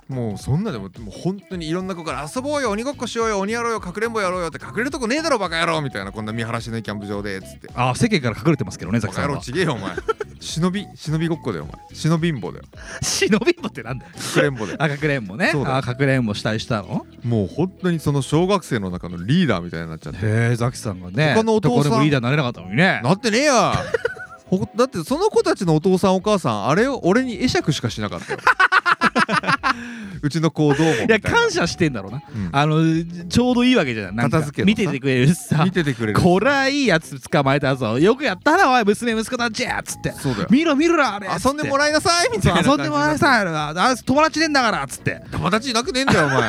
[SPEAKER 1] もうそんなでももう本当にいろんな子から遊ぼうよ鬼ごっこしようよ鬼やろうよかくれんぼやろうよって隠れるとこねえだろバカ野郎みたいなこんな見晴らしのいいキャンプ場でっつって
[SPEAKER 2] あ世間から隠れてますけどねザ
[SPEAKER 1] バ
[SPEAKER 2] キ
[SPEAKER 1] カ
[SPEAKER 2] さん
[SPEAKER 1] 野郎
[SPEAKER 2] は
[SPEAKER 1] ちげえよお前忍び忍びごっこだよお前忍びんぼだよ
[SPEAKER 2] <laughs> 忍びんぼってなんだよ
[SPEAKER 1] かくれんぼだよ
[SPEAKER 2] あかくれんぼね
[SPEAKER 1] そうだ
[SPEAKER 2] あかくれんぼしたりしたの
[SPEAKER 1] もう本当にその小学生の中のリーダーみたいになっちゃって
[SPEAKER 2] へえザキさんがね
[SPEAKER 1] 他のお父さん
[SPEAKER 2] どこでもリーダーになれなかったのにね
[SPEAKER 1] なってねえよほだってその子たちのお父さんお母さんあれを俺に会釈しかしなかったようちの子をどうもみ
[SPEAKER 2] い
[SPEAKER 1] た
[SPEAKER 2] や
[SPEAKER 1] いな
[SPEAKER 2] 感謝してんだろうな
[SPEAKER 1] うん
[SPEAKER 2] あのちょうどいいわけじゃないなんか
[SPEAKER 1] 片付けの
[SPEAKER 2] 見
[SPEAKER 1] さ
[SPEAKER 2] ててくれるしさ
[SPEAKER 1] 見ててくれる
[SPEAKER 2] こらいいやつ捕まえたぞよくやったなおい娘息子たちやっつって
[SPEAKER 1] そうだよ
[SPEAKER 2] 見ろ見ろあれ
[SPEAKER 1] 遊んでも
[SPEAKER 2] ら
[SPEAKER 1] らいなさいみたいな
[SPEAKER 2] 遊んでもらえ
[SPEAKER 1] い
[SPEAKER 2] さいあ友達ねんだからっつって
[SPEAKER 1] 友達いなくねえんだよお前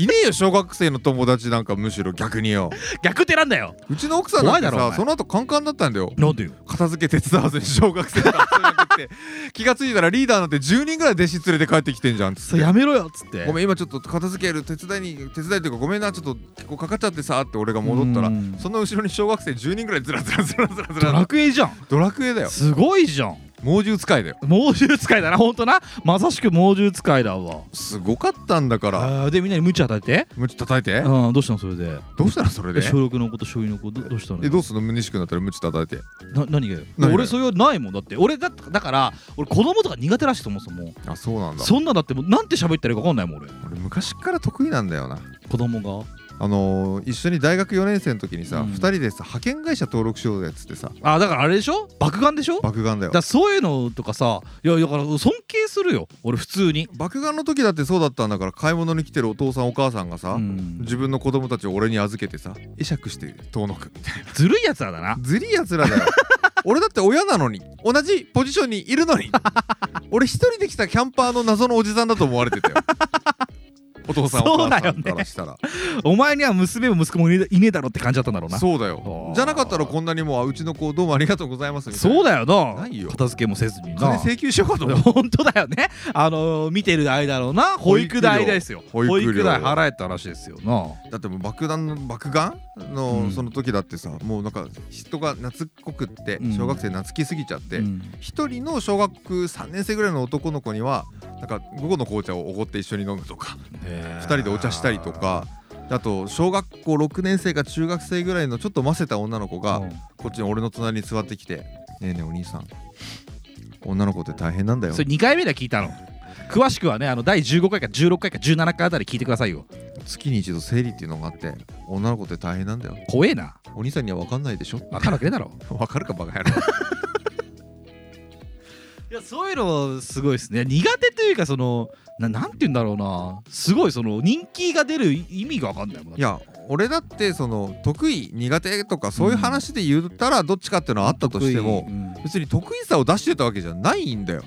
[SPEAKER 1] いねえよ小学生の友達なんかむしろ逆によ
[SPEAKER 2] 逆手なんだよ
[SPEAKER 1] うちの奥さんなんて
[SPEAKER 2] 怖いだろお
[SPEAKER 1] さ
[SPEAKER 2] 前
[SPEAKER 1] その後カンカンだったんだよ
[SPEAKER 2] なんでよ
[SPEAKER 1] 片付け手伝わずに小学生と遊びまくって気がついたらリーダーなんて10人ぐらい弟子連れて帰ってきてんじゃんっつって
[SPEAKER 2] やめろよっつって
[SPEAKER 1] ごめん今ちょっと片付ける手伝いに手伝いというかごめんなちょっと結構かかっちゃってさって俺が戻ったら
[SPEAKER 2] うん
[SPEAKER 1] その後ろに小学生10人ぐらいずらずらずらずらず
[SPEAKER 2] ド
[SPEAKER 1] ら
[SPEAKER 2] ラクエじゃん
[SPEAKER 1] ドラクエだよ
[SPEAKER 2] すごいじゃん
[SPEAKER 1] 猛獣使いだよ
[SPEAKER 2] 猛獣使いだなほんとなまさしく猛獣使いだわ
[SPEAKER 1] すごかったんだから
[SPEAKER 2] あーでみんなにムチ与えて
[SPEAKER 1] ムチ叩いて
[SPEAKER 2] うんどうしたのそれで
[SPEAKER 1] どうしたらそれで
[SPEAKER 2] え小6の子と小2の子どどうしたの
[SPEAKER 1] えどうすんの西君だったらムチ叩いて
[SPEAKER 2] な何がよ
[SPEAKER 1] 何がよ
[SPEAKER 2] 俺それはないもんだって俺だだから俺子供とか苦手らしいと思うそも
[SPEAKER 1] あそうなんだ
[SPEAKER 2] そんなんだってもうなんて喋ったらいいか分かんないもん俺
[SPEAKER 1] 俺昔から得意なんだよな
[SPEAKER 2] 子供が
[SPEAKER 1] あのー一緒に大学4年生の時にさ
[SPEAKER 2] うん
[SPEAKER 1] 2人でさ派遣会社登録しようぜっつってさ
[SPEAKER 2] あだからあれでしょ爆眼でしょだか
[SPEAKER 1] 爆眼だよ
[SPEAKER 2] らそういうのとかさいやだから尊敬するよ俺普通に
[SPEAKER 1] 爆眼の時だってそうだったんだから買い物に来てるお父さんお母さんがさ
[SPEAKER 2] うん
[SPEAKER 1] 自分の子供たちを俺に預けてさ会釈して遠のくみたいな
[SPEAKER 2] ずるいやつらだな
[SPEAKER 1] ずりやつら
[SPEAKER 2] <laughs>
[SPEAKER 1] だよ俺だって親なのに同じポジションにいる
[SPEAKER 2] <laughs>
[SPEAKER 1] のに俺一人で来たキャンパーの謎のおじさんだと思われてたよお父さんお
[SPEAKER 2] そうだ
[SPEAKER 1] 母さ
[SPEAKER 2] よ
[SPEAKER 1] ん
[SPEAKER 2] ね
[SPEAKER 1] からしたら
[SPEAKER 2] お前には娘も息子もいねいねえだろって感じだったんだろうな
[SPEAKER 1] そ
[SPEAKER 2] そ
[SPEAKER 1] うだ
[SPEAKER 2] あ
[SPEAKER 1] よ
[SPEAKER 2] ー
[SPEAKER 1] じゃなかったらこんなにもうあうちの子どうもありがとうございますみたいな
[SPEAKER 2] うだよな
[SPEAKER 1] ないよ
[SPEAKER 2] 片付けもせずに
[SPEAKER 1] 金
[SPEAKER 2] な
[SPEAKER 1] 請求しようかと思う
[SPEAKER 2] <laughs> 本当だよねあのー見てる間のな保育代ですよ
[SPEAKER 1] 保育料
[SPEAKER 2] 保育代払えた話ですよな
[SPEAKER 1] だってもう爆弾の爆弾
[SPEAKER 2] う
[SPEAKER 1] の
[SPEAKER 2] ん
[SPEAKER 1] その時だってさ、もうなんか人が懐っこくって
[SPEAKER 2] うん
[SPEAKER 1] 小学生懐きすぎちゃって
[SPEAKER 2] うん
[SPEAKER 1] 一、人の小学3年生ぐらいの男の子にはなんか午後の紅茶をおごって一緒に飲むとか
[SPEAKER 2] 2
[SPEAKER 1] 2人でお茶したりとかあと小学校6年生か中学生ぐらいのちょっとませた女の子がこっちに俺の隣に座ってきて「ねえねえお兄さん女の子って大変なんだよ
[SPEAKER 2] それ2回目で聞いたの詳しくはねあの第15回か16回か17回あたり聞いてくださいよ
[SPEAKER 1] 月に一度生理っていうのがあって女の子って大変なんだよ
[SPEAKER 2] 怖えな
[SPEAKER 1] お兄さんには分かんないでしょ」
[SPEAKER 2] 分かるわけね
[SPEAKER 1] <laughs>
[SPEAKER 2] えだろ
[SPEAKER 1] 分かるかバカ野郎
[SPEAKER 2] <laughs> いやそういうのすごいですね苦手というかそのななんて言うんだろうなすごいその人気が出る意味が分かんないもん
[SPEAKER 1] いや俺だってその得意苦手とかそういう話で言ったらどっちかっていうのはあったとしても、別に得意さを出してたわけじゃないんだよ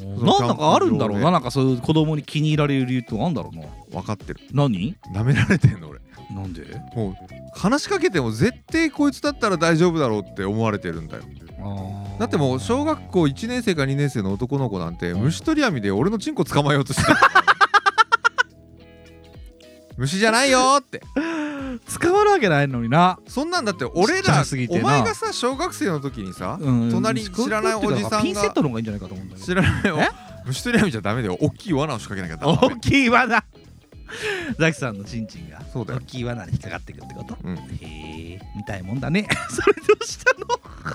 [SPEAKER 2] うんなんだかあるんだろうななんかそういう子供に気に入られる理由ってなんだろうな
[SPEAKER 1] 分かってる
[SPEAKER 2] 何
[SPEAKER 1] 舐められてんの俺
[SPEAKER 2] なんで
[SPEAKER 1] もう話しかけても絶対こいつだったら大丈夫だろうって思われてるんだよだって
[SPEAKER 2] <laughs>
[SPEAKER 1] もう小学校1年生か2年生の男の子なんて虫取り網で俺のチンコ捕まえようとして
[SPEAKER 2] <laughs>
[SPEAKER 1] た虫じゃないよーって
[SPEAKER 2] 捕まるわけないのにな
[SPEAKER 1] そんなんだって俺
[SPEAKER 2] ちっちゃ
[SPEAKER 1] ら
[SPEAKER 2] すぎて
[SPEAKER 1] お
[SPEAKER 2] な
[SPEAKER 1] 前がさ小学生の時にさ、
[SPEAKER 2] うん
[SPEAKER 1] 隣に知らないおじさんが
[SPEAKER 2] ピンセットの方がいいんじゃないかと思うんだけど
[SPEAKER 1] 知らないよ
[SPEAKER 2] え
[SPEAKER 1] 虫取り網じゃダメだよ大きい罠を仕掛けなきゃダメ
[SPEAKER 2] 大きい罠ザキさんのチンチンが
[SPEAKER 1] そうだよ
[SPEAKER 2] 大きい罠に引っかかってくるってこと
[SPEAKER 1] うん
[SPEAKER 2] へえ見たいもんだねそれどうした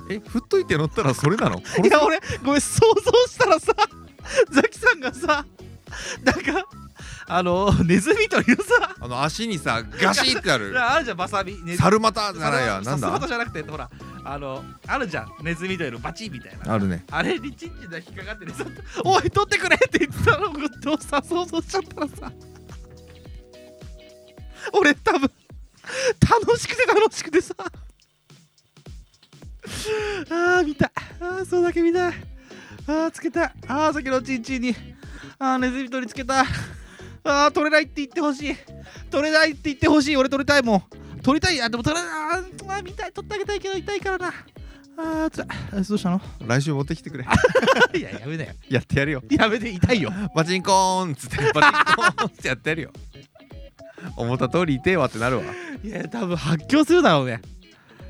[SPEAKER 1] え振っといて乗ったらそれなの
[SPEAKER 2] のいや俺ごめん想像したらさザキさんがさなんかあのネズミというさ
[SPEAKER 1] あの足にさガシってあ
[SPEAKER 2] <laughs>
[SPEAKER 1] る
[SPEAKER 2] あるじゃんバサミネズミ
[SPEAKER 1] 猿股じゃないやな
[SPEAKER 2] その
[SPEAKER 1] ん
[SPEAKER 2] そういう
[SPEAKER 1] だ
[SPEAKER 2] ことじゃなくてほらあのあるじゃんネズミというのバチッみたいな
[SPEAKER 1] あるね
[SPEAKER 2] あれにチンチンが引っかかってねさ「 <laughs> おい取ってくれ!」って言ってたのをさ想像しちゃったらさ俺多分楽しくて楽しくてさあー見たいあーそうだけ見たいあーつけたいあーさっきのチンチンにあーネズミ取りつけたいあー取れないって言ってほしい取れないって言ってほしい俺取りたいもん取りたいあでも取れないあーあー見たい取ってあげたいけど痛いからなあーつらいあどうしたの
[SPEAKER 1] 来週持ってきてくれ <laughs>
[SPEAKER 2] <laughs> いや、やめなよ。
[SPEAKER 1] やってやるよ
[SPEAKER 2] やめて、痛いよ。
[SPEAKER 1] バチンコーンっつってバチンコーンってやってやるよ思った通り痛えわってなるわ
[SPEAKER 2] いや、多分発狂するだろうね。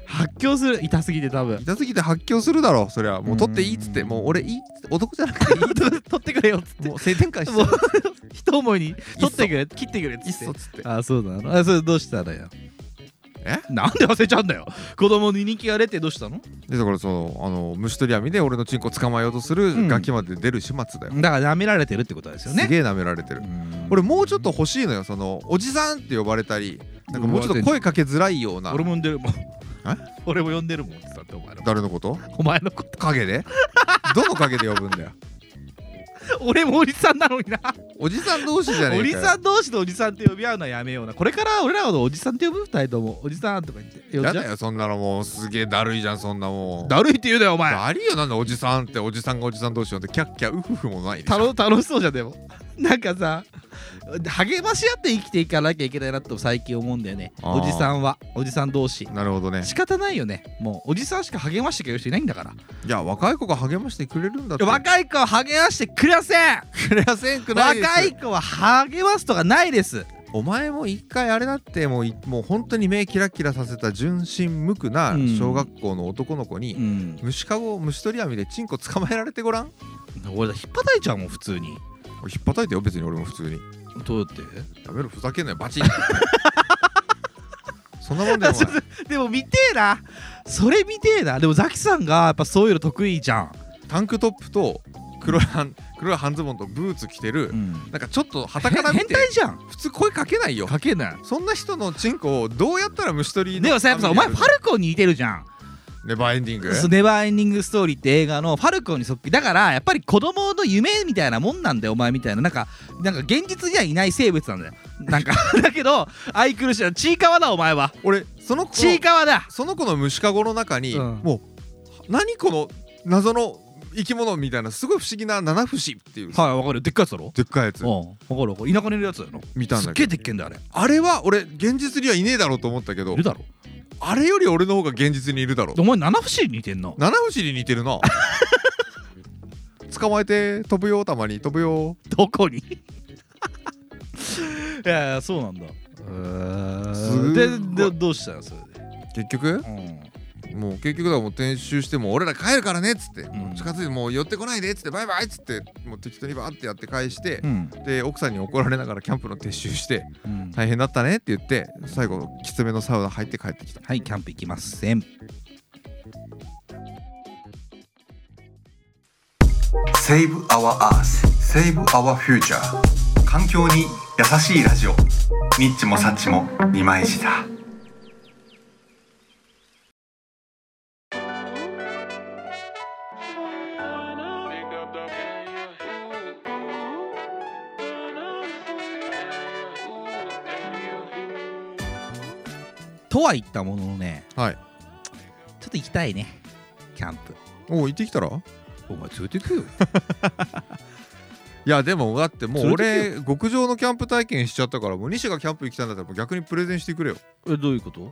[SPEAKER 2] 発狂する。痛すぎて、多分。 <laughs>
[SPEAKER 1] 痛すぎて発狂するだろそりゃもう取っていいっつってもう俺いいっつって男じゃなくていいっつ
[SPEAKER 2] 取ってくれよっつ
[SPEAKER 1] っ
[SPEAKER 2] っ
[SPEAKER 1] て <laughs>
[SPEAKER 2] て。
[SPEAKER 1] もう性転換し
[SPEAKER 2] もう
[SPEAKER 1] て、
[SPEAKER 2] <laughs> 一思いに、取ってくれ、切ってくれっ
[SPEAKER 1] いっ
[SPEAKER 2] つ
[SPEAKER 1] そ
[SPEAKER 2] っ。
[SPEAKER 1] ってつって
[SPEAKER 2] あ、そうなのあ、それどうしたのよ。
[SPEAKER 1] え
[SPEAKER 2] なんで忘れちゃうんだよ。子供に人気が出てどうしたの
[SPEAKER 1] でだからそのあの虫取り網で俺のチンコ捕まえようとす
[SPEAKER 2] うん
[SPEAKER 1] るガキまで出る始末だよ、
[SPEAKER 2] だから、舐められてるってことですよ
[SPEAKER 1] す
[SPEAKER 2] ね。
[SPEAKER 1] げえ舐められてる
[SPEAKER 2] うん
[SPEAKER 1] 俺もうちょっと欲しいのよそのおじさんって呼ばれたりなんかもうちょっと声かけづらいような
[SPEAKER 2] <laughs> 俺も呼んでるもん。 <laughs> 俺も呼んでるもんって言ったって、お前の。
[SPEAKER 1] 誰のこと
[SPEAKER 2] お前のこと。
[SPEAKER 1] 影でどの影で呼ぶんだよ
[SPEAKER 2] <laughs> 俺もおじさんなのにな。
[SPEAKER 1] おじさん同士じゃねえかよ
[SPEAKER 2] おじさん同士のおじさんって呼び合うのはやめようなこれから俺らのおじさんって呼ぶ二人ともおじさんとか言って呼んじゃ
[SPEAKER 1] や
[SPEAKER 2] う
[SPEAKER 1] だよそんなのもうすげえだるいじゃんそんなもん
[SPEAKER 2] だるいって言うなよお前
[SPEAKER 1] だるいよなんだおじさんっておじさんがおじさん同士呼んでキャッキャウフフもないでしょ
[SPEAKER 2] 楽楽しそうじゃんでもなん <laughs> かさ励まし合って生きていかなきゃいけないなと最近思うんだよね
[SPEAKER 1] あー
[SPEAKER 2] おじさんはおじさん同士
[SPEAKER 1] なるほどね
[SPEAKER 2] 仕方ないよねもうおじさんしか励ましてくれる人いないんだから
[SPEAKER 1] いや若い子が励ましてくれるんだって
[SPEAKER 2] 若い子は励ましてくれません
[SPEAKER 1] くれやせんくないです
[SPEAKER 2] 若い子は励ますとかないです
[SPEAKER 1] お前も一回あれだってもういもう本当に目キラキラさせた純真無垢な
[SPEAKER 2] うん
[SPEAKER 1] 小学校の男の子に、
[SPEAKER 2] うん
[SPEAKER 1] 虫かごを虫取り網でチンコ捕まえられてごらん
[SPEAKER 2] 俺だ引っ叩いちゃうもん普通に
[SPEAKER 1] 俺引っ叩いてよ別に俺も普通に
[SPEAKER 2] どうやって
[SPEAKER 1] やめろふざけんなよバチンそんなもんだよお前
[SPEAKER 2] <laughs> でも見てえなそれ見てえなでもザキさんがやっぱそういうの得意じゃん、
[SPEAKER 1] タンクトップと黒い半黒い半ズボンとブーツ着てる、なんかちょっと
[SPEAKER 2] だ
[SPEAKER 1] 旗
[SPEAKER 2] か
[SPEAKER 1] からら見
[SPEAKER 2] 変
[SPEAKER 1] て
[SPEAKER 2] 態じゃん
[SPEAKER 1] 普通声かけないよ
[SPEAKER 2] かけない
[SPEAKER 1] そんな人のチンコをどうやったら虫取りの
[SPEAKER 2] でもさやっぱさお前ファルコンに似てるじゃん
[SPEAKER 1] ネバーエンディング
[SPEAKER 2] そうネバーエンディングストーリーって映画のファルコンにそっくりだからやっぱり子供の夢みたいなもんなんだよお前みたいななんかなんか現実にはいない生物なんだよなん <laughs> かだけど愛くるしいちいかわだお前は
[SPEAKER 1] 俺その子
[SPEAKER 2] ちいかわだ
[SPEAKER 1] その子の虫かごの中に、
[SPEAKER 2] うん
[SPEAKER 1] もう何この謎の生き物みたいなすごい不思議な七不思っていう
[SPEAKER 2] はいわかるよでっかいやつだろ
[SPEAKER 1] でっかいやつ
[SPEAKER 2] うんわかるわかる田舎にいるやつだよな
[SPEAKER 1] 見たん
[SPEAKER 2] すっ
[SPEAKER 1] だ
[SPEAKER 2] げえ
[SPEAKER 1] けど
[SPEAKER 2] でっけえんだよあ
[SPEAKER 1] あ
[SPEAKER 2] れ
[SPEAKER 1] れは俺現実にはいねえだろうと思ったけど
[SPEAKER 2] いるだろ
[SPEAKER 1] あれより俺の方が現実にいるだろう
[SPEAKER 2] お前七不思議に似てんな
[SPEAKER 1] 七不思に似てるな捕まえて飛ぶよたまに飛ぶよ
[SPEAKER 2] どこに <laughs> いやいやそうなんだ
[SPEAKER 1] す
[SPEAKER 2] で
[SPEAKER 1] ご
[SPEAKER 2] で
[SPEAKER 1] い
[SPEAKER 2] どうしたのそれで、
[SPEAKER 1] 結局もう結局だからもう転収してもう俺ら帰るからねっつって、
[SPEAKER 2] ん
[SPEAKER 1] もう近づいてもう寄ってこないでっつってバイバイっつってもう適当にバーってやって返して
[SPEAKER 2] う、ん
[SPEAKER 1] で奥さんに怒られながらキャンプの撤収して
[SPEAKER 2] うんはい、
[SPEAKER 1] 大変だったねって言って最後きつめのサウナ入って帰ってきた
[SPEAKER 2] キャンプ行きません
[SPEAKER 4] セーブ・アワー・アースセーブ・アワー・フューチャー環境に優しいラジオニッチもサッチも二枚舌
[SPEAKER 2] とは言ったもののね
[SPEAKER 1] はい
[SPEAKER 2] ちょっと行きたいねキャンプ
[SPEAKER 1] おお行ってきたら
[SPEAKER 2] お前連れてくよ
[SPEAKER 1] いやでもだってもう
[SPEAKER 2] 連れて
[SPEAKER 1] 俺極上のキャンプ体験しちゃったからもう西がキャンプ行きたいんだったらもう逆にプレゼンしてくれよ
[SPEAKER 2] <laughs> えどういうこと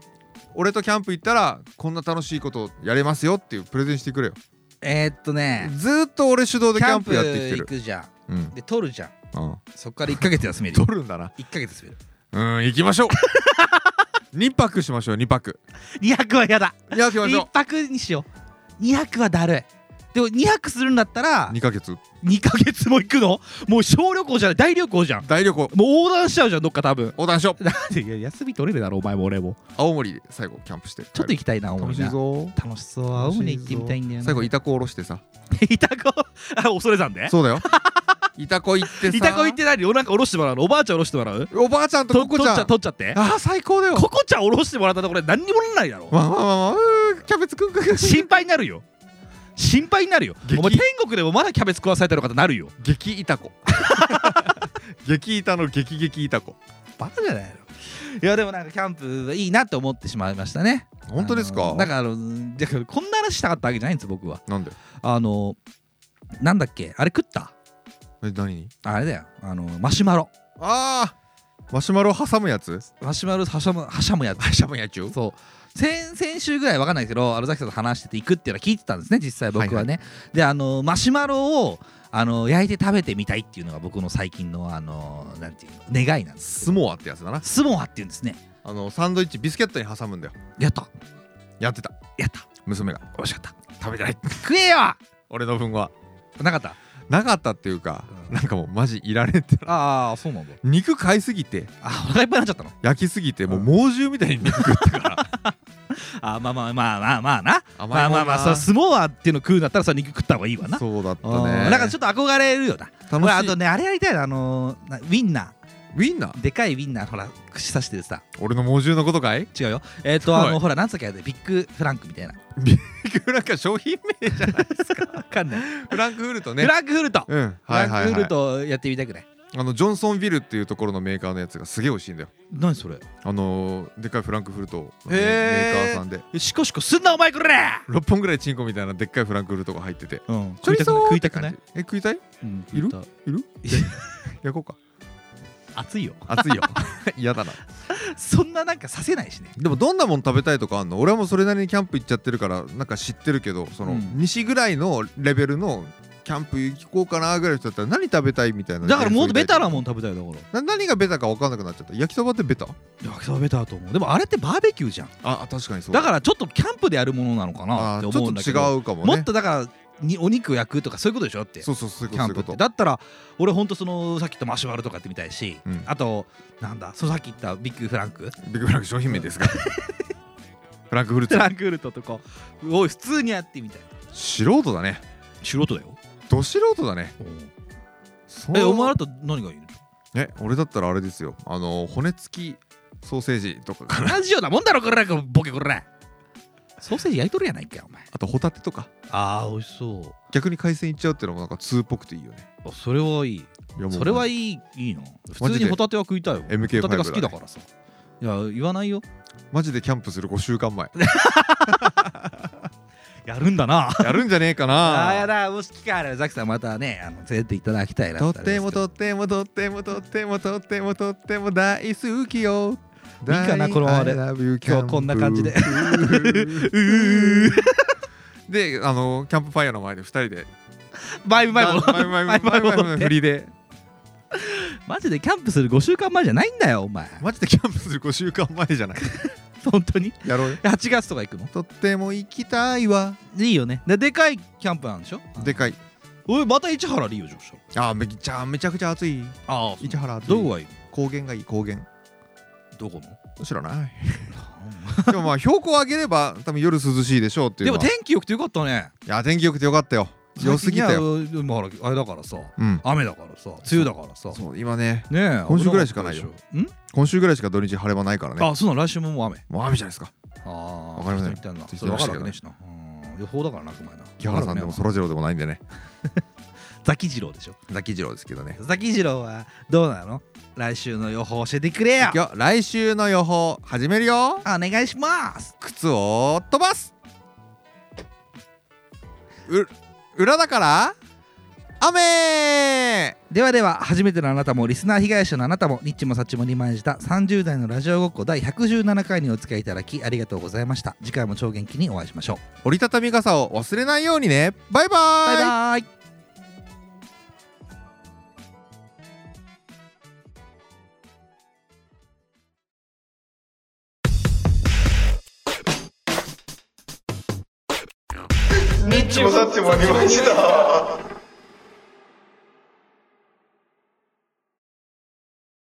[SPEAKER 1] 俺とキャンプ行ったらこんな楽しいことやれますよっていうプレゼンしてくれよ
[SPEAKER 2] えー、っとね
[SPEAKER 1] ずーっと俺主導
[SPEAKER 2] キ
[SPEAKER 1] でキャ
[SPEAKER 2] ャン
[SPEAKER 1] ン
[SPEAKER 2] プ
[SPEAKER 1] プやってきて
[SPEAKER 2] 行
[SPEAKER 1] る
[SPEAKER 2] くじゃん
[SPEAKER 1] うん
[SPEAKER 2] で取るじゃん
[SPEAKER 1] うん
[SPEAKER 2] そ <laughs> っから1ヶ月休めるよ
[SPEAKER 1] 取るんだな
[SPEAKER 2] 1ヶ月休める
[SPEAKER 1] うん行き <laughs> ましょう2泊しましょう2泊
[SPEAKER 2] 2泊はやだ
[SPEAKER 1] いや行きまし
[SPEAKER 2] 1
[SPEAKER 1] ょ
[SPEAKER 2] 泊にしよう2泊はだるいでも2泊するんだったら
[SPEAKER 1] う2ヶ月
[SPEAKER 2] 2ヶ月も行くのもう小旅行じゃない大旅行じゃん
[SPEAKER 1] 大旅行
[SPEAKER 2] もう横断しちゃうじゃんどっか多分
[SPEAKER 1] 横断しよう
[SPEAKER 2] だっていや休み取れるだろお前も俺も
[SPEAKER 1] 青森で最後キャンプして
[SPEAKER 2] ちょっと行きたいな青
[SPEAKER 1] 楽
[SPEAKER 2] 森
[SPEAKER 1] しい
[SPEAKER 2] な
[SPEAKER 1] ぞ
[SPEAKER 2] 楽しそう青森行ってみたいんだよな
[SPEAKER 1] 最後イタコ下ろしてさ
[SPEAKER 2] <laughs> いたこあ恐れ山で
[SPEAKER 1] そうだよイタコ行ってさ
[SPEAKER 2] いたこ行って何おなんかおろしてもらうのおばあちゃんおろしてもらう
[SPEAKER 1] おばあちゃんと
[SPEAKER 2] と
[SPEAKER 1] ココ
[SPEAKER 2] 取
[SPEAKER 1] ち
[SPEAKER 2] っ
[SPEAKER 1] ゃ
[SPEAKER 2] ちゃ
[SPEAKER 1] ん
[SPEAKER 2] 取っちゃって
[SPEAKER 1] ああ最高だよ
[SPEAKER 2] ココちゃんおろしてもらったとこれ何にもならない <laughs> だろ
[SPEAKER 1] わわわわうーキャベツくんくん
[SPEAKER 2] 心配になるよ心配になるよ
[SPEAKER 1] 激
[SPEAKER 2] お前天国でもまだキャベツ食わされてる方なるよ
[SPEAKER 1] 激イタコ <laughs> 激イタの激激イタコ
[SPEAKER 2] バカじゃないのいやでもなんかキャンプいいなって思ってしまいましたね
[SPEAKER 1] 本当です
[SPEAKER 2] あ
[SPEAKER 1] か
[SPEAKER 2] のだからあのだからこんな話したかったわけじゃないんです僕は
[SPEAKER 1] なんで
[SPEAKER 2] あのなんだっけあれ食った
[SPEAKER 1] え何に
[SPEAKER 2] あれだよあのマシュマロ
[SPEAKER 1] あーマシュマロ挟むやつ
[SPEAKER 2] マシュマロはしゃむはしゃむやつ
[SPEAKER 1] 挟むやつ
[SPEAKER 2] そう先先週ぐらいわかんないですけど荒崎さんと話してて行くっていうのは聞いてたんですね実際僕はね、であのマシュマロをあの焼いて食べてみたいっていうのが僕の最近のあのなんていうの願いなんです
[SPEAKER 1] スモアってやつだな
[SPEAKER 2] スモアっていうんですね
[SPEAKER 1] あのサンドイッチビスケットに挟むんだよ
[SPEAKER 2] やった
[SPEAKER 1] やってた
[SPEAKER 2] やった
[SPEAKER 1] 娘が
[SPEAKER 2] 美味しかった
[SPEAKER 1] 食べてない
[SPEAKER 2] 食えよ
[SPEAKER 1] 俺の分は
[SPEAKER 2] なかった
[SPEAKER 1] なかったっていうか
[SPEAKER 2] うん
[SPEAKER 1] なんかもうマジいられてる
[SPEAKER 2] ああそうなんだ
[SPEAKER 1] 肉買いすぎて
[SPEAKER 2] あお腹いっぱいになっちゃったの
[SPEAKER 1] 焼きすぎてもう猛獣みたいに肉食ってから
[SPEAKER 2] あまあまあまあまあまあな
[SPEAKER 1] 甘い
[SPEAKER 2] <laughs> ま
[SPEAKER 1] も
[SPEAKER 2] あ
[SPEAKER 1] ん
[SPEAKER 2] ま
[SPEAKER 1] な
[SPEAKER 2] あまあそれスモアっていうの食うんだったらさ肉食った方がいいわな
[SPEAKER 1] そうだった
[SPEAKER 2] うん
[SPEAKER 1] ね
[SPEAKER 2] なんかちょっと憧れるよな
[SPEAKER 1] 楽
[SPEAKER 2] 俺
[SPEAKER 1] しい
[SPEAKER 2] あとねあれやりたいなあのなウィンナ
[SPEAKER 1] ウィンナー
[SPEAKER 2] ーでかいウィンナーほら串刺してるさ
[SPEAKER 1] 俺の猛獣のことかい <laughs>
[SPEAKER 2] 違うよえっ、とあ
[SPEAKER 1] はい
[SPEAKER 2] のほらなんつったっけあれビッグフランクみたいな
[SPEAKER 1] なんか商品名じゃないですか
[SPEAKER 2] わかんない、
[SPEAKER 1] フランクフルトね
[SPEAKER 2] <laughs> フランクフルト、
[SPEAKER 1] うんはいはい、
[SPEAKER 2] フランクフ
[SPEAKER 1] はい
[SPEAKER 2] ル、トやってみたくない
[SPEAKER 1] あのジョンソンビルっていうところのメーカーのやつがすげえ美味しいんだよ
[SPEAKER 2] 何それ
[SPEAKER 1] あのーでっかいフランクフルトのメ
[SPEAKER 2] へ
[SPEAKER 1] メ
[SPEAKER 2] ー
[SPEAKER 1] ーカーさんで
[SPEAKER 2] シコシコすんなお前これ
[SPEAKER 1] 6本ぐらいチンコみたいなでっかいフランクフルトが入ってて
[SPEAKER 2] うん
[SPEAKER 1] ちょ
[SPEAKER 2] 食いたくな
[SPEAKER 1] な
[SPEAKER 2] い食いたくないい、
[SPEAKER 1] え食いたい
[SPEAKER 2] うん、
[SPEAKER 1] いる
[SPEAKER 2] 食い
[SPEAKER 1] いる
[SPEAKER 2] いや
[SPEAKER 1] 焼こうか
[SPEAKER 2] た熱いよ
[SPEAKER 1] 熱
[SPEAKER 2] <laughs>
[SPEAKER 1] いよ嫌だな
[SPEAKER 2] そんななんかさせないしね
[SPEAKER 1] でもどんなもん食べたいとかあんの俺はもうそれなりにキャンプ行っちゃってるからなんか知ってるけどその、
[SPEAKER 2] うん
[SPEAKER 1] 西ぐらいのレベルのキャンプ行こうかなぐらいの人だったら何食べたいみたいな
[SPEAKER 2] だからもっとベタなも
[SPEAKER 1] ん
[SPEAKER 2] ん食べたいだから
[SPEAKER 1] な何がベタか分かんなくなっちゃった焼きそばってベタ
[SPEAKER 2] 焼きそばベタだと思うでもあれってバーベキューじゃん
[SPEAKER 1] あ確かにそう
[SPEAKER 2] だからちょっとキャンプでやるものなのかな
[SPEAKER 1] あ
[SPEAKER 2] って
[SPEAKER 1] ーち
[SPEAKER 2] 思う
[SPEAKER 1] ょ
[SPEAKER 2] ん
[SPEAKER 1] っ
[SPEAKER 2] だ
[SPEAKER 1] と
[SPEAKER 2] け
[SPEAKER 1] 違
[SPEAKER 2] ど
[SPEAKER 1] うかもね
[SPEAKER 2] もっとだからにお肉を焼くとかそういうことでしょって
[SPEAKER 1] そうそうそういう
[SPEAKER 2] キ
[SPEAKER 1] ことそうい
[SPEAKER 2] ャン
[SPEAKER 1] う
[SPEAKER 2] プ
[SPEAKER 1] こ
[SPEAKER 2] って
[SPEAKER 1] と
[SPEAKER 2] だったら俺ほんとそのさっき言ったマシュマロとかやってみたいし、
[SPEAKER 1] うん
[SPEAKER 2] あとなんだそのさっき言ったビッグフラン <laughs> ク
[SPEAKER 1] ビッグフランク商品名です
[SPEAKER 2] <laughs>
[SPEAKER 1] がフランクフル
[SPEAKER 2] フ
[SPEAKER 1] ト
[SPEAKER 2] ランクフルトとかを普通にやってみたい
[SPEAKER 1] 素人だね
[SPEAKER 2] 素人だよ
[SPEAKER 1] ど素人だねそう
[SPEAKER 2] えお前だと何がいいの
[SPEAKER 1] え俺だったらあれですよあの骨付きソーセージとかかな
[SPEAKER 2] <laughs> ラジオなもんだろこれボケこれソーセージ焼いとるやないかよお前
[SPEAKER 1] あとホタテとか
[SPEAKER 2] ああ美味しそう
[SPEAKER 1] 逆に海鮮いっちゃうってのもなんか通っぽくていいよね
[SPEAKER 2] あそれはいい
[SPEAKER 1] いやもう
[SPEAKER 2] それはいいいいの
[SPEAKER 1] マ
[SPEAKER 2] 普
[SPEAKER 1] ジ
[SPEAKER 2] 通
[SPEAKER 1] で
[SPEAKER 2] にホタテは食いたいよホタ
[SPEAKER 1] MK5
[SPEAKER 2] テが好きだからさいや言わないよ
[SPEAKER 1] マジでキャンプする5週間前
[SPEAKER 2] やるんだな
[SPEAKER 1] やるんじゃねえか
[SPEAKER 2] <laughs> ああや
[SPEAKER 1] な
[SPEAKER 2] だもし機会あればザキさんまたねあの連れていただきたいな
[SPEAKER 1] とっても
[SPEAKER 2] と
[SPEAKER 1] とってもとってもとってもとってもとっても大好きよいい
[SPEAKER 2] いかなこのままで
[SPEAKER 1] 今
[SPEAKER 2] 今日はこんな感じで
[SPEAKER 1] <laughs> であのキャンプファイヤーの前で2人で
[SPEAKER 2] バイブバイブ
[SPEAKER 1] バイバイバイバイバイバイ振りで
[SPEAKER 2] マジでキャンプする5週間前じゃないんだよお前
[SPEAKER 1] マジでキャンプする5週間前じゃない
[SPEAKER 2] 本当に
[SPEAKER 1] やろうよ
[SPEAKER 2] 8月とか行くの
[SPEAKER 1] とっても行きたいわ
[SPEAKER 2] いいよねででかいキャンプなんでしょ
[SPEAKER 1] でかい
[SPEAKER 2] おいまた市原でいいよじゃ
[SPEAKER 1] あーめちゃめちゃくちゃ暑い
[SPEAKER 2] ああ
[SPEAKER 1] 市原暑い
[SPEAKER 2] どこがいい
[SPEAKER 1] 高原がいい高原
[SPEAKER 2] どこの
[SPEAKER 1] 知ら <laughs> ないでもまあ標高を上げれば多分夜涼しいでしょうってい
[SPEAKER 2] で
[SPEAKER 1] うの
[SPEAKER 2] も
[SPEAKER 1] は
[SPEAKER 2] 天気良くてよかったね
[SPEAKER 1] いや天気良くてよかったよ良すぎたよ
[SPEAKER 2] 最近いやでもほらあれだからさ
[SPEAKER 1] うん
[SPEAKER 2] 雨だからさ梅雨だからさ
[SPEAKER 1] そう今ね
[SPEAKER 2] ねえ
[SPEAKER 1] 今週ぐらいしかないよ
[SPEAKER 2] 危かったでし
[SPEAKER 1] 今週ぐらいしか土日晴れ場ないから
[SPEAKER 2] ょん
[SPEAKER 1] ね
[SPEAKER 2] あそうなの来週ももう雨
[SPEAKER 1] もう雨じゃないですか
[SPEAKER 2] ああ
[SPEAKER 1] わかりません
[SPEAKER 2] みたいな
[SPEAKER 1] ちょっ
[SPEAKER 2] そ
[SPEAKER 1] と言っ
[SPEAKER 2] れ分
[SPEAKER 1] て
[SPEAKER 2] か
[SPEAKER 1] ま
[SPEAKER 2] る
[SPEAKER 1] したけ
[SPEAKER 2] わ
[SPEAKER 1] ど
[SPEAKER 2] け
[SPEAKER 1] ね
[SPEAKER 2] ねえしなうん予報だからなくまいな
[SPEAKER 1] 木原さんでもそらジローでもないんでね
[SPEAKER 2] ザキジロウでしょ
[SPEAKER 1] ザキジローですけどね
[SPEAKER 2] ザキジロウはどうなの来週の予報教えてくれよ
[SPEAKER 1] いくよ来週の予報始めるよ
[SPEAKER 2] お願いします
[SPEAKER 1] 靴を飛ばすう裏だから雨
[SPEAKER 2] ではでは初めてのあなたもリスナー被害者のあなたもニッチもサッチもにまんじた30代のラジオごっこ第117回にお付き合いいただきありがとうございました次回も超元気にお会いしましょう
[SPEAKER 1] 折りたたみ傘を忘れないようにねバイバ
[SPEAKER 2] バ
[SPEAKER 1] イ
[SPEAKER 2] イバイ
[SPEAKER 4] ニッチもサッチも2枚した